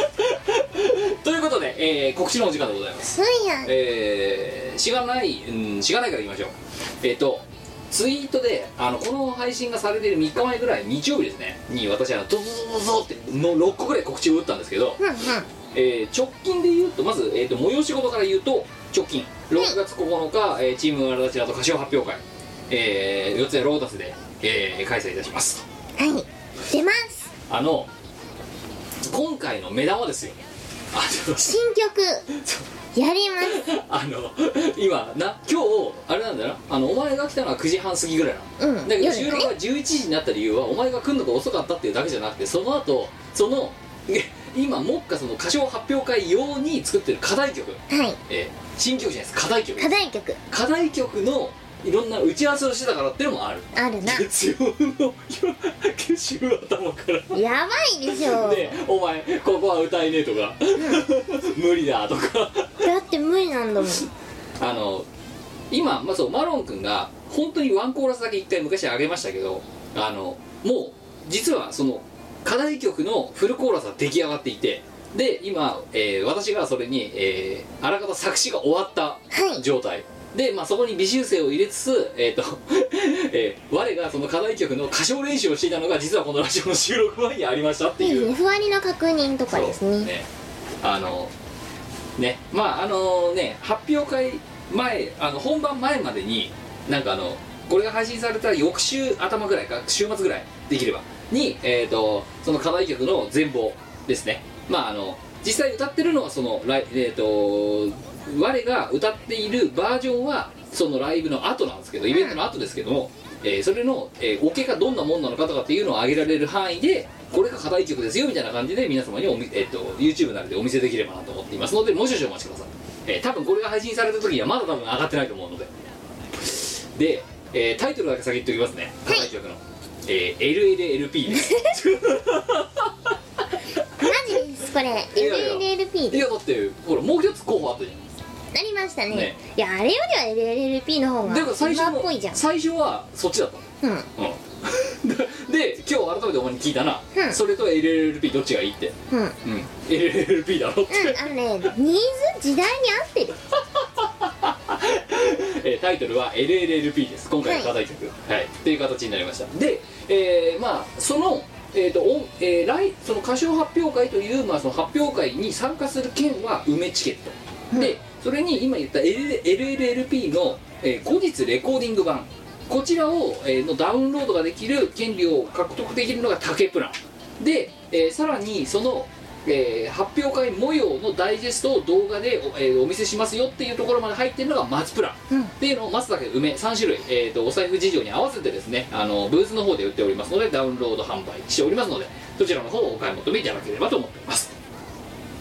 A: ということで、えー告知のお時間でございます
B: そうやん
A: えー、しがない、うん、しがないから言いましょうえっ、とツイートであのこの配信がされている3日前ぐらい日曜日ですねに私あのドドドドドっての6個ぐらい告知を打ったんですけど、
B: うんうん
A: えー直近で言うとまず、えー、と催し事から言うと直近6月9日、えーチームワラダチラと歌唱発表会、えー、四谷ロータスで、えー開催いたします
B: はい出ます
A: あの今回の目玉ですよあ
B: 新曲やります
A: のあの今な今日あれなんだよなあのお前が来たのは9時半過ぎぐらいなの
B: うん
A: だけど
B: 夜
A: 収
B: の
A: 録が
B: ね
A: 11時になった理由はお前が来るのが遅かったっていうだけじゃなくてその後そのね今目下その歌唱発表会用に作ってる課題曲、
B: はい
A: えー新曲じゃないです課題曲
B: 課題曲
A: 課題曲のいろんな打ち合わせをしてたからっていうのもある
B: あるな
A: 月曜の夜月曜頭から
B: やばいでしょ
A: で「お前ここは歌えねえ」とか「無理だ」とか
B: だって無理なんだもん
A: あの今、まあ、そうマロン君が本当にワンコーラスだけ一回昔あげましたけどあのもう実はその課題曲のフルコーラスは出来上がっていてで今、えー私がそれに、えーあらかた作詞が終わった
B: はい
A: 状態で、まあ、そこに微修正を入れつつ、えーと えー我がその課題曲の歌唱練習をしていたのが実はこのラジオの収録前にありましたっていう
B: ねふわりの確認とかです
A: そう
B: ね
A: あのねまああのね発表会前あの本番前までになんかあのこれが配信された翌週頭ぐらいか週末ぐらいできればにえっ、とその課題曲の全貌ですねまああの実際歌ってるのはそのライえっ、と我が歌っているバージョンはそのライブの後なんですけどイベントの後ですけども、えーそれの、えー、オケがどんなもんなのかとかっていうのを挙げられる範囲でこれが課題曲ですよみたいな感じで皆様におみ、えっと YouTube などでお見せできればなと思っていますのでもう少々お待ちください、えー多分これが配信された時にはまだ多分上がってないと思うのでで、えータイトルだけ先言っておきますね課題曲の、えー LLLP です
B: マジですこれ
A: いやいや
B: LLLP
A: い
B: で
A: やだってほらもう一つ候補あったじゃん
B: なりましたね
A: ね
B: いやあれよりは LLLP の方が
A: だから最初
B: 今
A: の
B: っぽいじゃん
A: 最初はそっちだったの
B: うんうん
A: うん で今日改めてお前に聞いたな、
B: うん
A: それと LLLP どっちがいいって、
B: うんう
A: う
B: ん
A: ん、LLLP だろって、
B: あのねニーズ時代に合ってる
A: えータイトルは LLLP です今回の課題曲はい、っていう形になりましたで、えーまあそのえーとおえー来その歌唱発表会という、まあ、その発表会に参加する券は梅チケット、でそれに今言った LLLP の、えー後日レコーディング版こちらを、えーのダウンロードができる権利を獲得できるのが竹プランで、えーさらにその、えー発表会模様のダイジェストを動画でお,、えーお見せしますよっていうところまで入ってるのが松プラン
B: うん
A: っていうのを松竹梅3種類、えー、とお財布事情に合わせてですねあのブースの方で売っておりますのでダウンロード販売しておりますのでそちらの方をお買い求めいただければと思っています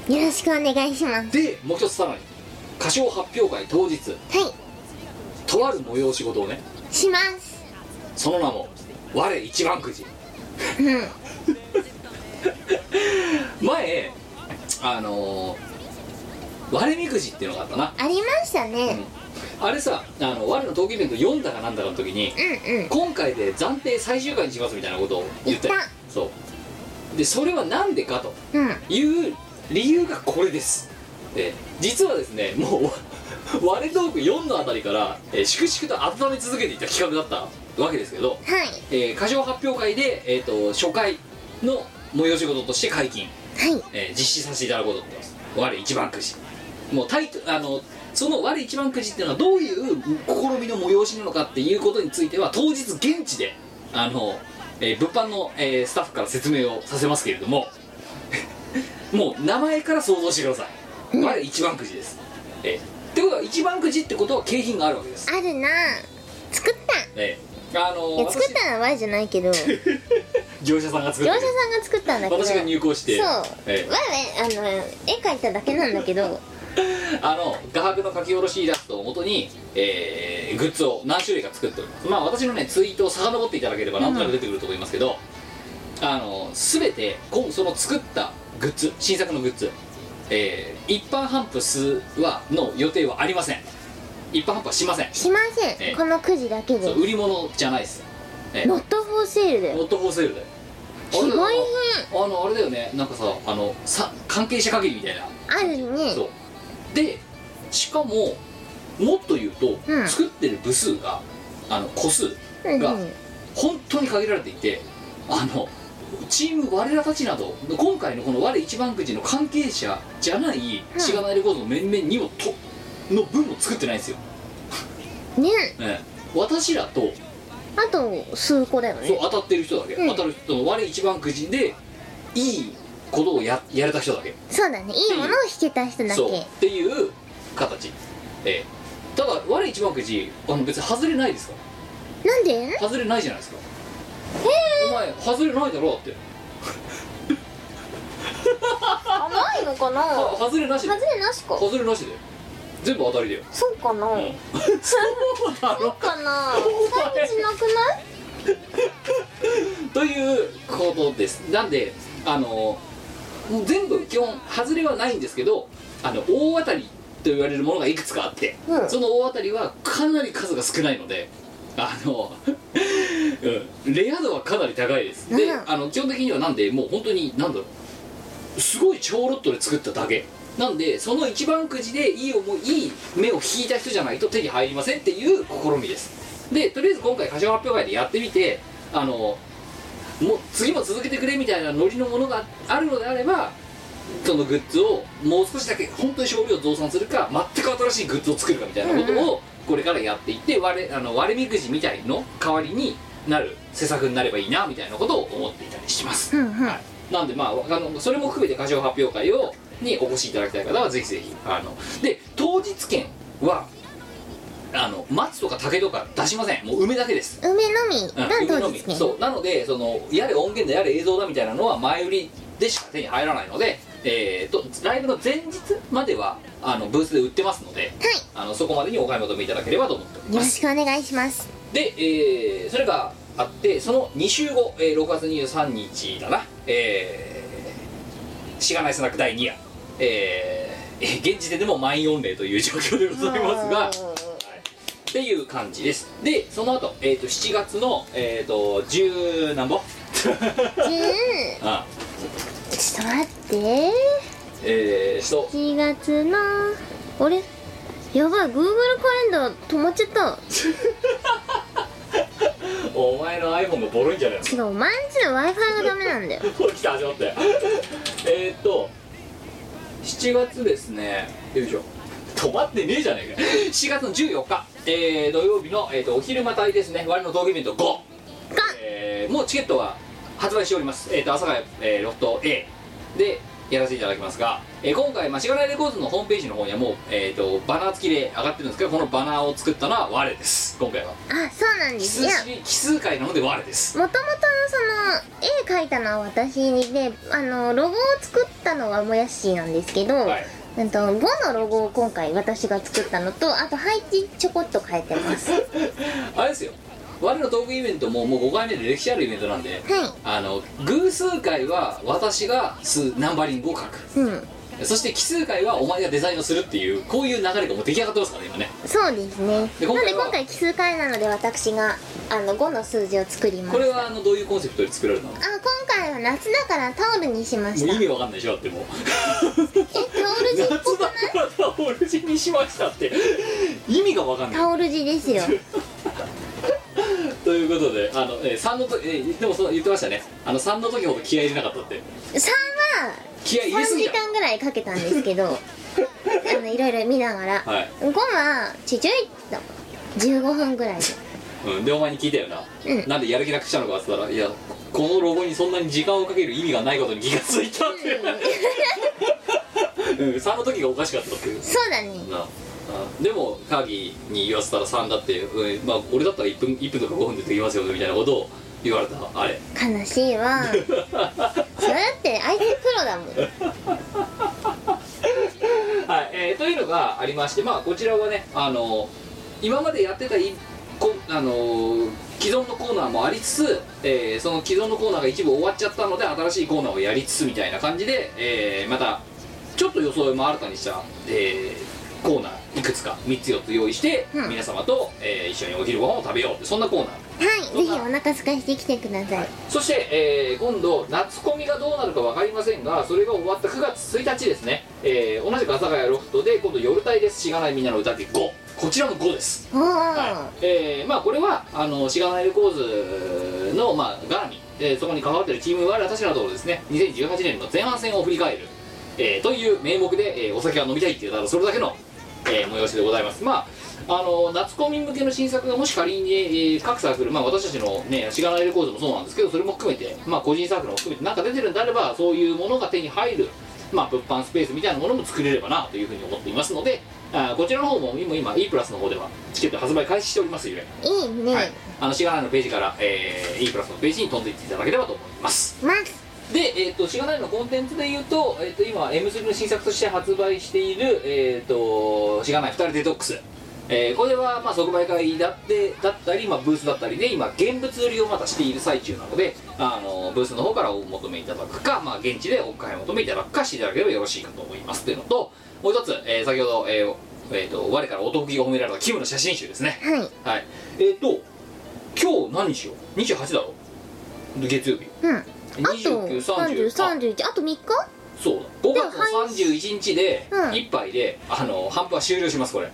B: よろしくお願いします
A: でもう一つさらに歌唱発表会当日
B: は
A: とある催し事をね
B: いします
A: その名も「我一番くじ
B: うん」
A: 前あのー我みくじっていうのがあったな
B: ありましたね
A: あれさあの我のトークイベント4だかなんだかの時に
B: うんうん
A: 今回で暫定最終回にしますみたいなことを言って
B: 言った
A: そうでそれは何でかと
B: うん
A: いう理由がこれですで実はですねもう割れトーク4のあたりから、えー粛々と温め続けていた企画だったわけですけど、
B: はい
A: えー歌唱発表会で、えー、と初回の催し事として解禁、
B: はい
A: えー実施させていただこうと思ってます我一番くじもうタイトあのその我一番くじっていうのはどういう試みの催しなのかっていうことについては当日現地であの、えー物販の、えースタッフから説明をさせますけれども もう名前から想像してください我一番くじです、えーってことは一番くじってことは景品があるわけです、
B: あるな作った
A: えーあの
B: いや作ったのは Y じゃない けど
A: 私業者さんが作っ
B: 業
A: て
B: 者さんが作ったんだけど
A: 私が入稿して
B: そう、
A: ええ
B: わあの絵描いただけなんだけど
A: あの画伯の書き下ろしイラストをもとに、えーグッズを何種類か作っておりますまあ私のねツイートを遡っていただければなんとなく出てくると思いますけど、あの全てこその作ったグッズ新作のグッズ、えー一般販布数はの予定はありません一般販布はしません、
B: しません、
A: ええ
B: このくじだけで
A: そう売り物じゃないです、えー
B: ノットフォーセールだ
A: ノ
B: よ
A: ットフォーセールだよ
B: すごい品
A: あのあれだよねなんかさあのさ関係者限りみたいな
B: あるね
A: そうでしかももっと言うと、
B: うん
A: 作ってる部数があの個数
B: うん
A: が
B: うん
A: 本当に限られていてあのチーム我らたちなど今回のこの我一番くじの関係者じゃない
B: うん
A: しがないレコードの面々にもとの分も作ってないんですよ、
B: ね
A: ええ私らと
B: あと数個だよ
A: そう
B: ね
A: 当たってる人だけ、
B: うん
A: 当たる人の我一番くじでいいことをややれた人だけ
B: そうだねいいものを引けた人だけ
A: そうっていう形ええただ我一番くじあの別に外れないですか
B: なんで
A: ら外れないじゃないですかお前外れないだろだって
B: 甘いのかな
A: あ外れなし
B: 外
A: だよ
B: れなしか
A: 外れなしだよ全部当たりだよ
B: そうかな、
A: うん そうだろ
B: かな
A: お前
B: 使い道なくない
A: ということですなんであのもう全部基本外れはないんですけどあの大当たりと言われるものがいくつかあって、
B: うん
A: その大当たりはかなり数が少ないのであの、 うん、レア度はかなり高いですで、
B: うん
A: あの基本的にはなんでもう本当になんだろうすごい超ロットで作っただけなんでその一番くじでいい思いいい目を引いた人じゃないと手に入りませんっていう試みですでとりあえず今回歌唱発表会でやってみてあのもう次も続けてくれみたいなノリのものがあるのであればそのグッズをもう少しだけ本当に少量増産するか全く新しいグッズを作るかみたいなことをこれからやっていって割れあの割れみくじみたいの代わりになる施策になればいいなみたいなことを思っていたりします、
B: うんうん
A: はい、なんでまああのそれも含めて歌唱発表会をにお越しいただきたい方はぜひぜひあので当日券はあの松とか竹とか出しませんもう梅だけです
B: 梅のみ
A: うん
B: が
A: 夢の
B: 当
A: み
B: 日券
A: そうなのでそのやれ音源だやれ映像だみたいなのは前売りでしか手に入らないので、えー、とライブの前日まではあのブースで売ってますので
B: は
A: あのそこまでにお買い求めいただければと思っており
B: いよ
A: ま
B: ろ
A: す
B: しくお願いします
A: で、えーそれがあってその2週後、えー6月23日だなえーしがないスナック第2夜えー現時点でも満員御礼という状況でございますがっていう感じですでその後、えー、と7月のえっ、と10何本
B: うんち
A: あ
B: ょっと待って
A: えー、そう
B: 7月のあれやばい Google カレンダー止まっちゃった
A: お前の iPhone がボロいんじゃないの
B: 違うお前んちの w i f i がダメなんだよ
A: ほら来た始まったよえーっと7月ですねよいしょ止まってねえじゃねえか4月の14日、えー土曜日の、えー、とお昼間帯ですね我の道具イベント5、えーもうチケットは発売しておりますえっ、と朝ヶ谷、えーロフト A でやらせていただきますが、えー今回まあしがないレコーズのホームページの方にはもう、えー、とバナー付きで上がってるんですけどこのバナーを作ったのは我です今回は
B: あそうなんで
A: 奇
B: す
A: 数
B: よ
A: 奇数回なので我です
B: もともとのその絵描いたのは私であのロゴを作ったのはもやっしーなんですけど、
A: はい
B: うんと5のロゴを今回私が作ったのとあと配置ちょこっと変えて ますはい
A: あれですよ我のトークイベントももう5回目で歴史あるイベントなんであの偶数回は私が数ナンバリングを書く
B: うん
A: そして奇数回はお前がデザインをするっていうこういう流れがもう出来上がってますからね今ね
B: そうですね
A: で
B: な
A: 今
B: ので
A: 回は
B: 今回奇数回なので私があの5の数字を作りま
A: こ
B: す
A: れはあのどういうコンセプトで作られたのも
B: あ今回は夏だからタオルにしました
A: う
B: え
A: 意味わかんないでしょだってもう
B: タオル字っ
A: 夏だ
B: ぽくない
A: からタオル地にしましたって意味がわかんない
B: タオル字ですよ
A: ということであの、えー、3のと、えーでもそう言ってましたねあの3の時ほど気合い入れなかったって
B: 3は
A: 気合い入れす
B: 3
A: ぎ
B: 時
A: た
B: 間ぐらいかけたんですけどあのいろいろ見ながら、
A: はい
B: 5はちょちょいっと15分ぐらいで
A: うん、でお前に聞いたよな、
B: うん
A: なんでやる気なくしたのかって言ったらいやこのロゴにそんなに時間をかける意味がないことに気がついたって、うん、3の時がおかしかったっていう
B: そうだね
A: なあでもカーギーに言わせたら3だって、うんまあ、俺だったら1分1分とか5分でできますよみたいなことを言われたあれ
B: 悲しいわそれだって相手プロだもん
A: はい、えーというのがありまして、まあ、こちらはね、あの今までやってたいこあの既存のコーナーもありつつ、えーその既存のコーナーが一部終わっちゃったので新しいコーナーをやりつつみたいな感じで、えーまたちょっと装いも新たにした、えーコーナーいくつか3つ4つ用意して、
B: うん
A: 皆様と、えー一緒にお昼ご飯を食べようってそんなコーナー
B: はいぜひお腹すかしてきてください、
A: そして、えー今度夏コミがどうなるか分かりませんがそれが終わった9月1日ですね、えー同じく阿佐ヶ谷ロフトで今度夜帯ですしがないみんなの歌って5こちらも5です
B: おお、
A: はいえーまあこれはあのしがないレコーズの、まあ、絡み、えーそこに関わってるチーム我らたちなどをですね2018年の前半戦を振り返る、えーという名目で、えーお酒が飲みたいっていうただそれだけの、えー催しでございますまああの夏コミ向けの新作がもし仮に、えー各サークル、まあ、私たちのねしがないレコーズもそうなんですけどそれも含めて、まあ、個人サークルも含めてなんか出てるんであればそういうものが手に入るまあ、物販スペースみたいなものも作れればなというふうに思っていますのであーこちらの方も今今 E プラスの方ではチケット発売開始しておりますゆえ、
B: いいね、
A: はい、あのしがないのページから、えー、E プラスのページに飛んでいっていただければと思います
B: ます
A: で、えー、としがないのコンテンツで言うと,、えー、と今 M3 の新作として発売している、えー、としがない2人デトックス、えーこれは、まあ、即売会だってだったり、まあ、ブースだったりで今現物売りをまたしている最中なのであのブースの方からお求めいただくか、まあ、現地でお買い求めいただくかしていただければよろしいかと思いますというのともう一つ、えー先ほど、えーえーと我からお得意が褒められたキムの写真集ですね
B: はい
A: はいえっ、と今日何しよう28だろ月曜日
B: うんあと
A: 29 30
B: 3031あと3日
A: そうだ5月の31日で
B: うん
A: 1杯で、あの半分は終了しますこれ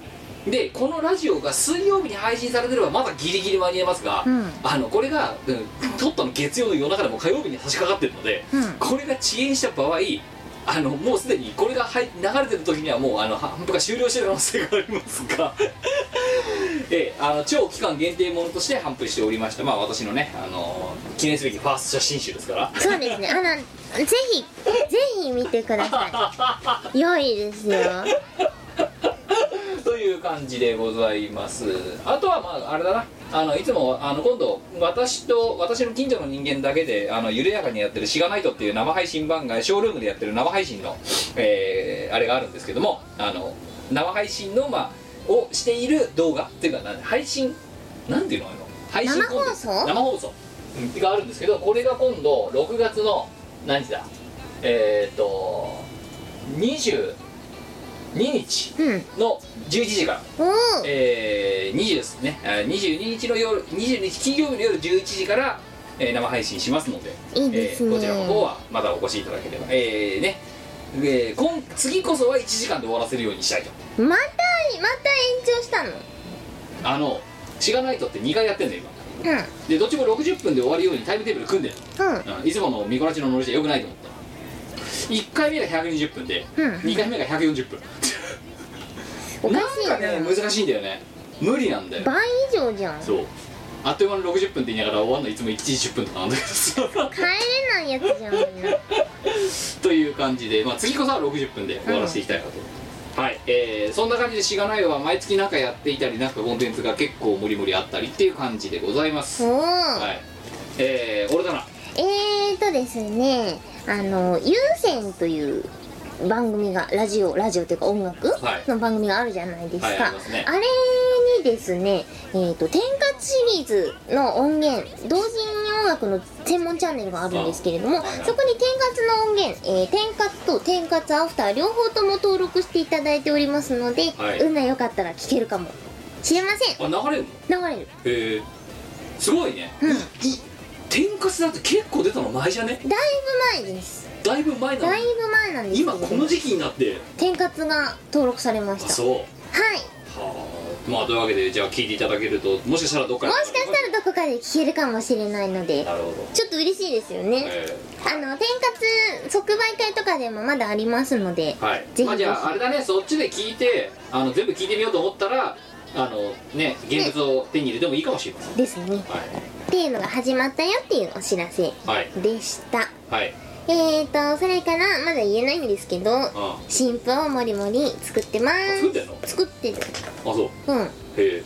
A: でこのラジオが水曜日に配信されてればまだギリギリ間に合いますが、
B: うん
A: あのこれが、うん、撮ったの月曜の夜中でもう火曜日に差し掛かってるので、
B: うん
A: これが遅延した場合あのもうすでにこれが入流れてる時にはもうあの半分が終了してる可能性がありますが ええあの超期間限定ものとして頒布しておりましたまあ私のねあの記念すべきファースト写真集ですから
B: そうですねあらぜひぜひ見てください良いですよ
A: という感じでございますあとはまああれだなあのいつもあの今度私と私の近所の人間だけであの緩やかにやってる「しがないと」っていう生配信番外ショールームでやってる生配信の、えーあれがあるんですけどもあの生配信のまあをしている動画っていうかな配信なんていうのあの配信コンテンツ
B: 生放送
A: 生放送うんがあるんですけどこれが今度6月の何時だえっ、ー、と22日
B: うん
A: の11時から、
B: おお
A: えー、20ですねあー22日の夜22日金曜日の夜11時から、えー生配信しますので
B: いいですね
A: えーこちらの方はまだお越しいただければえー、ねえー今次こそは1時間で終わらせるようにしたいと
B: またまた延長したの
A: あの「しがないと」って2回やってんだよ今
B: う
A: でどっちも60分で終わるようにタイムテーブル組んでる
B: んうん
A: うんいつものミコラチのノリじゃよくないと思った1回目が120分で、
B: うん
A: 2回目が140分
B: おか
A: なん
B: しい
A: かね難しいんだよね無理なんだよ
B: 倍以上じゃん帰
A: そうあっという間に60分って言いながら終わるのいつも1時10分とかなんだけどさ
B: れないやつじゃんみんな
A: という感じで、まあ、次こそは60分で終わらせていきたいかと、はいえー、そんな感じで「しがない」は毎月なんかやっていたりなんかコンテンツが結構もりもりあったりっていう感じでございます、
B: お
A: は
B: ー
A: いえー、俺だな
B: えーとですねあの有線という番組がラジオラジオというか音楽
A: はい
B: の番組があるじゃないですか、
A: はいありますね
B: あれにですねえーと「天活」シリーズの音源同時に音楽の専門チャンネルがあるんですけれども
A: あはいはい
B: そこに「天活」の音源「えー、天活」と「天活アフター」両方とも登録していただいておりますので、
A: はい
B: 運が良かったら聞けるかもしれません
A: あ流れるの
B: 流れる
A: へえすごいね、いい天かすだって結構出たの前じゃね
B: だいぶ前です
A: だいぶ前なの
B: だいぶ前なんですけ
A: 今
B: れども
A: この時期になって
B: 天活が登録されまし
A: あ
B: た
A: そう
B: はい
A: はあまあというわけでじゃあ聞いていただけるともしかしたらどっか
B: も
A: で
B: しかしたらどこかで聞けるかもしれないので
A: なるほど
B: ちょっと嬉しいですよね
A: え
B: あの天活即売会とかでもまだありますので
A: ーはい
B: ぜひ
A: まあじゃああれだねそっちで聞いてあの全部聞いてみようと思ったらあのね現物を手に入れてもいいかもしれません
B: です
A: は
B: ね
A: い
B: っていうのが始まったよっていうお知らせ
A: はい
B: でした
A: はい
B: えーとそれからまだ言えないんですけど
A: あ
B: 新譜をもりもり作ってま
A: あ作ってんの
B: す作ってる
A: あそう
B: うん
A: へえ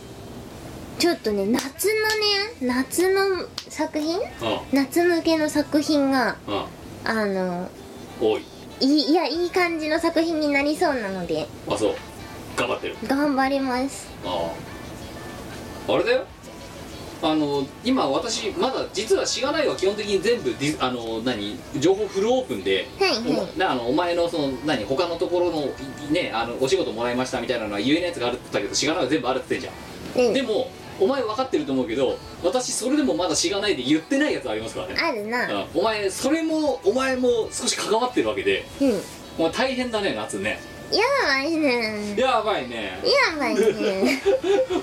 B: ちょっとね夏のね夏の作品
A: あ
B: 夏向けの作品が
A: あああ
B: あの
A: 多い
B: いいいやいい感じの作品になりそうなので
A: あそう頑張ってる
B: 頑張ります
A: あああれだよあの今私まだ実はしがないは基本的に全部ディスあの何情報フルオープンで、
B: はいは
A: おなあのお前のその何他のところのいねあのお仕事もらいましたみたいなのは言えないやつがあるって言ったけどしがないは全部あるって言ってんじ
B: い、
A: ゃん
B: う
A: で
B: ん、
A: もお前分かってると思うけど私それでもまだしがないで言ってないやつありますからね
B: あるな
A: うんお前それもお前も少し関わってるわけで
B: うんや
A: お前大変だね夏ね
B: ばいね
A: やばいね
B: やばいね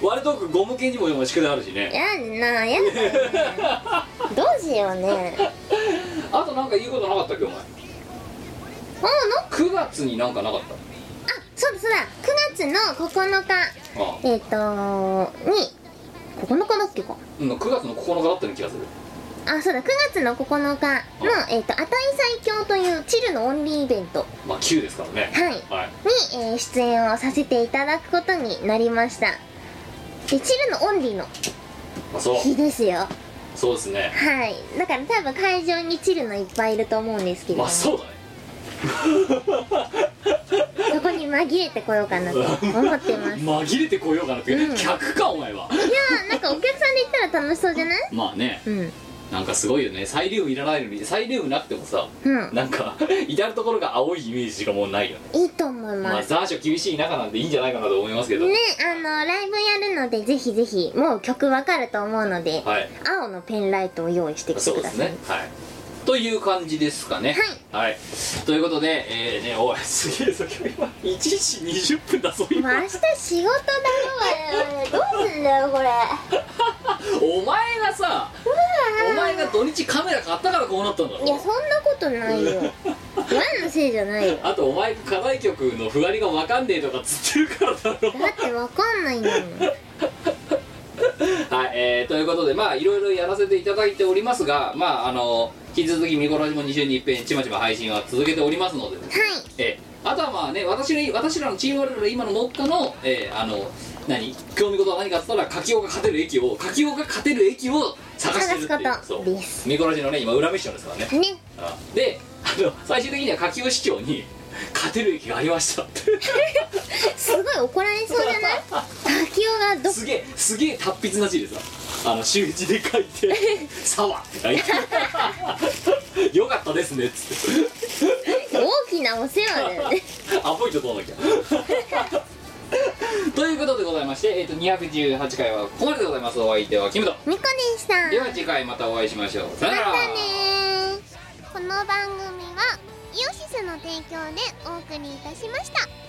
A: 割とゴム系にもお前宿題あるしね
B: やるなやばいねどうしようね
A: あとなんか言うことなかったっけお前
B: おのあ
A: 9月になんかなかった
B: そうだそうだ9月の9日
A: あ
B: えっ、とに9日だっけか
A: うん9月の9日だったような気がする
B: あそうだ9月の9日の「えっと値最強」というチルのオンリーイベント
A: まあ9ですからね
B: はい
A: はい
B: に、えー出演をさせていただくことになりましたでチルのオンリーの
A: まあそう
B: 日ですよ
A: そうですね
B: はいだから多分会場にチルのいっぱいいると思うんですけれど
A: ま
B: も
A: あ
B: そ
A: そうだね
B: こに紛れてこようかな と思ってますいや
A: 紛れてこようかなって、
B: うん
A: 客かお前は
B: ーなんかお客さんで行ったら楽しそうじゃない
A: まあね
B: うん
A: なんかすごいよねサイリウムいらないのにサイリウムなくてもさ
B: うん
A: なんか至る所が青いイメージしかもうないよね
B: いいと思い
A: ま
B: ま
A: あ
B: す
A: 残暑厳しい中なんでいいんじゃないかなと思いますけど
B: ねあのライブやるのでぜひぜひもう曲わかると思うので
A: はい
B: 青のペンライトを用意してきて
A: そう
B: く
A: で
B: だ
A: す
B: さい
A: ねはいという感じですかねはい、ということでえー、ねおいすげえぞ今日は1時20分だぞ
B: もう
A: 今
B: 明日仕事だろうがよどうすんだよこれ
A: お前がさお前が土日カメラ買ったからこうなったんだ
B: いや
A: ろ
B: そんなことないよ何のせいじゃないよ
A: あとお前が課題曲のふわりがわかんねえとかつってるからだろ
B: だってわかんないんだもん
A: はい、えー、ということでまあいろいろやらせていただいておりますがまああの引き続きミコラジも2週に一遍ちまちま配信は続けておりますので
B: はい
A: えーあとはまあね私の私らのチーム我々の今の目下の,、えーあの何興味事は何かっつったら柿尾が勝てる駅を柿尾が勝てる駅を探してるっていう
B: 探すことです
A: そうミコラジのね今裏ミッションですからね
B: ね
A: あであの最終的には柿尾市長に「勝てる駅がありました」って
B: すごい怒られそうじゃない滝雄がどっ
A: すげえすげえ達筆な字でさあの週一で書いて 「サワ」って書いて「よ かったですね」っつって
B: て大きなお世話だよね
A: アポイント取らなきゃ ということでございまして、えー、と218回はここまででございますお相手はキムト
B: みこでした
A: では次回またお会いしましょうさよなら
B: またねこの番組はイオシスの提供でお送りいたしました